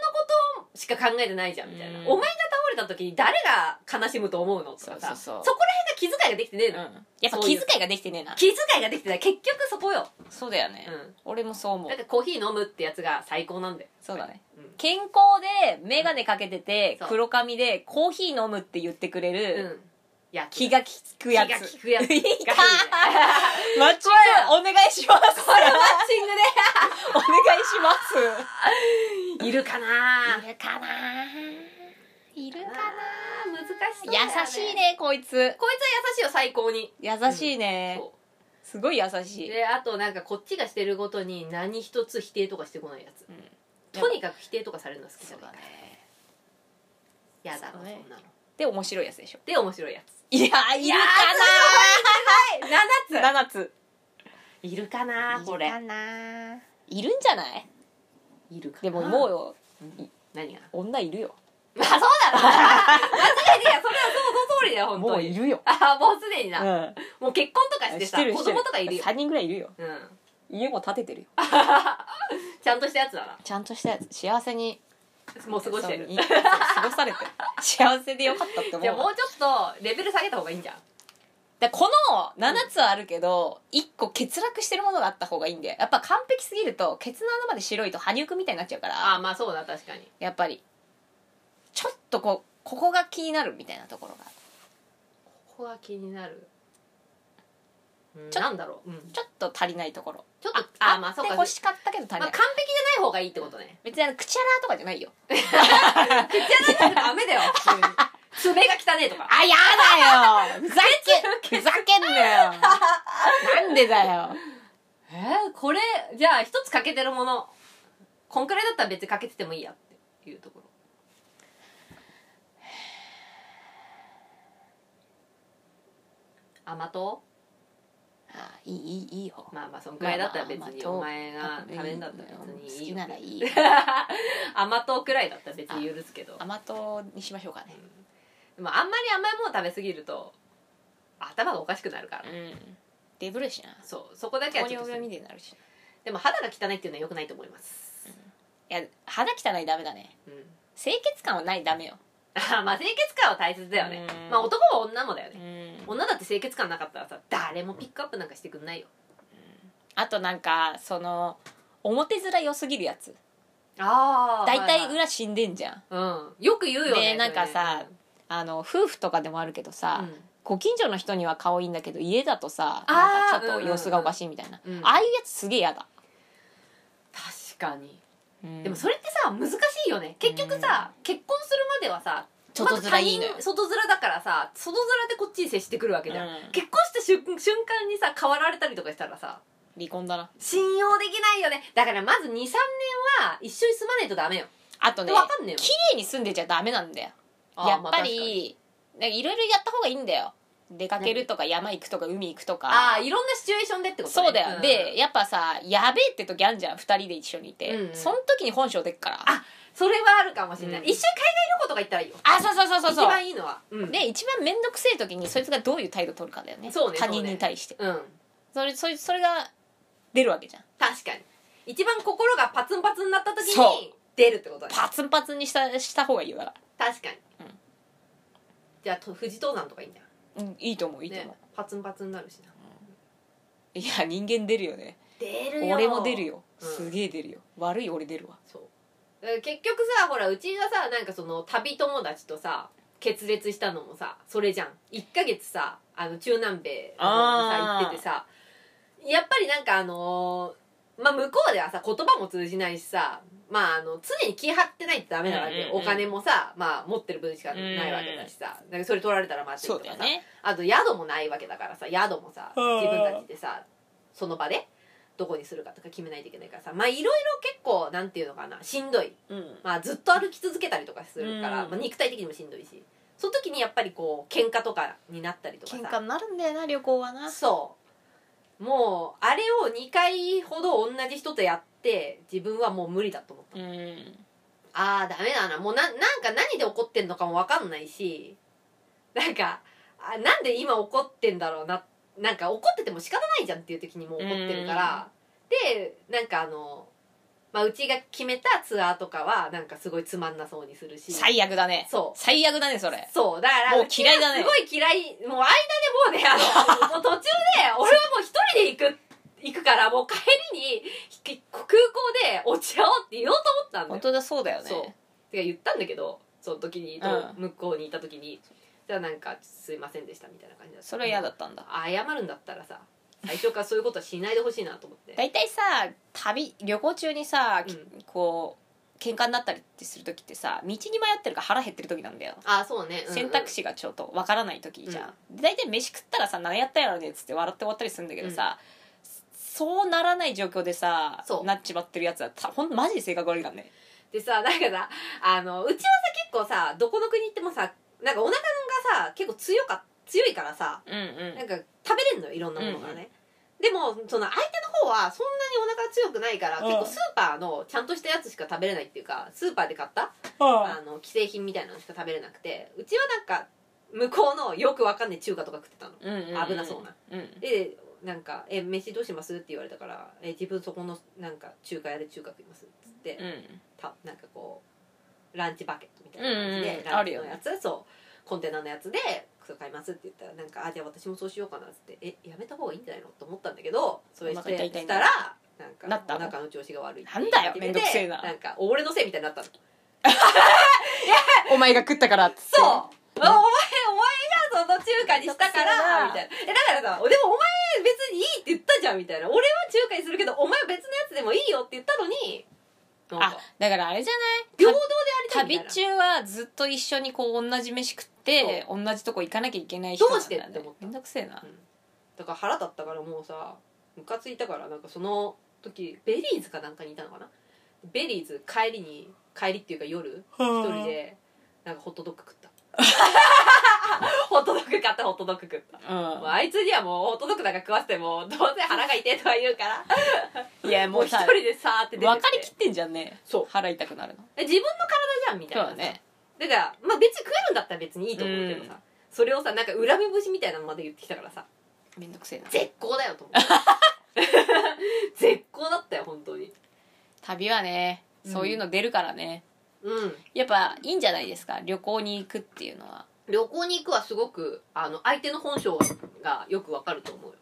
[SPEAKER 2] としか考えてないじゃんみたいな、
[SPEAKER 1] うん
[SPEAKER 2] お前が倒れた時に誰が悲しむと思うのとかさ
[SPEAKER 1] そうそうそう
[SPEAKER 2] こら辺が気遣いができてねえ
[SPEAKER 1] うん
[SPEAKER 2] の、
[SPEAKER 1] やっぱ気遣いができてねえな
[SPEAKER 2] 気遣いができてない結局そこよ、
[SPEAKER 1] そうだよね、
[SPEAKER 2] う
[SPEAKER 1] 俺もそう思
[SPEAKER 2] ん、
[SPEAKER 1] う
[SPEAKER 2] だからコーヒー飲むってやつが最高なんだよ
[SPEAKER 1] そうだね
[SPEAKER 2] うん
[SPEAKER 1] 健康で眼鏡かけてて
[SPEAKER 2] そう
[SPEAKER 1] 黒髪でコーヒー飲むって言ってくれ
[SPEAKER 2] う
[SPEAKER 1] る
[SPEAKER 2] んいや
[SPEAKER 1] 気が利くや
[SPEAKER 2] 気
[SPEAKER 1] つ
[SPEAKER 2] が利くやつがい
[SPEAKER 1] いいか
[SPEAKER 2] いね
[SPEAKER 1] マッチングお願いします
[SPEAKER 2] これマッチング
[SPEAKER 1] お願いしま
[SPEAKER 2] でいるかな
[SPEAKER 1] すいるかないるかな
[SPEAKER 2] あー難しそうだよね
[SPEAKER 1] 優しいねこいつ
[SPEAKER 2] こいつは優しいよ最高に
[SPEAKER 1] 優しいね
[SPEAKER 2] そ
[SPEAKER 1] すごい優し
[SPEAKER 2] う
[SPEAKER 1] い
[SPEAKER 2] であとなんかこっちがしてるごとに何一つ否定とかしてこないやつ
[SPEAKER 1] うん
[SPEAKER 2] とにかく否定とかされるの好きじ
[SPEAKER 1] そ
[SPEAKER 2] ゃ
[SPEAKER 1] う
[SPEAKER 2] な
[SPEAKER 1] だ
[SPEAKER 2] い
[SPEAKER 1] ね
[SPEAKER 2] やだろ
[SPEAKER 1] そう
[SPEAKER 2] そ
[SPEAKER 1] ね
[SPEAKER 2] んなの
[SPEAKER 1] で面白いやつでしょ
[SPEAKER 2] で面白いやつ
[SPEAKER 1] いやいる
[SPEAKER 2] 7
[SPEAKER 1] かな7つ
[SPEAKER 2] いるかなこれ
[SPEAKER 1] いるんじゃない
[SPEAKER 2] いるか
[SPEAKER 1] でももう
[SPEAKER 2] う
[SPEAKER 1] よ
[SPEAKER 2] 何が
[SPEAKER 1] 女いるよ
[SPEAKER 2] まあそうだろ間違いねえよそれはその通りだよ本
[SPEAKER 1] も
[SPEAKER 2] 当
[SPEAKER 1] う
[SPEAKER 2] に
[SPEAKER 1] いるよ
[SPEAKER 2] あもうすでにな、
[SPEAKER 1] うん
[SPEAKER 2] もう結婚とかしてさ子供とかいるよ、
[SPEAKER 1] 3人ぐらいいるよ
[SPEAKER 2] うん、
[SPEAKER 1] 家も建ててるよ
[SPEAKER 2] ちゃんとしたやつだな
[SPEAKER 1] ちゃんとしたやつ幸せに
[SPEAKER 2] もう過ごしてる
[SPEAKER 1] そうい過ごされてる 幸せでよかったって思
[SPEAKER 2] じゃあ
[SPEAKER 1] う
[SPEAKER 2] もうちょっとレベル下げた方がいいんじゃん
[SPEAKER 1] でこの7つはあるけど1個欠落してるものがあった方がいいんでやっぱ完璧すぎるとケツの穴まで白いと羽生くんみたいになっちゃうか
[SPEAKER 2] ああ
[SPEAKER 1] ら
[SPEAKER 2] まあそうだ確かに
[SPEAKER 1] やっぱりちょっとこうここが気になるみたいなところが
[SPEAKER 2] ここが気になるうん
[SPEAKER 1] ちょ
[SPEAKER 2] なんだろう、うん、
[SPEAKER 1] ちょっと足りないところ
[SPEAKER 2] ちょっとあ
[SPEAKER 1] あ
[SPEAKER 2] あまあ
[SPEAKER 1] って
[SPEAKER 2] そうか、ま
[SPEAKER 1] 欲
[SPEAKER 2] あ、
[SPEAKER 1] しかったけど足
[SPEAKER 2] 完
[SPEAKER 1] りない
[SPEAKER 2] 璧じゃない方がいいってこと ね
[SPEAKER 1] 別にあの口穴とかじゃないよ
[SPEAKER 2] じゃなきゃダメだよ普通に爪が汚ねえとか
[SPEAKER 1] あやだよふざけ ふざけんなよなんでだよ
[SPEAKER 2] えー、これじゃあ一つ欠けてるものこんくらいだったら別に欠けててもいいやっていうところ甘党
[SPEAKER 1] あいいいいいいよ
[SPEAKER 2] まあまあそんくらいだったら別
[SPEAKER 1] まあまあ
[SPEAKER 2] に
[SPEAKER 1] 甘党
[SPEAKER 2] お前が食べんだったら別にいい
[SPEAKER 1] 好き
[SPEAKER 2] よ
[SPEAKER 1] ならいいよ
[SPEAKER 2] 甘党くらいだったら別に許すけど
[SPEAKER 1] 甘党にしましょうかね
[SPEAKER 2] でもあんまり甘いもの食べ過ぎると頭がおかしくなるから、
[SPEAKER 1] うんデブるしな
[SPEAKER 2] そうそこだけは
[SPEAKER 1] 糖
[SPEAKER 2] ちょっ
[SPEAKER 1] 尿
[SPEAKER 2] と
[SPEAKER 1] 病みたいになるし
[SPEAKER 2] でも肌が汚いっていうのは良くないと思います、
[SPEAKER 1] いや肌汚いダメだね
[SPEAKER 2] うん
[SPEAKER 1] 清潔感はないダメよ
[SPEAKER 2] あまあ清潔感は大切だよね
[SPEAKER 1] うん
[SPEAKER 2] まあ男も女もだよね女だって清潔感なかったらさ誰もピックアップなんかしてくんないよ
[SPEAKER 1] あとなんかその表面良すぎるやつ
[SPEAKER 2] ああ
[SPEAKER 1] 大体裏死んでんじゃん、
[SPEAKER 2] うんよく言うよね
[SPEAKER 1] でなんかさあの夫婦とかでもあるけど
[SPEAKER 2] それ
[SPEAKER 1] さ、
[SPEAKER 2] ね
[SPEAKER 1] ご近所の人には顔いいんだけど家だとさ
[SPEAKER 2] あー
[SPEAKER 1] なんかちょっと様子がおかしいみたいな、
[SPEAKER 2] うんうんうん
[SPEAKER 1] ああいうやつすげえ嫌だ、
[SPEAKER 2] 確かに
[SPEAKER 1] うん
[SPEAKER 2] でもそれってさ難しいよね結局さ、結婚するまではさ
[SPEAKER 1] ちょっとずらいいのよ
[SPEAKER 2] まず他人外面だからさ外面でこっちに接してくるわけじゃん、
[SPEAKER 1] うん
[SPEAKER 2] 結婚した瞬瞬間にさ変わられたりとかしたらさ
[SPEAKER 1] 離婚だな
[SPEAKER 2] 信用できないよねだからまず23年は一緒に住まないとダメよ
[SPEAKER 1] あと
[SPEAKER 2] 分
[SPEAKER 1] ね
[SPEAKER 2] かんねえよ
[SPEAKER 1] 綺麗に住んでちゃダメなんだよ
[SPEAKER 2] あー
[SPEAKER 1] やっ
[SPEAKER 2] まあ
[SPEAKER 1] ぱ
[SPEAKER 2] 確かに
[SPEAKER 1] りなんかいろいろやった方がいいんだよ出かけるとか山行くとか海行くとか
[SPEAKER 2] ああいろんなシチュエーションでってことね
[SPEAKER 1] そうだよ、
[SPEAKER 2] ん
[SPEAKER 1] でやっぱさやべえって時あんじゃん2人で一緒にいて、
[SPEAKER 2] うんうん
[SPEAKER 1] その時に本性出っから
[SPEAKER 2] あそれはあるかもしれない、
[SPEAKER 1] うん
[SPEAKER 2] 一緒に海外旅行とか行ったらいいよ
[SPEAKER 1] あそうそうそうそう
[SPEAKER 2] 一
[SPEAKER 1] そう
[SPEAKER 2] 番いいのはうん
[SPEAKER 1] で一番面倒くせえ時にそいつがどういう態度取るかだよね
[SPEAKER 2] そうね
[SPEAKER 1] 他人に対して
[SPEAKER 2] うん
[SPEAKER 1] それそれそれが出るわけじゃん
[SPEAKER 2] 確かに一番心がパツンパツンになった時
[SPEAKER 1] そう
[SPEAKER 2] に出るってことね
[SPEAKER 1] パツンパツンにしたした方がいいよだか
[SPEAKER 2] 確かに、
[SPEAKER 1] うん
[SPEAKER 2] じゃあと富士登山とかいいんじゃん
[SPEAKER 1] ら、うん、いいと思ういいと思
[SPEAKER 2] ね、パツンパツンになるしな
[SPEAKER 1] う、いや人間出るよね
[SPEAKER 2] 出るよ
[SPEAKER 1] 俺も出るよ、
[SPEAKER 2] うん
[SPEAKER 1] すげえ出るよ悪い俺出るわ
[SPEAKER 2] そうだから結局さほらうちがさなんかその旅友達とさ決裂したのもさそれじゃん1ヶ月さあの中南米の方にさ
[SPEAKER 1] あー
[SPEAKER 2] 行っててさやっぱりなんかあのーまあ向こうではさ言葉も通じないしさまああの常に気張ってないとダメなわけよ、
[SPEAKER 1] うんうんうん
[SPEAKER 2] お金もさまあ持ってる分しかないわけだしさ、だからそれ取られたらまずいと
[SPEAKER 1] そ
[SPEAKER 2] か
[SPEAKER 1] うだ
[SPEAKER 2] さ
[SPEAKER 1] よ、ね
[SPEAKER 2] あと宿もないわけだからさ宿もさ
[SPEAKER 1] あー
[SPEAKER 2] 自分たちでさその場でどこにするかとか決めないといけないからさまあいろいろ結構なんていうのかなしんどい、
[SPEAKER 1] うん
[SPEAKER 2] まあ、ずっと歩き続けたりとかするから、
[SPEAKER 1] うん
[SPEAKER 2] まあ、肉体的にもしんどいしその時にやっぱりこう喧嘩とかになったりとか
[SPEAKER 1] 喧嘩
[SPEAKER 2] さ
[SPEAKER 1] になるんだよな旅行はな
[SPEAKER 2] そうもうあれを2回ほど同じ人とやって自分はもう無理だと思った
[SPEAKER 1] うん
[SPEAKER 2] ああダメだなもうななんか何で怒ってんのかも分かんないしなんかあなんで今怒ってんだろうななんか怒ってても仕方ないじゃんっていう時にもう怒ってるからでなんかあの、まあ、うちが決めたツアーとかはなんかすごいつまんなそうにするし
[SPEAKER 1] 最悪だね
[SPEAKER 2] そう
[SPEAKER 1] 最悪だねそれ
[SPEAKER 2] そうだから
[SPEAKER 1] もう嫌いだね
[SPEAKER 2] うちはすごい嫌いもう間でもうね あのもう途中で俺はもう一人で行く行くからもう帰りにひ空港でお茶をって言おうと思ったんだよ
[SPEAKER 1] 本当だそうだよね
[SPEAKER 2] そうてか言ったんだけどその時に、
[SPEAKER 1] うん
[SPEAKER 2] 向こうにいた時にじゃあなんか「すいませんでした」みたいな感じだった
[SPEAKER 1] それは嫌だったんだ
[SPEAKER 2] 謝るんだったらさ最初からそういうことはしないでほしいなと思って
[SPEAKER 1] 大体さ旅旅行中にさ、き
[SPEAKER 2] う
[SPEAKER 1] こう喧嘩になったりってする時ってさ道に迷ってるか腹減ってる時なんだよ、
[SPEAKER 2] ああそうね、うんうん
[SPEAKER 1] 選択肢がちょっとわからない時じゃん、で大体飯食ったらさ何やったんやろねっつって笑って終わったりするんだけどさ、そうならない状況でさ
[SPEAKER 2] そう
[SPEAKER 1] なっちまってるやつはたほんとマジで性格悪いからね
[SPEAKER 2] でさなんかさあのうちはさ結構さどこの国行ってもさなんかお腹がさ結構強か強いからさ
[SPEAKER 1] うんう
[SPEAKER 2] なんか食べれんのよいろんなものがね、でもその相手の方はそんなにお腹が強くないから
[SPEAKER 1] うん
[SPEAKER 2] 結構スーパーのちゃんとしたやつしか食べれないっていうかスーパーで買った
[SPEAKER 1] あ
[SPEAKER 2] あの既製品みたいなのしか食べれなくてうちはなんか向こうのよくわかんない中華とか食ってたの
[SPEAKER 1] うんうん
[SPEAKER 2] 危なそうな
[SPEAKER 1] うん
[SPEAKER 2] でなんか「え飯どうします?」って言われたから「え自分そこのなんか中華屋で中華食います」っつって、
[SPEAKER 1] う
[SPEAKER 2] たなんかこうランチバケットみたいな感じ
[SPEAKER 1] うん
[SPEAKER 2] で
[SPEAKER 1] う、ん
[SPEAKER 2] ラ
[SPEAKER 1] あ
[SPEAKER 2] ン
[SPEAKER 1] る
[SPEAKER 2] チ
[SPEAKER 1] よ
[SPEAKER 2] の
[SPEAKER 1] ね
[SPEAKER 2] やつ、そうコンテナのやつで「そう買います」って言ったらなんか「あじゃあ私もそうしようかな」っつって「えやめた方がいいんじゃないの?」と思ったんだけどそれし
[SPEAKER 1] お腹痛
[SPEAKER 2] て
[SPEAKER 1] い痛い
[SPEAKER 2] したらなんか
[SPEAKER 1] なった
[SPEAKER 2] お
[SPEAKER 1] の
[SPEAKER 2] 腹の調子が悪いって
[SPEAKER 1] なんだ
[SPEAKER 2] 言
[SPEAKER 1] よ
[SPEAKER 2] って
[SPEAKER 1] めんどくせえなん
[SPEAKER 2] か俺のせいみたいになったの
[SPEAKER 1] ん、お前が食ったからっつって
[SPEAKER 2] そうお前、お前がその中華にしたから、
[SPEAKER 1] めんどくせえな
[SPEAKER 2] みたいな。え、だからさ、でもお前別にいいって言ったじゃん、みたいな。俺は中華にするけど、お前は別のやつでもいいよって言ったのに、なん
[SPEAKER 1] あ
[SPEAKER 2] か、
[SPEAKER 1] だからあれじゃない
[SPEAKER 2] 平等でありたい
[SPEAKER 1] 旅
[SPEAKER 2] みたいな。
[SPEAKER 1] 中はずっと一緒にこう同じ飯食って同じとこ行かなきゃいけない人なんだ、
[SPEAKER 2] ど
[SPEAKER 1] ね、
[SPEAKER 2] うしてって思った
[SPEAKER 1] めんどくせえな
[SPEAKER 2] だから腹立ったからもうさ、ムカついたから、なんかその時、ベリーズかなんかにいたのかなベリーズ帰りに、帰りっていうか夜、一人で、なんかホットドッグ食った。 ホットドッグ買った、ホットドッグ食った。もうあいつにはもうホットドッグなんか食わせてもどうせ腹が痛いとは言うから
[SPEAKER 1] うんいやも
[SPEAKER 2] もう
[SPEAKER 1] う
[SPEAKER 2] 一
[SPEAKER 1] さ
[SPEAKER 2] 人でさーって出
[SPEAKER 1] 分
[SPEAKER 2] て
[SPEAKER 1] かりきってんじゃんね
[SPEAKER 2] そう
[SPEAKER 1] 腹痛くなるの
[SPEAKER 2] え自分の体じゃんみたい
[SPEAKER 1] そ
[SPEAKER 2] な
[SPEAKER 1] うだね
[SPEAKER 2] だからまあ別に食えるんだったら別にいいと思うけどさ、それをさなんか恨み節みたいなのまで言ってきたからさ
[SPEAKER 1] めんどくせえな
[SPEAKER 2] 絶好だよと思って絶好だったよ本当に
[SPEAKER 1] 旅はね
[SPEAKER 2] うん
[SPEAKER 1] そういうの出るからね、
[SPEAKER 2] うん
[SPEAKER 1] やっぱいいんじゃないですか旅行に行くっていうのは
[SPEAKER 2] 旅行に行くはすごくあの相手の本性がよくわかると思うよ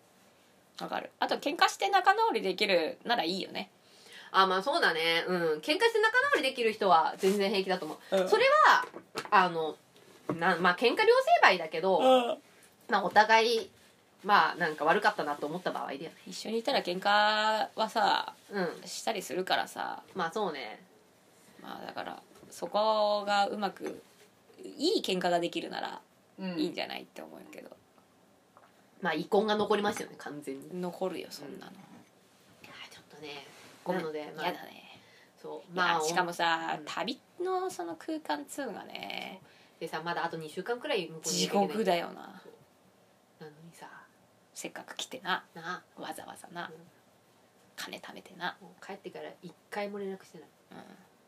[SPEAKER 1] わかるあと喧嘩して仲直りできるならいいよね
[SPEAKER 2] あまあそうだねうん喧嘩して仲直りできる人は全然平気だと思う、
[SPEAKER 1] うん
[SPEAKER 2] それはあのなまあ喧嘩両成敗だけど、まあお互いまあなんか悪かったなと思った場合で
[SPEAKER 1] 一緒にいたら喧嘩はさ
[SPEAKER 2] うん
[SPEAKER 1] したりするからさ
[SPEAKER 2] まあそうね
[SPEAKER 1] まあだからそこがうまくいい喧嘩ができるなら
[SPEAKER 2] うん
[SPEAKER 1] いいんじゃないって思うけど、
[SPEAKER 2] まあ遺恨が残りますよね完全に
[SPEAKER 1] 残るよそんなの、
[SPEAKER 2] ちょっとねなので、まあ、
[SPEAKER 1] やだね
[SPEAKER 2] そう
[SPEAKER 1] ま
[SPEAKER 2] ま
[SPEAKER 1] あ
[SPEAKER 2] あ
[SPEAKER 1] しかもさ、
[SPEAKER 2] うん
[SPEAKER 1] 旅のその空間っつうのがね
[SPEAKER 2] でさまだあと2週間くらい向こうにいなきゃ
[SPEAKER 1] 地
[SPEAKER 2] いけない
[SPEAKER 1] 獄だよな
[SPEAKER 2] なのにさ
[SPEAKER 1] せっかく来てな
[SPEAKER 2] な
[SPEAKER 1] わざわざ
[SPEAKER 2] あ
[SPEAKER 1] な
[SPEAKER 2] うん
[SPEAKER 1] 金貯めてな、
[SPEAKER 2] もう帰ってから一回も連絡してない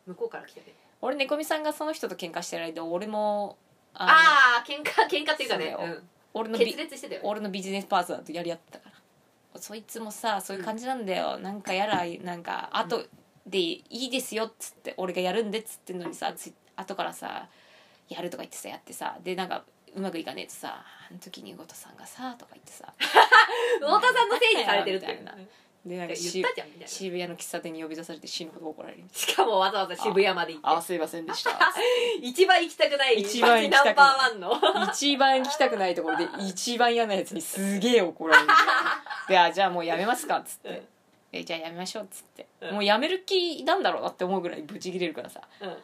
[SPEAKER 1] う
[SPEAKER 2] 向
[SPEAKER 1] ん、
[SPEAKER 2] こうから来てね
[SPEAKER 1] 俺猫みさんがその人と喧嘩してる間俺もあの
[SPEAKER 2] ああー喧嘩喧嘩っていうかね
[SPEAKER 1] そうだよ俺
[SPEAKER 2] うん
[SPEAKER 1] の
[SPEAKER 2] 決
[SPEAKER 1] ビ
[SPEAKER 2] 裂してたよね
[SPEAKER 1] 俺のビジネスパートナーとやり合ってたからそいつもさそういう感じなんだよ、なんかやらなんか後でいいですよっつって俺がやるんでっつってんのにさつい後からさやるとか言ってさやってさでなんかうまくいかねえとさ「あの時にごとさんがさ」とか言ってさ
[SPEAKER 2] 魚田さんのせいにされてるっていう
[SPEAKER 1] みたいな
[SPEAKER 2] うん
[SPEAKER 1] でな
[SPEAKER 2] 言
[SPEAKER 1] んか
[SPEAKER 2] った
[SPEAKER 1] し
[SPEAKER 2] じゃんみたいな
[SPEAKER 1] 渋谷の喫茶店に呼び出されて死ぬほど怒られる
[SPEAKER 2] しかもわざわざ渋谷まで行
[SPEAKER 1] あ
[SPEAKER 2] っ
[SPEAKER 1] すいませんでした
[SPEAKER 2] て一番行きたくない
[SPEAKER 1] 一番行きたくない
[SPEAKER 2] 街ナンバーワンの
[SPEAKER 1] 一番行きたくないところで一番嫌なやつにすげえ怒られるであじゃあもうやめますかっつって、
[SPEAKER 2] うん
[SPEAKER 1] えじゃあやめましょうっつって、
[SPEAKER 2] うん
[SPEAKER 1] もうやめる気なんだろうなって思うぐらいブチ切れるからさ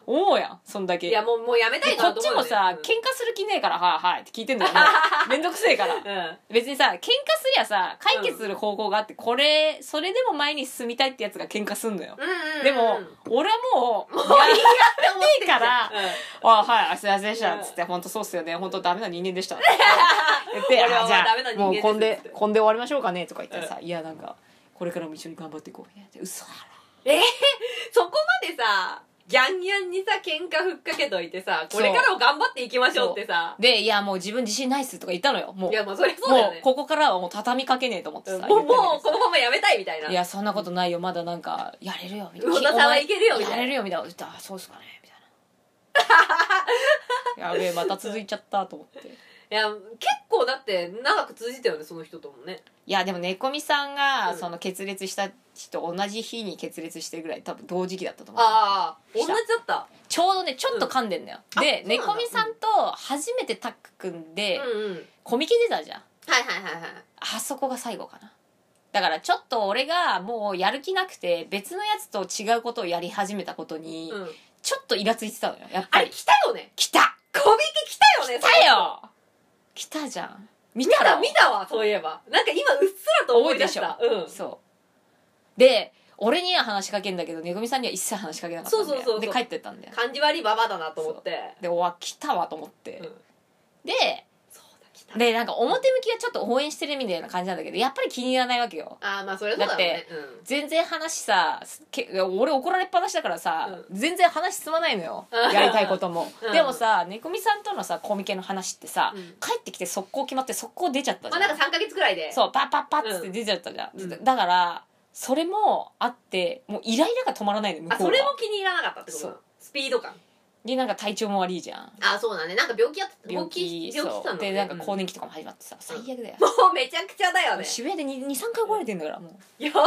[SPEAKER 2] うん
[SPEAKER 1] 思うやんそんだけ
[SPEAKER 2] いやもうもうやめた
[SPEAKER 1] で
[SPEAKER 2] い
[SPEAKER 1] こ
[SPEAKER 2] な
[SPEAKER 1] っ
[SPEAKER 2] と
[SPEAKER 1] ち
[SPEAKER 2] 思う
[SPEAKER 1] もさ、
[SPEAKER 2] よ
[SPEAKER 1] 喧嘩する気ねえからはいはいって聞いてんだ よもうめんどくせえから
[SPEAKER 2] ねうん
[SPEAKER 1] 別にさ喧嘩すりゃさ解決する方法があってこれそれでも前に進みたいってやつが喧嘩すんのよ、
[SPEAKER 2] うんうんうん
[SPEAKER 1] でも、俺はもう、いやってから、あ、はい、あすいませんでした、つって、本当そうっすよね、本当ダメな人間 でした。って言って、
[SPEAKER 2] 俺は
[SPEAKER 1] あじゃ
[SPEAKER 2] ダメな
[SPEAKER 1] あ、
[SPEAKER 2] 人間
[SPEAKER 1] もう、
[SPEAKER 2] です
[SPEAKER 1] こん
[SPEAKER 2] っ
[SPEAKER 1] で
[SPEAKER 2] て、
[SPEAKER 1] こんで終わりましょうかね、とか言ってさ、いや、なんか、これからも一緒に頑張っていこう。いや、嘘だ
[SPEAKER 2] そこまでさギャンギャンにさ喧嘩ふっかけといてさこれからも頑張っていきましょうってさ
[SPEAKER 1] ろ。 で、いや、もう自分自信ないっす、とか言ったのよ、もう。
[SPEAKER 2] いやまあそりゃそうだ
[SPEAKER 1] も
[SPEAKER 2] よね
[SPEAKER 1] う、ここからはもう畳みかけねえと思ってさ。
[SPEAKER 2] もう
[SPEAKER 1] 言ってんだけど
[SPEAKER 2] もうこのままやめたいみたいない
[SPEAKER 1] や、そんなことないよ、まだなんか、やれるよ、みたい
[SPEAKER 2] 魚
[SPEAKER 1] な。
[SPEAKER 2] 田さんはいけるよ
[SPEAKER 1] お前
[SPEAKER 2] みたいな
[SPEAKER 1] やれるよ、みたいな。言ったらあそうっすかね、み たいな。やべえ、また続いちゃった、と思って。
[SPEAKER 2] いや結構だって長く通じたよねその人ともね
[SPEAKER 1] いやでも猫みさんが
[SPEAKER 2] うん
[SPEAKER 1] その決裂した日と同じ日に決裂してるぐらい多分同時期だったと思う
[SPEAKER 2] ああ同じだった
[SPEAKER 1] ちょうどねちょっと噛んでんだよ、
[SPEAKER 2] うんあそう
[SPEAKER 1] で
[SPEAKER 2] なんだ
[SPEAKER 1] 猫みさんと初めてタック組ん
[SPEAKER 2] うん
[SPEAKER 1] で
[SPEAKER 2] うん
[SPEAKER 1] コミケ出たじゃん
[SPEAKER 2] はいはいはいはい
[SPEAKER 1] あそこが最後かなだからちょっと俺がもうやる気なくて別のやつと違うことをやり始めたことに
[SPEAKER 2] うん
[SPEAKER 1] ちょっとイラついてたのよやっ
[SPEAKER 2] あ
[SPEAKER 1] ぱ
[SPEAKER 2] れ
[SPEAKER 1] り
[SPEAKER 2] 来たよね
[SPEAKER 1] 来た
[SPEAKER 2] コミケ来たよね
[SPEAKER 1] 来たよ来たじゃん見
[SPEAKER 2] 見
[SPEAKER 1] た
[SPEAKER 2] た
[SPEAKER 1] ら
[SPEAKER 2] 見たわそういえばなんか今うっすらと思い出した
[SPEAKER 1] 覚
[SPEAKER 2] うん
[SPEAKER 1] そうで俺には話しかけんだけどねぐみさんには一切話しかけなかったんだよ
[SPEAKER 2] そうそうそうそう
[SPEAKER 1] で帰ってったんだよ
[SPEAKER 2] 感じ悪いババアだなと思って
[SPEAKER 1] でおわ来たわと思って、
[SPEAKER 2] うん
[SPEAKER 1] で
[SPEAKER 2] そうだ来た
[SPEAKER 1] でなんか表向きはちょっと応援してるみたいな感じなんだけどやっぱり気に入らないわけよ
[SPEAKER 2] ああまあそれそうだろうねうん
[SPEAKER 1] 全然話さすけ俺怒られっぱなしだからさ、
[SPEAKER 2] う
[SPEAKER 1] 全然話進まないのよ
[SPEAKER 2] うん
[SPEAKER 1] やりたいことも、
[SPEAKER 2] うん
[SPEAKER 1] でもさねこみさんとのさコミケの話ってさ、
[SPEAKER 2] うん
[SPEAKER 1] 帰ってきて速攻決まって速攻出ちゃったじ
[SPEAKER 2] ま
[SPEAKER 1] ゃ
[SPEAKER 2] あな
[SPEAKER 1] ん
[SPEAKER 2] んか3ヶ月くらいで
[SPEAKER 1] そうパッパッパッつって出ちゃったじゃん、
[SPEAKER 2] うん
[SPEAKER 1] だからそれもあってもうイライラが止まらないの向
[SPEAKER 2] あ
[SPEAKER 1] こ
[SPEAKER 2] そ
[SPEAKER 1] うは
[SPEAKER 2] れも気に入らなかったってこと
[SPEAKER 1] そ
[SPEAKER 2] なの
[SPEAKER 1] う
[SPEAKER 2] スピード感
[SPEAKER 1] でなんか体調も悪いじゃん
[SPEAKER 2] あそうだねなんか病気やって
[SPEAKER 1] 病気
[SPEAKER 2] 病気し
[SPEAKER 1] そ
[SPEAKER 2] た
[SPEAKER 1] う
[SPEAKER 2] の
[SPEAKER 1] でなんか更
[SPEAKER 2] ね
[SPEAKER 1] 年期とかも始まってさ、最悪だよ
[SPEAKER 2] もうめちゃくちゃだよね
[SPEAKER 1] 渋谷で23回怒られてんだからもう
[SPEAKER 2] やば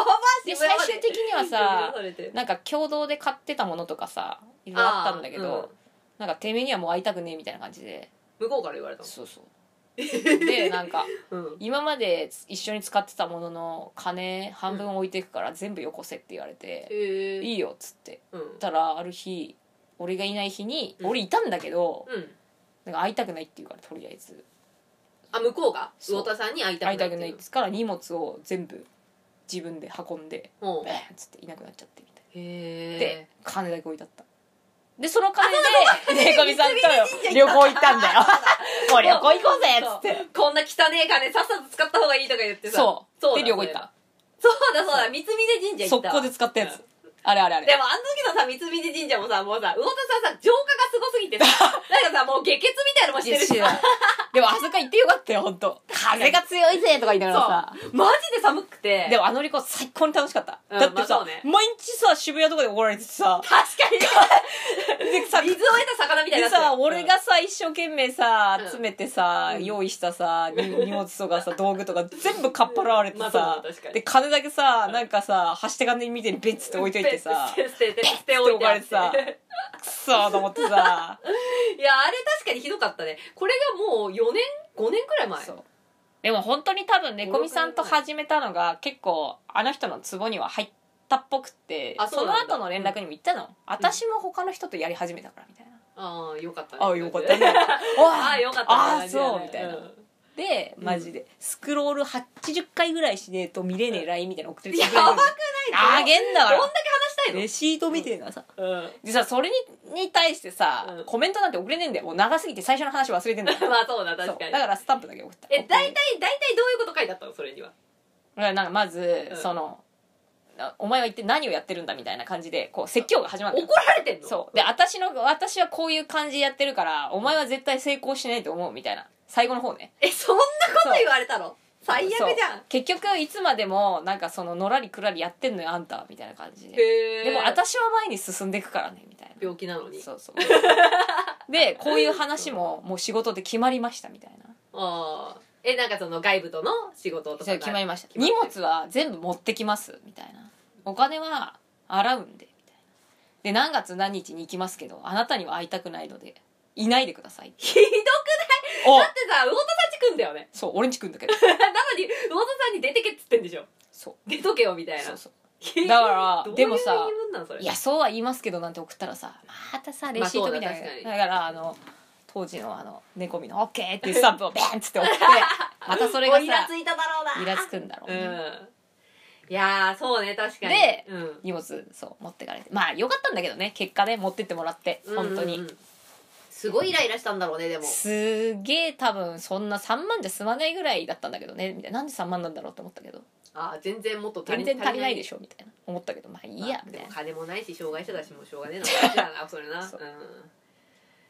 [SPEAKER 1] で
[SPEAKER 2] 渋
[SPEAKER 1] 最
[SPEAKER 2] 谷ま
[SPEAKER 1] 終的にはさ
[SPEAKER 2] で
[SPEAKER 1] なんか共同で買ってたものとかさいろいろあ
[SPEAKER 2] あ
[SPEAKER 1] ったんだけど、なんかてめえにはもう会いたくねえみたいな感じで
[SPEAKER 2] 向こうから言われた
[SPEAKER 1] そうそうでなんか
[SPEAKER 2] の うん
[SPEAKER 1] 今まで一緒に使ってたものの金半分置いていくから全部よこせって言われて、
[SPEAKER 2] へえ
[SPEAKER 1] いいよっつって
[SPEAKER 2] うん
[SPEAKER 1] ったらある日俺がいない日に、
[SPEAKER 2] うん
[SPEAKER 1] 俺いたんだけど
[SPEAKER 2] うん
[SPEAKER 1] なんか会いたくないって言うからとりあえず
[SPEAKER 2] あ向こうが
[SPEAKER 1] そう
[SPEAKER 2] 魚田さんに会いたくな
[SPEAKER 1] 会
[SPEAKER 2] い
[SPEAKER 1] いたくないっつから荷物を全部自分で運んで
[SPEAKER 2] うん
[SPEAKER 1] ベーンっつっていなくなっちゃってみた
[SPEAKER 2] へ
[SPEAKER 1] いな
[SPEAKER 2] え
[SPEAKER 1] で金だけ置いてあったでその金で猫みさんと
[SPEAKER 2] 神
[SPEAKER 1] 旅
[SPEAKER 2] 社行った
[SPEAKER 1] 行行った んだよもう旅行行こうぜっつって
[SPEAKER 2] そうこんな汚ねえ金さっさと使った方がいいとか言ってさ
[SPEAKER 1] そう
[SPEAKER 2] だ
[SPEAKER 1] で旅行行った
[SPEAKER 2] そうだそうだ三峯神社行っ
[SPEAKER 1] 速
[SPEAKER 2] たわ
[SPEAKER 1] 攻で使ったや
[SPEAKER 2] う
[SPEAKER 1] つ
[SPEAKER 2] ん
[SPEAKER 1] あれあれあ
[SPEAKER 2] で
[SPEAKER 1] れ
[SPEAKER 2] もあの時のさ三峯神社もさもうさ魚田 さんさ浄化がすごすぎてさなんかさもう下血みたいのもしてるし
[SPEAKER 1] いや知らないでもあそこ行ってよかったってよ本当風が強いぜとか言いながらさ
[SPEAKER 2] マジで寒くて
[SPEAKER 1] でもあのリコ最高に楽しかった、
[SPEAKER 2] うん
[SPEAKER 1] だってさ、
[SPEAKER 2] まあそうね
[SPEAKER 1] 毎日さ渋谷とかで怒られてさ
[SPEAKER 2] 確かに
[SPEAKER 1] でさ
[SPEAKER 2] 水を得た魚みたいになってる
[SPEAKER 1] でさ俺がさ一生懸命さ
[SPEAKER 2] うん
[SPEAKER 1] 集めてさ、
[SPEAKER 2] うん
[SPEAKER 1] 用意したさに荷物 とかさ道具とか全部かっぱらわれて
[SPEAKER 2] まあ
[SPEAKER 1] さ、
[SPEAKER 2] そうだ確かに
[SPEAKER 1] で金だけさなんかさ走って金見てベッツって置いといてさ
[SPEAKER 2] 捨て捨て捨て捨て
[SPEAKER 1] 置
[SPEAKER 2] 置
[SPEAKER 1] い
[SPEAKER 2] い
[SPEAKER 1] て
[SPEAKER 2] て
[SPEAKER 1] あ
[SPEAKER 2] あ
[SPEAKER 1] っ
[SPEAKER 2] ってて
[SPEAKER 1] さくそーと思って さ
[SPEAKER 2] いやあれ確かにひどかったねこれがもう4年5年くらい前
[SPEAKER 1] そうでも本当に多分ねこみさんと始めたのが結構あの人のツボには入ったっぽくって
[SPEAKER 2] あ
[SPEAKER 1] そ
[SPEAKER 2] そう
[SPEAKER 1] の
[SPEAKER 2] なんだ
[SPEAKER 1] 後の連絡にも言ったの、私も他の人とやり始めたからみたいな、
[SPEAKER 2] ああよかった
[SPEAKER 1] ああよかったね
[SPEAKER 2] ああよかった
[SPEAKER 1] ああ
[SPEAKER 2] 感じだね
[SPEAKER 1] そうみたいな、
[SPEAKER 2] うん
[SPEAKER 1] で
[SPEAKER 2] うん
[SPEAKER 1] マジで、スクロール80回ぐらいしねえと見れねえ LINE みたいなの送ってる
[SPEAKER 2] やばく
[SPEAKER 1] ぐらい
[SPEAKER 2] ない
[SPEAKER 1] あげんだか
[SPEAKER 2] どんだ
[SPEAKER 1] ら
[SPEAKER 2] け話したいの
[SPEAKER 1] レシートみてえなさ、
[SPEAKER 2] うん
[SPEAKER 1] でさそれにに対してさ、
[SPEAKER 2] うん
[SPEAKER 1] コメントなんて送れねえんだよもう長すぎて最初の話忘れてんだよ
[SPEAKER 2] まあそうだ
[SPEAKER 1] そう
[SPEAKER 2] 確かに
[SPEAKER 1] だからスタンプだけ送った
[SPEAKER 2] え大体大体どういうこと書いてあったのそれには
[SPEAKER 1] なんかまず、
[SPEAKER 2] うん
[SPEAKER 1] そのあお前は一体何をやってるんだみたいな感じでこう説教が始まるの
[SPEAKER 2] 怒
[SPEAKER 1] よ
[SPEAKER 2] られてんの
[SPEAKER 1] そうで私の私はこういう感じでやってるからお前は絶対成功しないと思うみたいな最後の方ね
[SPEAKER 2] えそんなこと言われたの最悪じゃん
[SPEAKER 1] 結局いつまでもなんかそののらりくらりやってんのよあんたみたいな感じで
[SPEAKER 2] へえ
[SPEAKER 1] でも私は前に進んでいくからねみたいな
[SPEAKER 2] 病気なのに
[SPEAKER 1] そうそうでこういう話ももう仕事で決まりましたみたいな
[SPEAKER 2] ああえなんかその外部との仕事と
[SPEAKER 1] そ
[SPEAKER 2] か
[SPEAKER 1] う決まりました
[SPEAKER 2] 決まっ
[SPEAKER 1] 荷
[SPEAKER 2] てる
[SPEAKER 1] 物は全部持ってきますみたいなお金は洗うんでみたいなで何月何日に行きますけどあなたには会いたくないのでいないでくだ さい
[SPEAKER 2] ひどく
[SPEAKER 1] お
[SPEAKER 2] だってさ魚田さんち来んだよね
[SPEAKER 1] そう俺んち来んだけど
[SPEAKER 2] なのに魚田さんに出てけっつってんでしょ
[SPEAKER 1] そう
[SPEAKER 2] 出とけよみたいな
[SPEAKER 1] そうそう
[SPEAKER 2] ひどい
[SPEAKER 1] だから
[SPEAKER 2] どういう
[SPEAKER 1] でもさ
[SPEAKER 2] 言い分なんそれ
[SPEAKER 1] いやそうは言いますけどなんて送ったらさまたさレシートみた
[SPEAKER 2] まあそうだ
[SPEAKER 1] い
[SPEAKER 2] 確
[SPEAKER 1] な、
[SPEAKER 2] かに
[SPEAKER 1] だからあの当時のあの猫みの「オッケーっていうスタンプをベンっつっ て送ってまたそれが
[SPEAKER 2] もうイラ
[SPEAKER 1] さ
[SPEAKER 2] ついただろうな
[SPEAKER 1] イラつくんだろう
[SPEAKER 2] う
[SPEAKER 1] ね、
[SPEAKER 2] んいやーそうね確かに
[SPEAKER 1] で
[SPEAKER 2] うん
[SPEAKER 1] 荷物そう持ってかれてまあよかったんだけどね結果ね持ってってもらって本当
[SPEAKER 2] う
[SPEAKER 1] に、
[SPEAKER 2] んうんうんすごいイライラしたんだろうねでも
[SPEAKER 1] すげえ多分そんな3万じゃ済まないぐらいだったんだけどねみたいななんで3万なんだろうって思ったけど
[SPEAKER 2] あー全然もっと
[SPEAKER 1] 全然足りないで
[SPEAKER 2] し
[SPEAKER 1] しょみたいな思ったけどまあいい
[SPEAKER 2] い
[SPEAKER 1] や
[SPEAKER 2] や
[SPEAKER 1] み
[SPEAKER 2] で
[SPEAKER 1] たい
[SPEAKER 2] も
[SPEAKER 1] な
[SPEAKER 2] 金もないし障害者だしもうしょうがねえの話だなそれな
[SPEAKER 1] そう
[SPEAKER 2] うん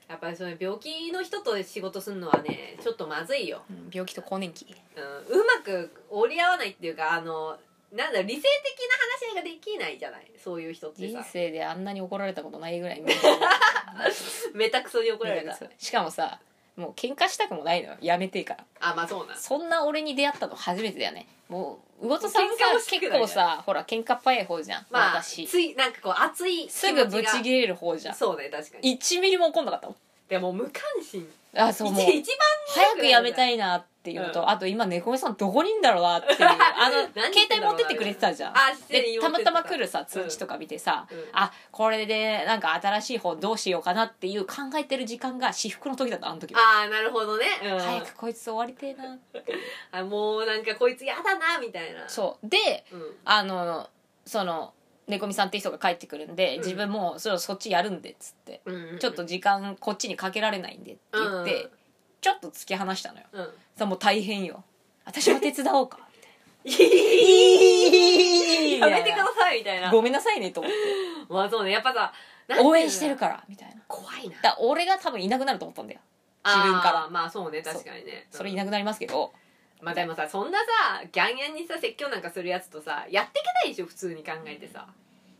[SPEAKER 2] やっぱりそういう病気の人と仕事するのはねちょっとまずいよ、
[SPEAKER 1] うん病気と更年期
[SPEAKER 2] うん、うまく折り合わないっていうかあのなんだ理性的な話ができないじゃないそういう人って
[SPEAKER 1] 人
[SPEAKER 2] さ
[SPEAKER 1] 生であんなに怒られたことないぐ らい
[SPEAKER 2] めたくそに怒られた
[SPEAKER 1] しかもさもう喧嘩したくもないのよやめてから
[SPEAKER 2] あまあそうなん
[SPEAKER 1] そんな俺に出会ったの初めてだよねもう魚田さ
[SPEAKER 2] 喧
[SPEAKER 1] んさ
[SPEAKER 2] 嘩をしたく
[SPEAKER 1] 結
[SPEAKER 2] ない
[SPEAKER 1] 構さほら喧嘩っ早い方じゃん、
[SPEAKER 2] まあ
[SPEAKER 1] 私
[SPEAKER 2] ついなんかこう熱い気持ち
[SPEAKER 1] す
[SPEAKER 2] が
[SPEAKER 1] ぐぶち切れる方じゃん
[SPEAKER 2] そうね確かに
[SPEAKER 1] 1ミリも怒んなかったもん
[SPEAKER 2] でも無関心
[SPEAKER 1] あそうもう
[SPEAKER 2] 一一
[SPEAKER 1] 早くやめたいなっていうのと、
[SPEAKER 2] う
[SPEAKER 1] あと今猫目さんどこにいんだろう なっていうあの
[SPEAKER 2] 何
[SPEAKER 1] 携
[SPEAKER 2] してん
[SPEAKER 1] 帯
[SPEAKER 2] だろうな
[SPEAKER 1] 持ってってくれてたじゃん
[SPEAKER 2] あ失
[SPEAKER 1] で
[SPEAKER 2] 礼
[SPEAKER 1] たまたま来るさ通知とか見てさ、
[SPEAKER 2] うん
[SPEAKER 1] あこれでなんか新しい本どうしようかなっていう考えてる時間が至福の時だったあの時は
[SPEAKER 2] ああなるほどね、うん、
[SPEAKER 1] 早くこいつ終わりてえな
[SPEAKER 2] あもうなんかこいつやだなみたいな
[SPEAKER 1] そうで
[SPEAKER 2] う、ん、
[SPEAKER 1] あのその猫みさんって人が帰ってくるんで、
[SPEAKER 2] うん
[SPEAKER 1] 自分もそれをそっちやるんでっつって、
[SPEAKER 2] うんうんうん
[SPEAKER 1] ちょっと時間こっちにかけられないんでって言って、
[SPEAKER 2] うん
[SPEAKER 1] ちょっと突き放したのよ
[SPEAKER 2] うん
[SPEAKER 1] さもう大変よ私も手 伝おうか
[SPEAKER 2] やめてくださいみたいな
[SPEAKER 1] ごめんなさいねと思って
[SPEAKER 2] まあそうねやっぱさ
[SPEAKER 1] 応援してる
[SPEAKER 2] ら
[SPEAKER 1] からみたいなだ
[SPEAKER 2] 怖いな
[SPEAKER 1] から俺が多分いなくなると思ったんだよ自
[SPEAKER 2] 自
[SPEAKER 1] 分
[SPEAKER 2] 分
[SPEAKER 1] か
[SPEAKER 2] かららまあそうね確かにね
[SPEAKER 1] それい
[SPEAKER 2] うん
[SPEAKER 1] なくなりますけど、
[SPEAKER 2] まあでもさそんなさギャンギャンにさ説教なんかするやつとさやっていけないでしょ普通に考えてさ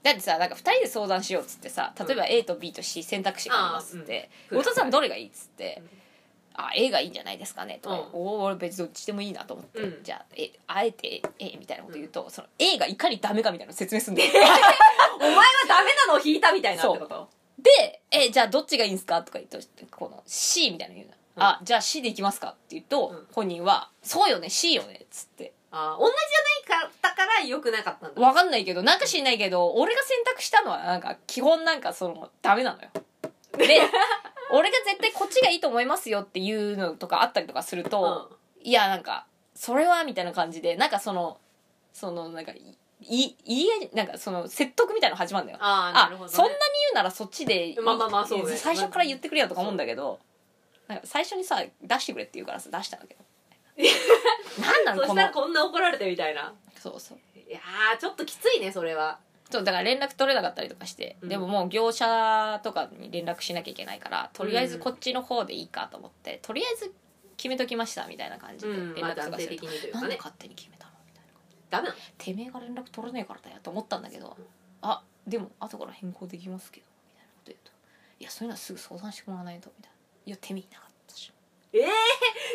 [SPEAKER 1] だってさなんか2人で相談しようっつってさ例えば A と B と C 選択肢がありますっ
[SPEAKER 2] あ
[SPEAKER 1] て「
[SPEAKER 2] うん
[SPEAKER 1] お父さんどれがいい?」っつって
[SPEAKER 2] うん
[SPEAKER 1] 「あ A がいいんじゃないですかね」とか
[SPEAKER 2] うん
[SPEAKER 1] 「おお俺別にどっちでもいいな」と思って
[SPEAKER 2] うん
[SPEAKER 1] じゃあ A あえて A みたいなこと言うとその A がいかにダメかみたいなのを説明するん だよ
[SPEAKER 2] お前はダメなのを引いたみたいなってこと
[SPEAKER 1] で「えじゃあどっちがいいんすか?」とか言うとこの C みたいなの言うの「
[SPEAKER 2] うん
[SPEAKER 1] あじゃあ C でいきますか」って言うと
[SPEAKER 2] うん
[SPEAKER 1] 本人は「そうよね C よね」っつって
[SPEAKER 2] あー同じじゃないかったから良くなかったんだ
[SPEAKER 1] わかんないけどなんか知んないけど俺が選択したのはなんか基本なんかそのダメなのよで 俺が絶対こっちがいいと思いますよっていうのとかあったりとかすると、
[SPEAKER 2] う
[SPEAKER 1] いやなんかそれはみたいな感じでなんかそのそのなんかいいいえなんかその説得みたいなの始まるんだよ
[SPEAKER 2] ん、ああなるほど、ね、
[SPEAKER 1] そんなに言うならそっちでいい
[SPEAKER 2] まあまあまあそうね
[SPEAKER 1] 最初から言ってくれよとか思うんだけどなんか最初にさ出してくれって言うからさ出し たんだけどなんなの
[SPEAKER 2] そ
[SPEAKER 1] こ
[SPEAKER 2] した
[SPEAKER 1] の
[SPEAKER 2] らこんな怒られてみたいな
[SPEAKER 1] そうそう
[SPEAKER 2] いやーちょっときついねそれは
[SPEAKER 1] そうだから連絡取れなかったりとかして、
[SPEAKER 2] うん
[SPEAKER 1] でももう業者とかに連絡しなきゃいけないからとりあえずこっちの方でいいかと思って、とりあえず決めときましたみたいな感じ
[SPEAKER 2] う
[SPEAKER 1] で
[SPEAKER 2] ん
[SPEAKER 1] 連
[SPEAKER 2] まあ
[SPEAKER 1] 絡
[SPEAKER 2] 暫
[SPEAKER 1] とか
[SPEAKER 2] 定
[SPEAKER 1] する
[SPEAKER 2] 的
[SPEAKER 1] と、
[SPEAKER 2] にというか
[SPEAKER 1] なんで
[SPEAKER 2] ね
[SPEAKER 1] 勝手に決めたのみたいな
[SPEAKER 2] ダメなの
[SPEAKER 1] てめえが連絡取らねえからだよと思ったんだけどあでも後から変更できますけどみたいなこと言うといやそういうのはすぐ相談してもらわないとみたいないや手見なかったし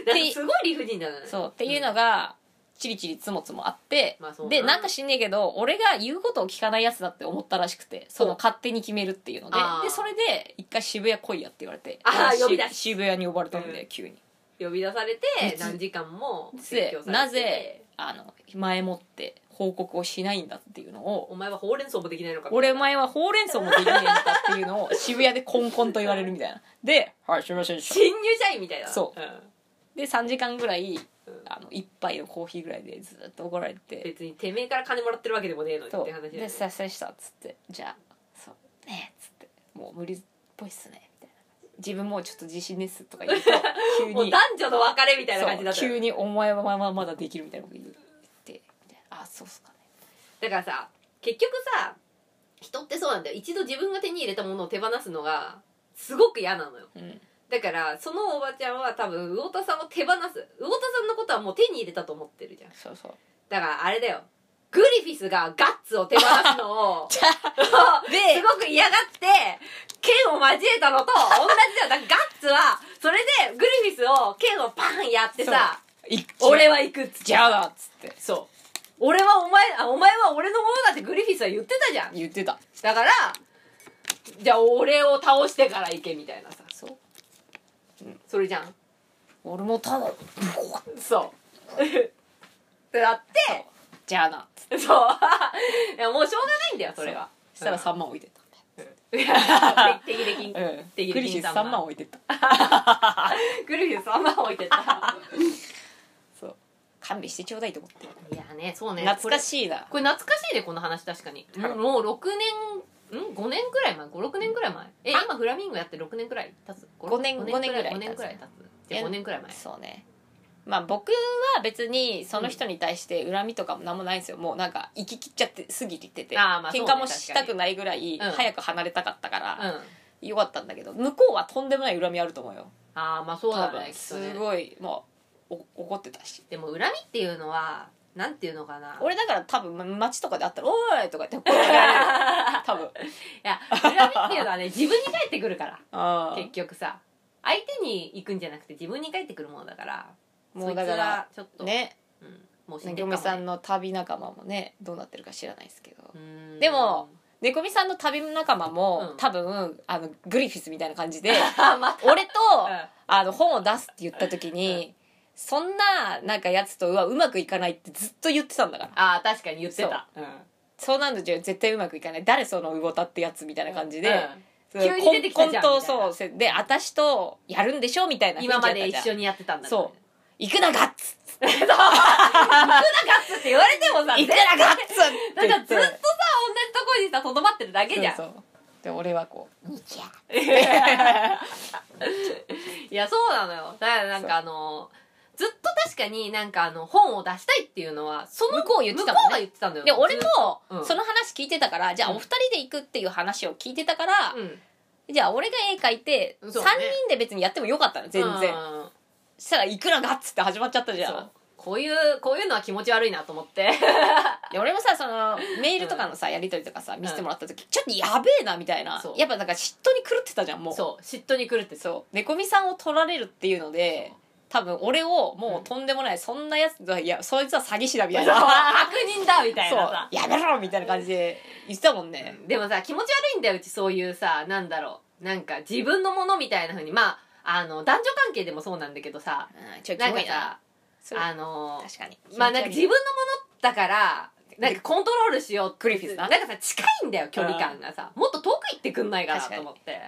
[SPEAKER 2] なんかすごい理不尽だな
[SPEAKER 1] そうっていうのが、チリチリつもつもあって、
[SPEAKER 2] まあそうな
[SPEAKER 1] でなんか知んねえけど俺が言うことを聞かないやつだって思ったらしくてそ
[SPEAKER 2] お
[SPEAKER 1] の勝手に決めるっていうので
[SPEAKER 2] あー
[SPEAKER 1] でそれで一回渋谷来いやって言われて
[SPEAKER 2] あー
[SPEAKER 1] し
[SPEAKER 2] 呼び出し
[SPEAKER 1] 渋谷に呼ばれたんで、急に
[SPEAKER 2] 呼び出されて
[SPEAKER 1] 別
[SPEAKER 2] 何時間も説
[SPEAKER 1] で
[SPEAKER 2] 教されて
[SPEAKER 1] なぜあの前もって報告をしないんだっていうのを
[SPEAKER 2] お前はほうれん草もできないのか
[SPEAKER 1] 俺前はほうれん草もできねえんだっていう のを渋谷でコンコンと言われるみたいなで「はいすいませんでした
[SPEAKER 2] 新入社員みたいな
[SPEAKER 1] そ
[SPEAKER 2] うん、
[SPEAKER 1] で3時間ぐらい
[SPEAKER 2] うん
[SPEAKER 1] あの1杯のコーヒーぐらいでずっと怒られて
[SPEAKER 2] 別にてめえから金もらってるわけでもねえのに
[SPEAKER 1] そ
[SPEAKER 2] っ
[SPEAKER 1] う
[SPEAKER 2] て話だよね
[SPEAKER 1] で「させした」っつって「じゃあそうねえ」っつって「もう無理っぽいっすね」みたいな自分もうちょっと自信ですとか言うと急
[SPEAKER 2] もう
[SPEAKER 1] に
[SPEAKER 2] 男女の別れみたいな感じだった
[SPEAKER 1] そう
[SPEAKER 2] よ
[SPEAKER 1] 急に「お前はまあまあまだできる」みたいなこと言ってみたいな「あそうっすかね
[SPEAKER 2] だからさ結局さ人ってそうなんだよ一度自分が手に入れたものを手放すのがすごく嫌なのよ」
[SPEAKER 1] うん
[SPEAKER 2] だからそのおばちゃんは多分魚田さんを手放す魚田さんのことはもう手に入れたと思ってるじゃん
[SPEAKER 1] そうそう
[SPEAKER 2] だからあれだよグリフィスがガッツを手放すの をす
[SPEAKER 1] です
[SPEAKER 2] ごく嫌がって剣を交えたのと同じだよだからガッツはそれでグリフィスを剣をパンやってさ「俺
[SPEAKER 1] 俺
[SPEAKER 2] は行く」っつって
[SPEAKER 1] じゃあだ」っつって
[SPEAKER 2] そう俺はお前あお前は俺のものだってグリフィスは言ってたじゃん
[SPEAKER 1] 言ってた
[SPEAKER 2] だからじゃあ俺を倒してから行けみたいなさ
[SPEAKER 1] そう
[SPEAKER 2] それじゃん
[SPEAKER 1] 俺もただ
[SPEAKER 2] そうってなって
[SPEAKER 1] じゃあなっつって
[SPEAKER 2] そう いやもうしょうがないんだよそれは
[SPEAKER 1] そしたら3万置いてた
[SPEAKER 2] いや 定期的 に
[SPEAKER 1] うん
[SPEAKER 2] できる
[SPEAKER 1] クリシス3万置いてた
[SPEAKER 2] グルフィス3万置いてた
[SPEAKER 1] そう勘弁してちょうだいと思っ て
[SPEAKER 2] いやねそうね
[SPEAKER 1] 懐か
[SPEAKER 2] い
[SPEAKER 1] しいな
[SPEAKER 2] これ懐かしいねこの話確かに、
[SPEAKER 1] うん
[SPEAKER 2] もう6年ん5年くらい前56年くらい前え今フラミンゴやって6年くらい経つ
[SPEAKER 1] 五年
[SPEAKER 2] 五
[SPEAKER 1] 五
[SPEAKER 2] 5
[SPEAKER 1] 年
[SPEAKER 2] 年く
[SPEAKER 1] くら
[SPEAKER 2] ら
[SPEAKER 1] い
[SPEAKER 2] い
[SPEAKER 1] 経
[SPEAKER 2] 経つじゃあ5年くらい前
[SPEAKER 1] そうねまあ僕は別にその人に対して恨みとかも何もないんですよもうなんか行き切っちゃって過ぎてて、
[SPEAKER 2] あーまあそう
[SPEAKER 1] 喧
[SPEAKER 2] ね
[SPEAKER 1] 嘩もしたくないぐらい
[SPEAKER 2] 確かにうん
[SPEAKER 1] 早く離れたかったか
[SPEAKER 2] う
[SPEAKER 1] ら
[SPEAKER 2] ん
[SPEAKER 1] よかったんだけど、向こうはとんでもない恨みあると思うよ
[SPEAKER 2] ああまあそう
[SPEAKER 1] 多
[SPEAKER 2] だね
[SPEAKER 1] 分
[SPEAKER 2] きっとね
[SPEAKER 1] すごいもうお怒ってたし
[SPEAKER 2] でも恨みっていうのはなん ていうのかな
[SPEAKER 1] 俺だから多分街とかで会ったら「おい!」とか言って 怒られる多分
[SPEAKER 2] いや恨みっていうのはね自分に返ってくるから
[SPEAKER 1] あ
[SPEAKER 2] 結局さ相手に行くんじゃなくて自分に返ってくるものだから
[SPEAKER 1] もうだから
[SPEAKER 2] そいつはちょっと、
[SPEAKER 1] ね
[SPEAKER 2] うん、もう死んでる
[SPEAKER 1] 猫
[SPEAKER 2] か
[SPEAKER 1] み
[SPEAKER 2] も
[SPEAKER 1] さ
[SPEAKER 2] ね
[SPEAKER 1] んの旅仲間もねどうなってるか知らないですけど
[SPEAKER 2] うーん
[SPEAKER 1] で も猫みさんの旅仲間も、
[SPEAKER 2] うん
[SPEAKER 1] 多分あのグリフィスみたいな感じ で
[SPEAKER 2] あま
[SPEAKER 1] 俺と、
[SPEAKER 2] た
[SPEAKER 1] あの本を出すって言った時に、そんななんかやつとはうまくいかないってずっと言ってたんだから
[SPEAKER 2] あー確かに言ってたうん
[SPEAKER 1] そうなんだじゃ絶対うまくいかない誰その魚田ってやつみたいな感じで、
[SPEAKER 2] うん
[SPEAKER 1] そう
[SPEAKER 2] 急に出てきたじゃん
[SPEAKER 1] 混
[SPEAKER 2] み
[SPEAKER 1] 々と
[SPEAKER 2] たいな
[SPEAKER 1] そうせで私とやるんでしょみたいな
[SPEAKER 2] 今まで一
[SPEAKER 1] に
[SPEAKER 2] 緒にやってたんだ
[SPEAKER 1] そう行くなガッツ
[SPEAKER 2] ガッツって言われてもさ全
[SPEAKER 1] 行くなガッツ
[SPEAKER 2] 然なんかずっとさ同じとこにさとどまってるだけじゃん
[SPEAKER 1] そうそうで俺はこう「に ちゃ」
[SPEAKER 2] いやそうなのよだからなんかあのずっと確かになんかあの本を出したいっていうのはその
[SPEAKER 1] 向こう言ってた
[SPEAKER 2] 向こう
[SPEAKER 1] もんね
[SPEAKER 2] が言ってたのよ
[SPEAKER 1] で俺も
[SPEAKER 2] うん
[SPEAKER 1] その話聞いてたから、じゃあお二人で行くっていう話を聞いてたから、
[SPEAKER 2] うん
[SPEAKER 1] じゃあ俺が絵描いて、
[SPEAKER 2] そう
[SPEAKER 1] 3
[SPEAKER 2] ね
[SPEAKER 1] 人で別にやってもよかったの全然、
[SPEAKER 2] うん
[SPEAKER 1] そしたら「いくらが」っつって始まっちゃったじゃ
[SPEAKER 2] そうんこういうこういうのは気持ち悪いなと思って
[SPEAKER 1] で俺もさそのメールとかのさやり取りとかさ見せてもらった時、ちょっとやべえなみたいな
[SPEAKER 2] そう
[SPEAKER 1] やっぱなんか嫉妬に狂ってたじゃんもう
[SPEAKER 2] そう嫉妬に狂ってそう
[SPEAKER 1] そう猫みさんを取られるっていうので
[SPEAKER 2] そう
[SPEAKER 1] 多分俺をも
[SPEAKER 2] うん
[SPEAKER 1] うとんでもない、そんなやつだいやそいつは詐欺師だみたいな
[SPEAKER 2] 悪人だ みたい
[SPEAKER 1] そう
[SPEAKER 2] なさ
[SPEAKER 1] やめろみたいな感じで言ってたもんね、
[SPEAKER 2] でもさ気持ち悪いんだようちそういうさなんだろうなんか自分のものみたいなふうにまああの男女関係でもそうなんだけどさ
[SPEAKER 1] うん、ちょっと
[SPEAKER 2] な
[SPEAKER 1] キ
[SPEAKER 2] ん
[SPEAKER 1] モ
[SPEAKER 2] か
[SPEAKER 1] いな
[SPEAKER 2] さ
[SPEAKER 1] それ
[SPEAKER 2] あの
[SPEAKER 1] 確かに
[SPEAKER 2] まあなんか自分のものだからなんかコントロールしようって
[SPEAKER 1] グリフィスな
[SPEAKER 2] なんかさ近いんだよ距離感がさもっと遠く行ってくんないかなと思って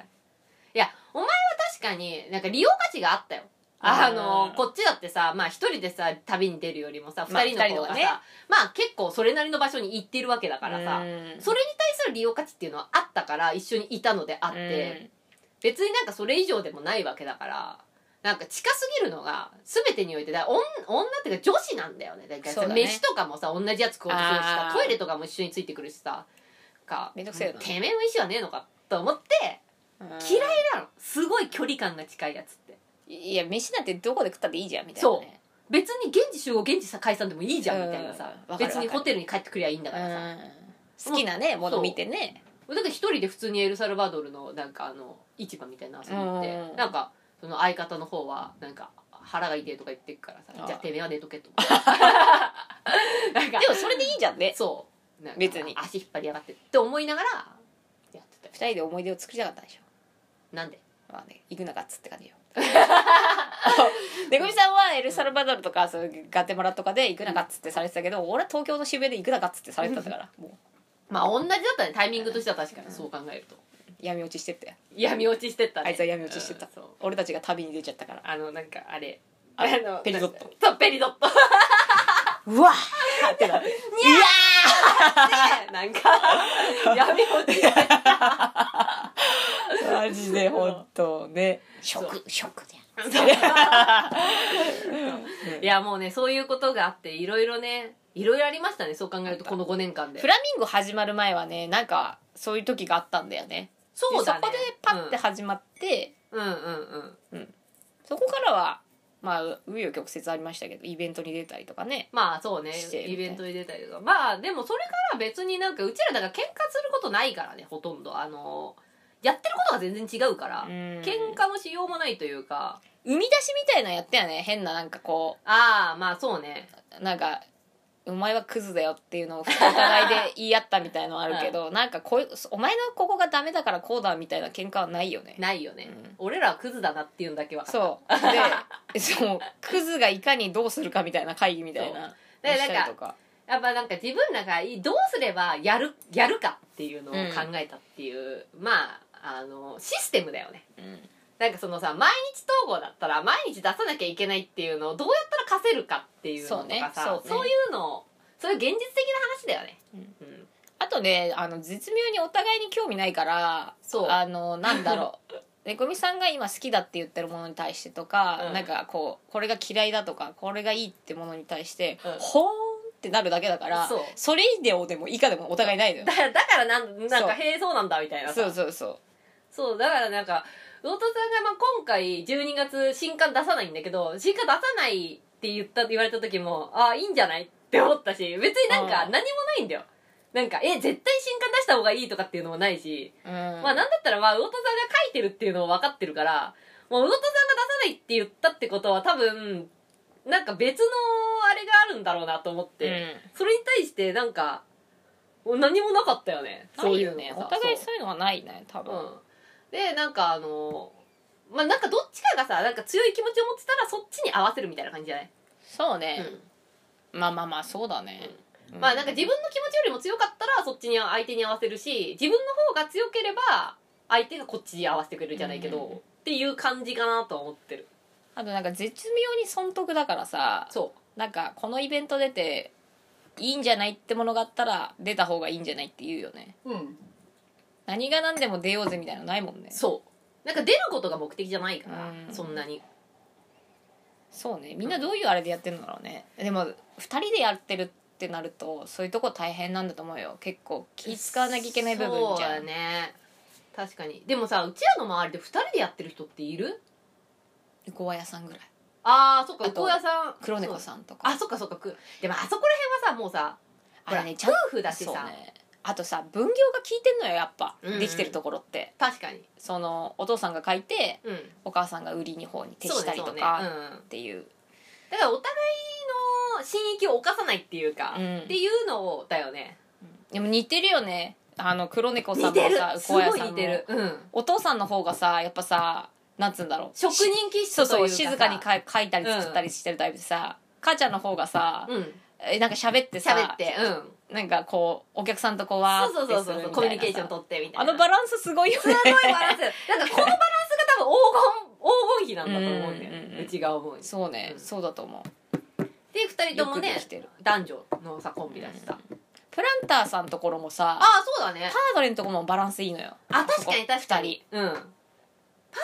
[SPEAKER 2] いやお前は確かになんか利用価値があったよあ
[SPEAKER 1] うん
[SPEAKER 2] のこっちだってさまあ一人でさ旅に出るよりもさ
[SPEAKER 1] まあ
[SPEAKER 2] 二人の方がさ、
[SPEAKER 1] 二人の方が
[SPEAKER 2] まあ
[SPEAKER 1] ね
[SPEAKER 2] 結構それなりの場所に行ってるわけだからさ、
[SPEAKER 1] うん
[SPEAKER 2] それに対する利用価値っていうのはあったから一緒にいたのであって、別になんかそれ以上でもないわけだからなんか近すぎるのが全てにおいてだ女女っていうか女子なんだよねだからさ
[SPEAKER 1] そうだね
[SPEAKER 2] 飯とかもさ同じやつ食おうとするし
[SPEAKER 1] あ
[SPEAKER 2] さ
[SPEAKER 1] ー
[SPEAKER 2] トイレとかも一緒についてくるしさか
[SPEAKER 1] めんどくせえな
[SPEAKER 2] てめえの意思はねえのかと思って
[SPEAKER 1] うん
[SPEAKER 2] 嫌いなのすごい距離感が近いやつって
[SPEAKER 1] いや飯なんてどこで食ったっていいじゃんみたいな
[SPEAKER 2] そ
[SPEAKER 1] ね
[SPEAKER 2] 別に現地集合現地さ解散でもいいじゃんみたいなさ
[SPEAKER 1] うんわかる
[SPEAKER 2] 別にホテルに帰ってくりゃいいんだからさ
[SPEAKER 1] うん好きなねもの見てね
[SPEAKER 2] だって一人で普通にエルサルバドルのなんかあの市場みたいな遊び行って、
[SPEAKER 1] うん
[SPEAKER 2] なんかその相方の方はなんか腹が痛いとか言ってくからさ
[SPEAKER 1] ああ
[SPEAKER 2] じゃあてめえは寝と けとなんか
[SPEAKER 1] でもそれでいいじゃんね
[SPEAKER 2] そうなんか
[SPEAKER 1] 別に
[SPEAKER 2] 足引っ張りやがってって思いながらやってたよ
[SPEAKER 1] 二人で思い出を作りたかったんでしょ
[SPEAKER 2] なんで
[SPEAKER 1] まあね行くなかっつって感 じよねこみさんはエルサルバドルとかそうガテマラとかで行くなかっつってされてたけど俺は東京の渋谷で行くなかっつってされてたんだからも
[SPEAKER 2] まあ同じだったねタイミングとしては確かにそう考えると
[SPEAKER 1] う闇落ちしてって
[SPEAKER 2] 闇落ちしてったね
[SPEAKER 1] あいつは闇落ちしてった
[SPEAKER 2] うんそう
[SPEAKER 1] 俺たちが旅に出ちゃったから
[SPEAKER 2] あのなんかあれ
[SPEAKER 1] あれ
[SPEAKER 2] の
[SPEAKER 1] ペリドット
[SPEAKER 2] そうペリドット
[SPEAKER 1] うわー ってなって
[SPEAKER 2] なん か闇落ちして
[SPEAKER 1] マジで本当ねショッ
[SPEAKER 2] そ
[SPEAKER 1] クショックじゃ
[SPEAKER 2] いやもうねそういうことがあっていろいろねいろいろありましたねそう考えるとこの5年間
[SPEAKER 1] ん
[SPEAKER 2] で
[SPEAKER 1] フラミンゴ始まる前はねなんかそういう時があったんだよね
[SPEAKER 2] そうだね
[SPEAKER 1] でそこでパッて始まって、
[SPEAKER 2] うんうんうん
[SPEAKER 1] そこからはまあ紆余曲折ありましたけどイベントに出たりとかね
[SPEAKER 2] まあそうね
[SPEAKER 1] して
[SPEAKER 2] イベントに出たりとかまあでもそれから別になんかうちらだから喧嘩することないからねほとんどあのやってることが全然違うから
[SPEAKER 1] 喧
[SPEAKER 2] 喧嘩のしようもないというか
[SPEAKER 1] 生み出しみたいなのやったよね変ななんかこ
[SPEAKER 2] ああまあそうね
[SPEAKER 1] うなんか「お前はクズだよ」っていうのをお互いで言い合ったみたいのはあるけど、なんかこういう「お前のここがダメだからこうだ」みたいな喧嘩はないよね
[SPEAKER 2] ないよね、
[SPEAKER 1] うん
[SPEAKER 2] 俺らはクズだなっていうんだけ分かった
[SPEAKER 1] そう でそうクズがいかにどうするかみたいな会議みたいな
[SPEAKER 2] で
[SPEAKER 1] したり
[SPEAKER 2] なん
[SPEAKER 1] と
[SPEAKER 2] か
[SPEAKER 1] か
[SPEAKER 2] やっぱなんか自分らがいどうすればやるやるかっていうのを考えたっていう、まああのシステムだよね
[SPEAKER 1] うん
[SPEAKER 2] なんかそのさ毎日統合だったら毎日出さなきゃいけないっていうのをどうやったら課せるかっていうのとかさ
[SPEAKER 1] そうねそうね
[SPEAKER 2] いうのをそういう現実的な話だよね、
[SPEAKER 1] うん
[SPEAKER 2] ん
[SPEAKER 1] あとねあの絶妙にお互いに興味ないから
[SPEAKER 2] そう
[SPEAKER 1] あのなんだろ う猫みさんが今好きだって言ってるものに対してとか、
[SPEAKER 2] うん
[SPEAKER 1] なんかこうこれが嫌いだとかこれがいいってものに対して、
[SPEAKER 2] うん
[SPEAKER 1] ほーんってなるだけだから
[SPEAKER 2] そう
[SPEAKER 1] れ以上でも以下でもお互いないのよ
[SPEAKER 2] だからだからなんなん
[SPEAKER 1] そう
[SPEAKER 2] かへえそうなんだみたいなさ
[SPEAKER 1] そうそうそう
[SPEAKER 2] そうだからなんか魚田さんがまあ今回12月新刊出さないんだけど新刊出さないって言った言われた時もああいいんじゃないって思ったし別になんか何も
[SPEAKER 1] う
[SPEAKER 2] ないんだよなんかえ絶対新刊出した方がいいとかっていうのもないし、
[SPEAKER 1] うん
[SPEAKER 2] まあなんだったらまあ魚田さんが書いてるっていうのを分かってるからもう魚田さんが出さないって言ったってことは多分なんか別のあれがあるんだろうなと思って、それに対してなんかもう何もなかったよね
[SPEAKER 1] うん、
[SPEAKER 2] そ
[SPEAKER 1] な
[SPEAKER 2] う
[SPEAKER 1] い
[SPEAKER 2] いう
[SPEAKER 1] よ
[SPEAKER 2] の
[SPEAKER 1] ね
[SPEAKER 2] さ
[SPEAKER 1] お互い
[SPEAKER 2] そう
[SPEAKER 1] そういうのはないね多分、
[SPEAKER 2] うん、でなんかあのまあなんかどっちかがさなんか強い気持ちを持ってたらそっちに合わせるみたいな感じじゃない、
[SPEAKER 1] そうね、まあまあまあそうだね、う
[SPEAKER 2] まあなんか自分の気持ちよりも強かったらそっちに相手に合わせるし自分の方が強ければ相手がこっちに合わせてくれるじゃないけど、
[SPEAKER 1] うん
[SPEAKER 2] っていう感じかなとは思ってる
[SPEAKER 1] あとなんか絶妙に損得だからさ
[SPEAKER 2] そ
[SPEAKER 1] なんかこのイベント出ていいんじゃないってものがあったら出た方がいいんじゃないって言うよね
[SPEAKER 2] ううん
[SPEAKER 1] 何が何でも出ようぜみたいなのないもんね
[SPEAKER 2] そうなんか出ることが目的じゃないから、
[SPEAKER 1] うん
[SPEAKER 2] そんなに
[SPEAKER 1] そうねみんなどういうあれでやってるんだろうねでも2人でやってるってなるとそういうとこ大変なんだと思うよ結構気使わなきゃいけない部分じ
[SPEAKER 2] そう
[SPEAKER 1] ゃ
[SPEAKER 2] だ
[SPEAKER 1] ん、
[SPEAKER 2] ね確かにでもさうちらの周りで2人でやってる人っている
[SPEAKER 1] ゴア屋さんぐらい
[SPEAKER 2] ああそっか
[SPEAKER 1] あと
[SPEAKER 2] 横屋さん
[SPEAKER 1] 黒猫さんとか
[SPEAKER 2] あそっかそっかくでもあそこら辺はさもうさ
[SPEAKER 1] あれねちゃん
[SPEAKER 2] 夫婦だし
[SPEAKER 1] そう
[SPEAKER 2] さ、
[SPEAKER 1] ねあとさ分業が効いてんのよやっぱ、
[SPEAKER 2] うんうん
[SPEAKER 1] できてるところって
[SPEAKER 2] 確かに
[SPEAKER 1] そのお父さんが書いて
[SPEAKER 2] うん
[SPEAKER 1] お母さんが売りに方に徹
[SPEAKER 2] そう
[SPEAKER 1] し
[SPEAKER 2] ね
[SPEAKER 1] たりと
[SPEAKER 2] そうね
[SPEAKER 1] か
[SPEAKER 2] うんうん
[SPEAKER 1] っていう
[SPEAKER 2] だからお互いの心域を犯さないっていうか、
[SPEAKER 1] うん
[SPEAKER 2] っていうのをだよね
[SPEAKER 1] でも似てるよねあの黒猫さ
[SPEAKER 2] 似
[SPEAKER 1] んも
[SPEAKER 2] てる
[SPEAKER 1] さ
[SPEAKER 2] す
[SPEAKER 1] 小
[SPEAKER 2] ご
[SPEAKER 1] 屋
[SPEAKER 2] い
[SPEAKER 1] さ
[SPEAKER 2] 似
[SPEAKER 1] ん
[SPEAKER 2] て
[SPEAKER 1] も
[SPEAKER 2] る、うん、
[SPEAKER 1] お父さんの方がさやっぱさなんつうんだろう
[SPEAKER 2] 職
[SPEAKER 1] し
[SPEAKER 2] 人気質
[SPEAKER 1] そう
[SPEAKER 2] とい
[SPEAKER 1] そう
[SPEAKER 2] かさ
[SPEAKER 1] う静かにか書いたり作ったりしてるタイプでさ、母ちゃんの方がさ、
[SPEAKER 2] うん
[SPEAKER 1] えなんか喋ってさ
[SPEAKER 2] 喋ってうん
[SPEAKER 1] なんかこうお客さんとこうわー
[SPEAKER 2] そ
[SPEAKER 1] っ
[SPEAKER 2] う
[SPEAKER 1] て
[SPEAKER 2] そうそうそう
[SPEAKER 1] するみたいなさ
[SPEAKER 2] コミュニケーション取ってみた
[SPEAKER 1] あ
[SPEAKER 2] いな
[SPEAKER 1] のバランスすごいよね
[SPEAKER 2] すごいバランスなんかこのバランスが多分黄金黄金比なんだと思うんだよ、
[SPEAKER 1] うんうんうん
[SPEAKER 2] うちが思うに
[SPEAKER 1] そうね、
[SPEAKER 2] うん
[SPEAKER 1] そうだと思う
[SPEAKER 2] で2人とも
[SPEAKER 1] よく
[SPEAKER 2] ね
[SPEAKER 1] できてる
[SPEAKER 2] 男女のさコンビだしさ、
[SPEAKER 1] プランターさんところもさ
[SPEAKER 2] ああそうだね
[SPEAKER 1] タードレのとこもバランスいいのよ
[SPEAKER 2] あ確かに確かにうんパー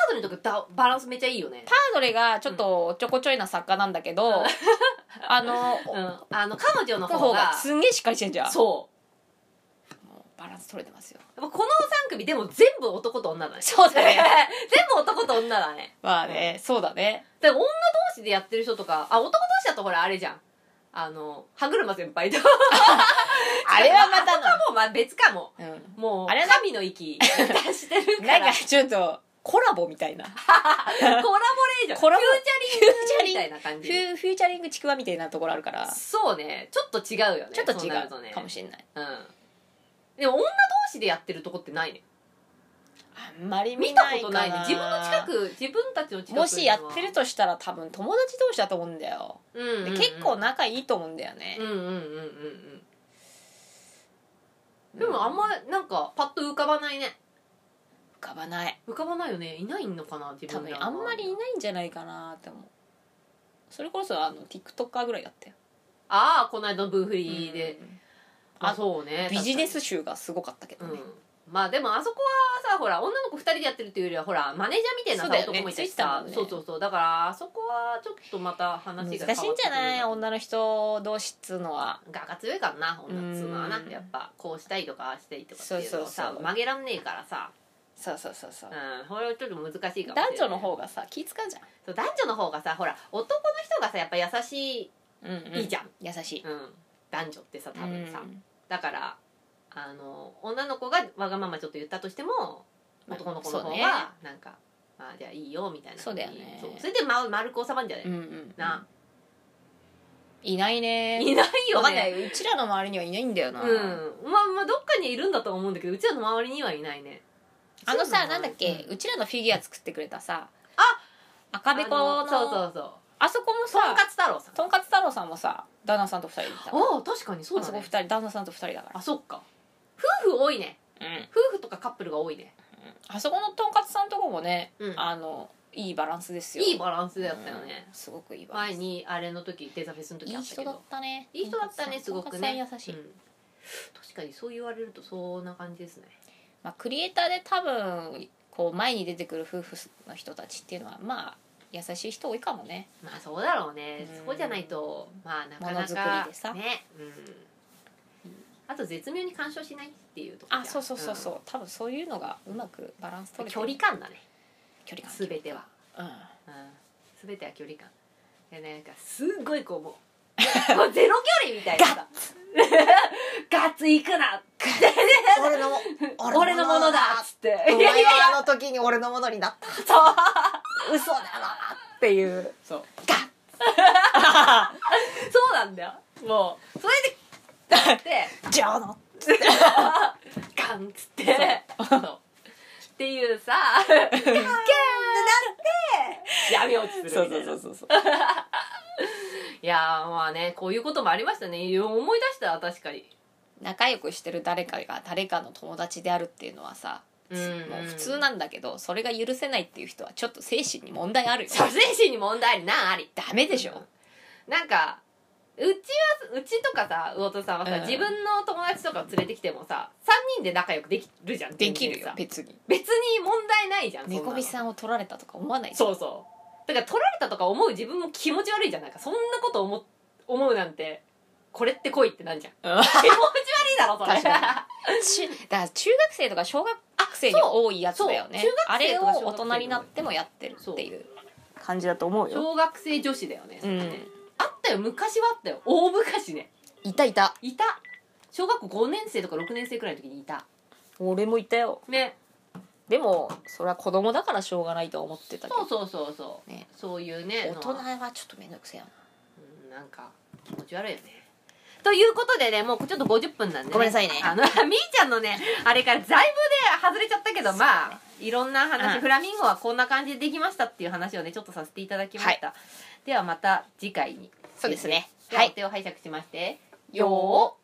[SPEAKER 2] トナーとかだバランスめちゃいいよね
[SPEAKER 1] タードレがちょっとおちょこちょいな作家なんだけど、あ の、
[SPEAKER 2] うんあの彼女の
[SPEAKER 1] の
[SPEAKER 2] 方
[SPEAKER 1] 方
[SPEAKER 2] が
[SPEAKER 1] がすんげえしっかりしてんじゃん
[SPEAKER 2] そ
[SPEAKER 1] バランス取れてますよ
[SPEAKER 2] この3組でも全部男と女だね
[SPEAKER 1] そうだね
[SPEAKER 2] 全部男と女だね
[SPEAKER 1] まあねそうだね
[SPEAKER 2] で女同士でやってる人とかあ男同士だとほらあれじゃんあの歯車先輩と
[SPEAKER 1] あれはまた
[SPEAKER 2] あとはもうまあ別かも
[SPEAKER 1] な、
[SPEAKER 2] もう
[SPEAKER 1] あれは
[SPEAKER 2] 神の域出してる
[SPEAKER 1] うん、
[SPEAKER 2] か
[SPEAKER 1] な
[SPEAKER 2] ら
[SPEAKER 1] んかちょっとコラボみたいな
[SPEAKER 2] コラボレーション
[SPEAKER 1] コラボ
[SPEAKER 2] フューチャリングみたいな感
[SPEAKER 1] フ
[SPEAKER 2] じ
[SPEAKER 1] ュフューチャリングちくわみたいなところあるから
[SPEAKER 2] そうねちょっと違うよね
[SPEAKER 1] ちょっと
[SPEAKER 2] そう
[SPEAKER 1] 違
[SPEAKER 2] なるとね
[SPEAKER 1] うかもしれない
[SPEAKER 2] うんでも女同士でやってるとこってないね
[SPEAKER 1] あんまり
[SPEAKER 2] 見
[SPEAKER 1] 見
[SPEAKER 2] た
[SPEAKER 1] ない
[SPEAKER 2] こと
[SPEAKER 1] か
[SPEAKER 2] ないね自分の近く自分たちの近くには
[SPEAKER 1] もしやってるとしたら多分友達同士だと思うんだよ、
[SPEAKER 2] うんうん
[SPEAKER 1] で
[SPEAKER 2] うん
[SPEAKER 1] 結構仲いいと思うんだよね
[SPEAKER 2] うん、うんうんうんうんでもあんまなんかパッと浮かばないね
[SPEAKER 1] 浮かばない
[SPEAKER 2] 浮かばないよねいないのかな自
[SPEAKER 1] 多
[SPEAKER 2] 分
[SPEAKER 1] 分
[SPEAKER 2] らの
[SPEAKER 1] あんまりいないんじゃないかなって思うそれこそあの TikToker ぐらいだったよ
[SPEAKER 2] ああこの間のブーフリーで、
[SPEAKER 1] うん
[SPEAKER 2] あそうね
[SPEAKER 1] ビジネス集がすごかったけ
[SPEAKER 2] う
[SPEAKER 1] どね、
[SPEAKER 2] んまあでもあそこはさほら女の子2人でやってるっていうよりはほらマネージャーみたいなさ
[SPEAKER 1] そうだよね
[SPEAKER 2] 男もいたし
[SPEAKER 1] ついてた
[SPEAKER 2] さ
[SPEAKER 1] もんね
[SPEAKER 2] そうそうそうだからあそこはちょっとまた話が変わ
[SPEAKER 1] 難しいんじゃない
[SPEAKER 2] ってくる
[SPEAKER 1] 女の人同士っつうのは
[SPEAKER 2] 画が強いからな女っつうのはな
[SPEAKER 1] うん
[SPEAKER 2] やっぱこうしたいとかああしたいとかっていうのを
[SPEAKER 1] そう
[SPEAKER 2] さ
[SPEAKER 1] そうそう
[SPEAKER 2] 曲げらんねえからさ
[SPEAKER 1] そうそうそうそう、
[SPEAKER 2] うんこれはちょっと難しいかもしれない
[SPEAKER 1] 男女の方がさ気使うじ
[SPEAKER 2] そう男女の方がさほら男の人がさやっぱ優し
[SPEAKER 1] ゃん、うん
[SPEAKER 2] いいいじゃん、
[SPEAKER 1] 優しい
[SPEAKER 2] うん、男女ってさ多分さ、
[SPEAKER 1] うん
[SPEAKER 2] だからあの女の子がわがままちょっと言ったとしても
[SPEAKER 1] まあ
[SPEAKER 2] 男の子の方
[SPEAKER 1] そうね
[SPEAKER 2] がなんか、まあ、じゃあいいよみたいな
[SPEAKER 1] そうだよね
[SPEAKER 2] そうそれでま丸く収まるんじゃない、
[SPEAKER 1] うんうん
[SPEAKER 2] ない
[SPEAKER 1] ないね
[SPEAKER 2] いないよ
[SPEAKER 1] わかんな
[SPEAKER 2] ね
[SPEAKER 1] いうちらの周りにはいないんだよな、
[SPEAKER 2] うんまあまあどっかにいるんだとは思うんだけどうちらの周りにはいないね
[SPEAKER 1] あのさなんだっ
[SPEAKER 2] う
[SPEAKER 1] け、うちらのフィギュア作ってくれたさ
[SPEAKER 2] あ
[SPEAKER 1] 赤べこの
[SPEAKER 2] あそうそうそう
[SPEAKER 1] あそこも
[SPEAKER 2] とん
[SPEAKER 1] さ
[SPEAKER 2] かつ太郎さん
[SPEAKER 1] とんかつ太郎さんもさ旦那さんと二人でいた
[SPEAKER 2] ああ確かにそう
[SPEAKER 1] あ
[SPEAKER 2] だ
[SPEAKER 1] そこ
[SPEAKER 2] ね
[SPEAKER 1] 二人旦那さんと二人だから
[SPEAKER 2] あそっか夫婦多いね
[SPEAKER 1] うん
[SPEAKER 2] 夫婦とかカップルが多いね
[SPEAKER 1] あそこのとんかつさんとこもね、
[SPEAKER 2] うん
[SPEAKER 1] あのいいバランスですよ
[SPEAKER 2] いいバランスだったよね
[SPEAKER 1] う、んすごくいいバラン
[SPEAKER 2] 前
[SPEAKER 1] ス
[SPEAKER 2] にあれの時デザフェスの
[SPEAKER 1] い
[SPEAKER 2] 時あ
[SPEAKER 1] い
[SPEAKER 2] ったけ
[SPEAKER 1] 人
[SPEAKER 2] ど
[SPEAKER 1] だったね
[SPEAKER 2] いい人だったねすごくね
[SPEAKER 1] とんかつさん優しい、
[SPEAKER 2] うん確かにそう言われるとそんな感じですね
[SPEAKER 1] まあ、クリエイターで多分こう前に出てくる夫婦の人たちっていうのはまあ優しい人多いかもね
[SPEAKER 2] まあそうだろうね
[SPEAKER 1] うん
[SPEAKER 2] そこじゃないとまあなかな
[SPEAKER 1] ものづく
[SPEAKER 2] か
[SPEAKER 1] りでさ
[SPEAKER 2] ねうんあと絶妙に干渉しないっていうとこじゃん
[SPEAKER 1] あそうそうそうそう、
[SPEAKER 2] ん
[SPEAKER 1] 多分そういうのがうまくバランス取れて
[SPEAKER 2] 距
[SPEAKER 1] る
[SPEAKER 2] 離感だね
[SPEAKER 1] 距離
[SPEAKER 2] 全ては、
[SPEAKER 1] 感
[SPEAKER 2] うん、全ては距離感でなんかすっごいこうも うもうゼロ距離みたいなさ ガッツいくな
[SPEAKER 1] うん俺のも
[SPEAKER 2] 俺のものだ っつっていやい やいや
[SPEAKER 1] あの時に俺のものになった
[SPEAKER 2] そう
[SPEAKER 1] 嘘だなっていう
[SPEAKER 2] そう
[SPEAKER 1] ガ
[SPEAKER 2] そうなんだよもうそれでガッて
[SPEAKER 1] ッじゃあな
[SPEAKER 2] ガンっつってそうっていうさガンってなって闇落ちするみた
[SPEAKER 1] そう
[SPEAKER 2] いな
[SPEAKER 1] そうそうそうそう
[SPEAKER 2] いやーまあねこういうこともありましたねいや思い出したら確かに
[SPEAKER 1] 仲良くしてる誰かが誰かの友達であるっていうのはさ、
[SPEAKER 2] うんうん
[SPEAKER 1] もう普通なんだけどそれが許せないっていう人はちょっと精神に問題あるよ
[SPEAKER 2] 撮影心に問題ありなんあり
[SPEAKER 1] ダメでしょ
[SPEAKER 2] なんかうちはうちとかさ魚田さんはさ、
[SPEAKER 1] うん
[SPEAKER 2] 自分の友達とかを連れてきてもさ3人で仲良くできるじゃん
[SPEAKER 1] できるよ
[SPEAKER 2] 全然さ
[SPEAKER 1] 別に
[SPEAKER 2] 別に問題ないじゃんそんなの
[SPEAKER 1] 猫こびさんを取られたとか思わない
[SPEAKER 2] そうそうだから取られたとか思う自分も気持ち悪いじゃんなんかそんなこと思思うなんてこれって恋ってなんじゃん
[SPEAKER 1] うん
[SPEAKER 2] 気持ち悪いだろそれ
[SPEAKER 1] 確かちだから中学生とか小学生に多いやつだよね
[SPEAKER 2] そうそう中
[SPEAKER 1] あ
[SPEAKER 2] 学生
[SPEAKER 1] れ
[SPEAKER 2] と
[SPEAKER 1] を
[SPEAKER 2] か小学生
[SPEAKER 1] 大人になってもやってるっていう感じだと思うよ、
[SPEAKER 2] 小学生女子だよね,、
[SPEAKER 1] うん、
[SPEAKER 2] あったよ昔はあったよ大昔ね
[SPEAKER 1] いたいた
[SPEAKER 2] いた小学校5年生とか6年生くらいの時にいた
[SPEAKER 1] 俺もいたよ
[SPEAKER 2] ね
[SPEAKER 1] でもそれは子供だからしょうがないと思ってたけど
[SPEAKER 2] そうそうそうそう、
[SPEAKER 1] ね
[SPEAKER 2] そういうね
[SPEAKER 1] 大
[SPEAKER 2] の
[SPEAKER 1] 人はちょっと面倒くせえよな
[SPEAKER 2] うんなんか気持ち悪いよねということでねもうちょっと50分なんで、
[SPEAKER 1] ごめんなさいね
[SPEAKER 2] あの みーちゃんのねあれからだいぶね外れちゃったけどまあいろんな話、
[SPEAKER 1] うん
[SPEAKER 2] フラミンゴはこんな感じでできましたっていう話をねちょっとさせていただきました、ではまた次回に
[SPEAKER 1] そうですね
[SPEAKER 2] は
[SPEAKER 1] はいい
[SPEAKER 2] 手を拝借しまして
[SPEAKER 1] よー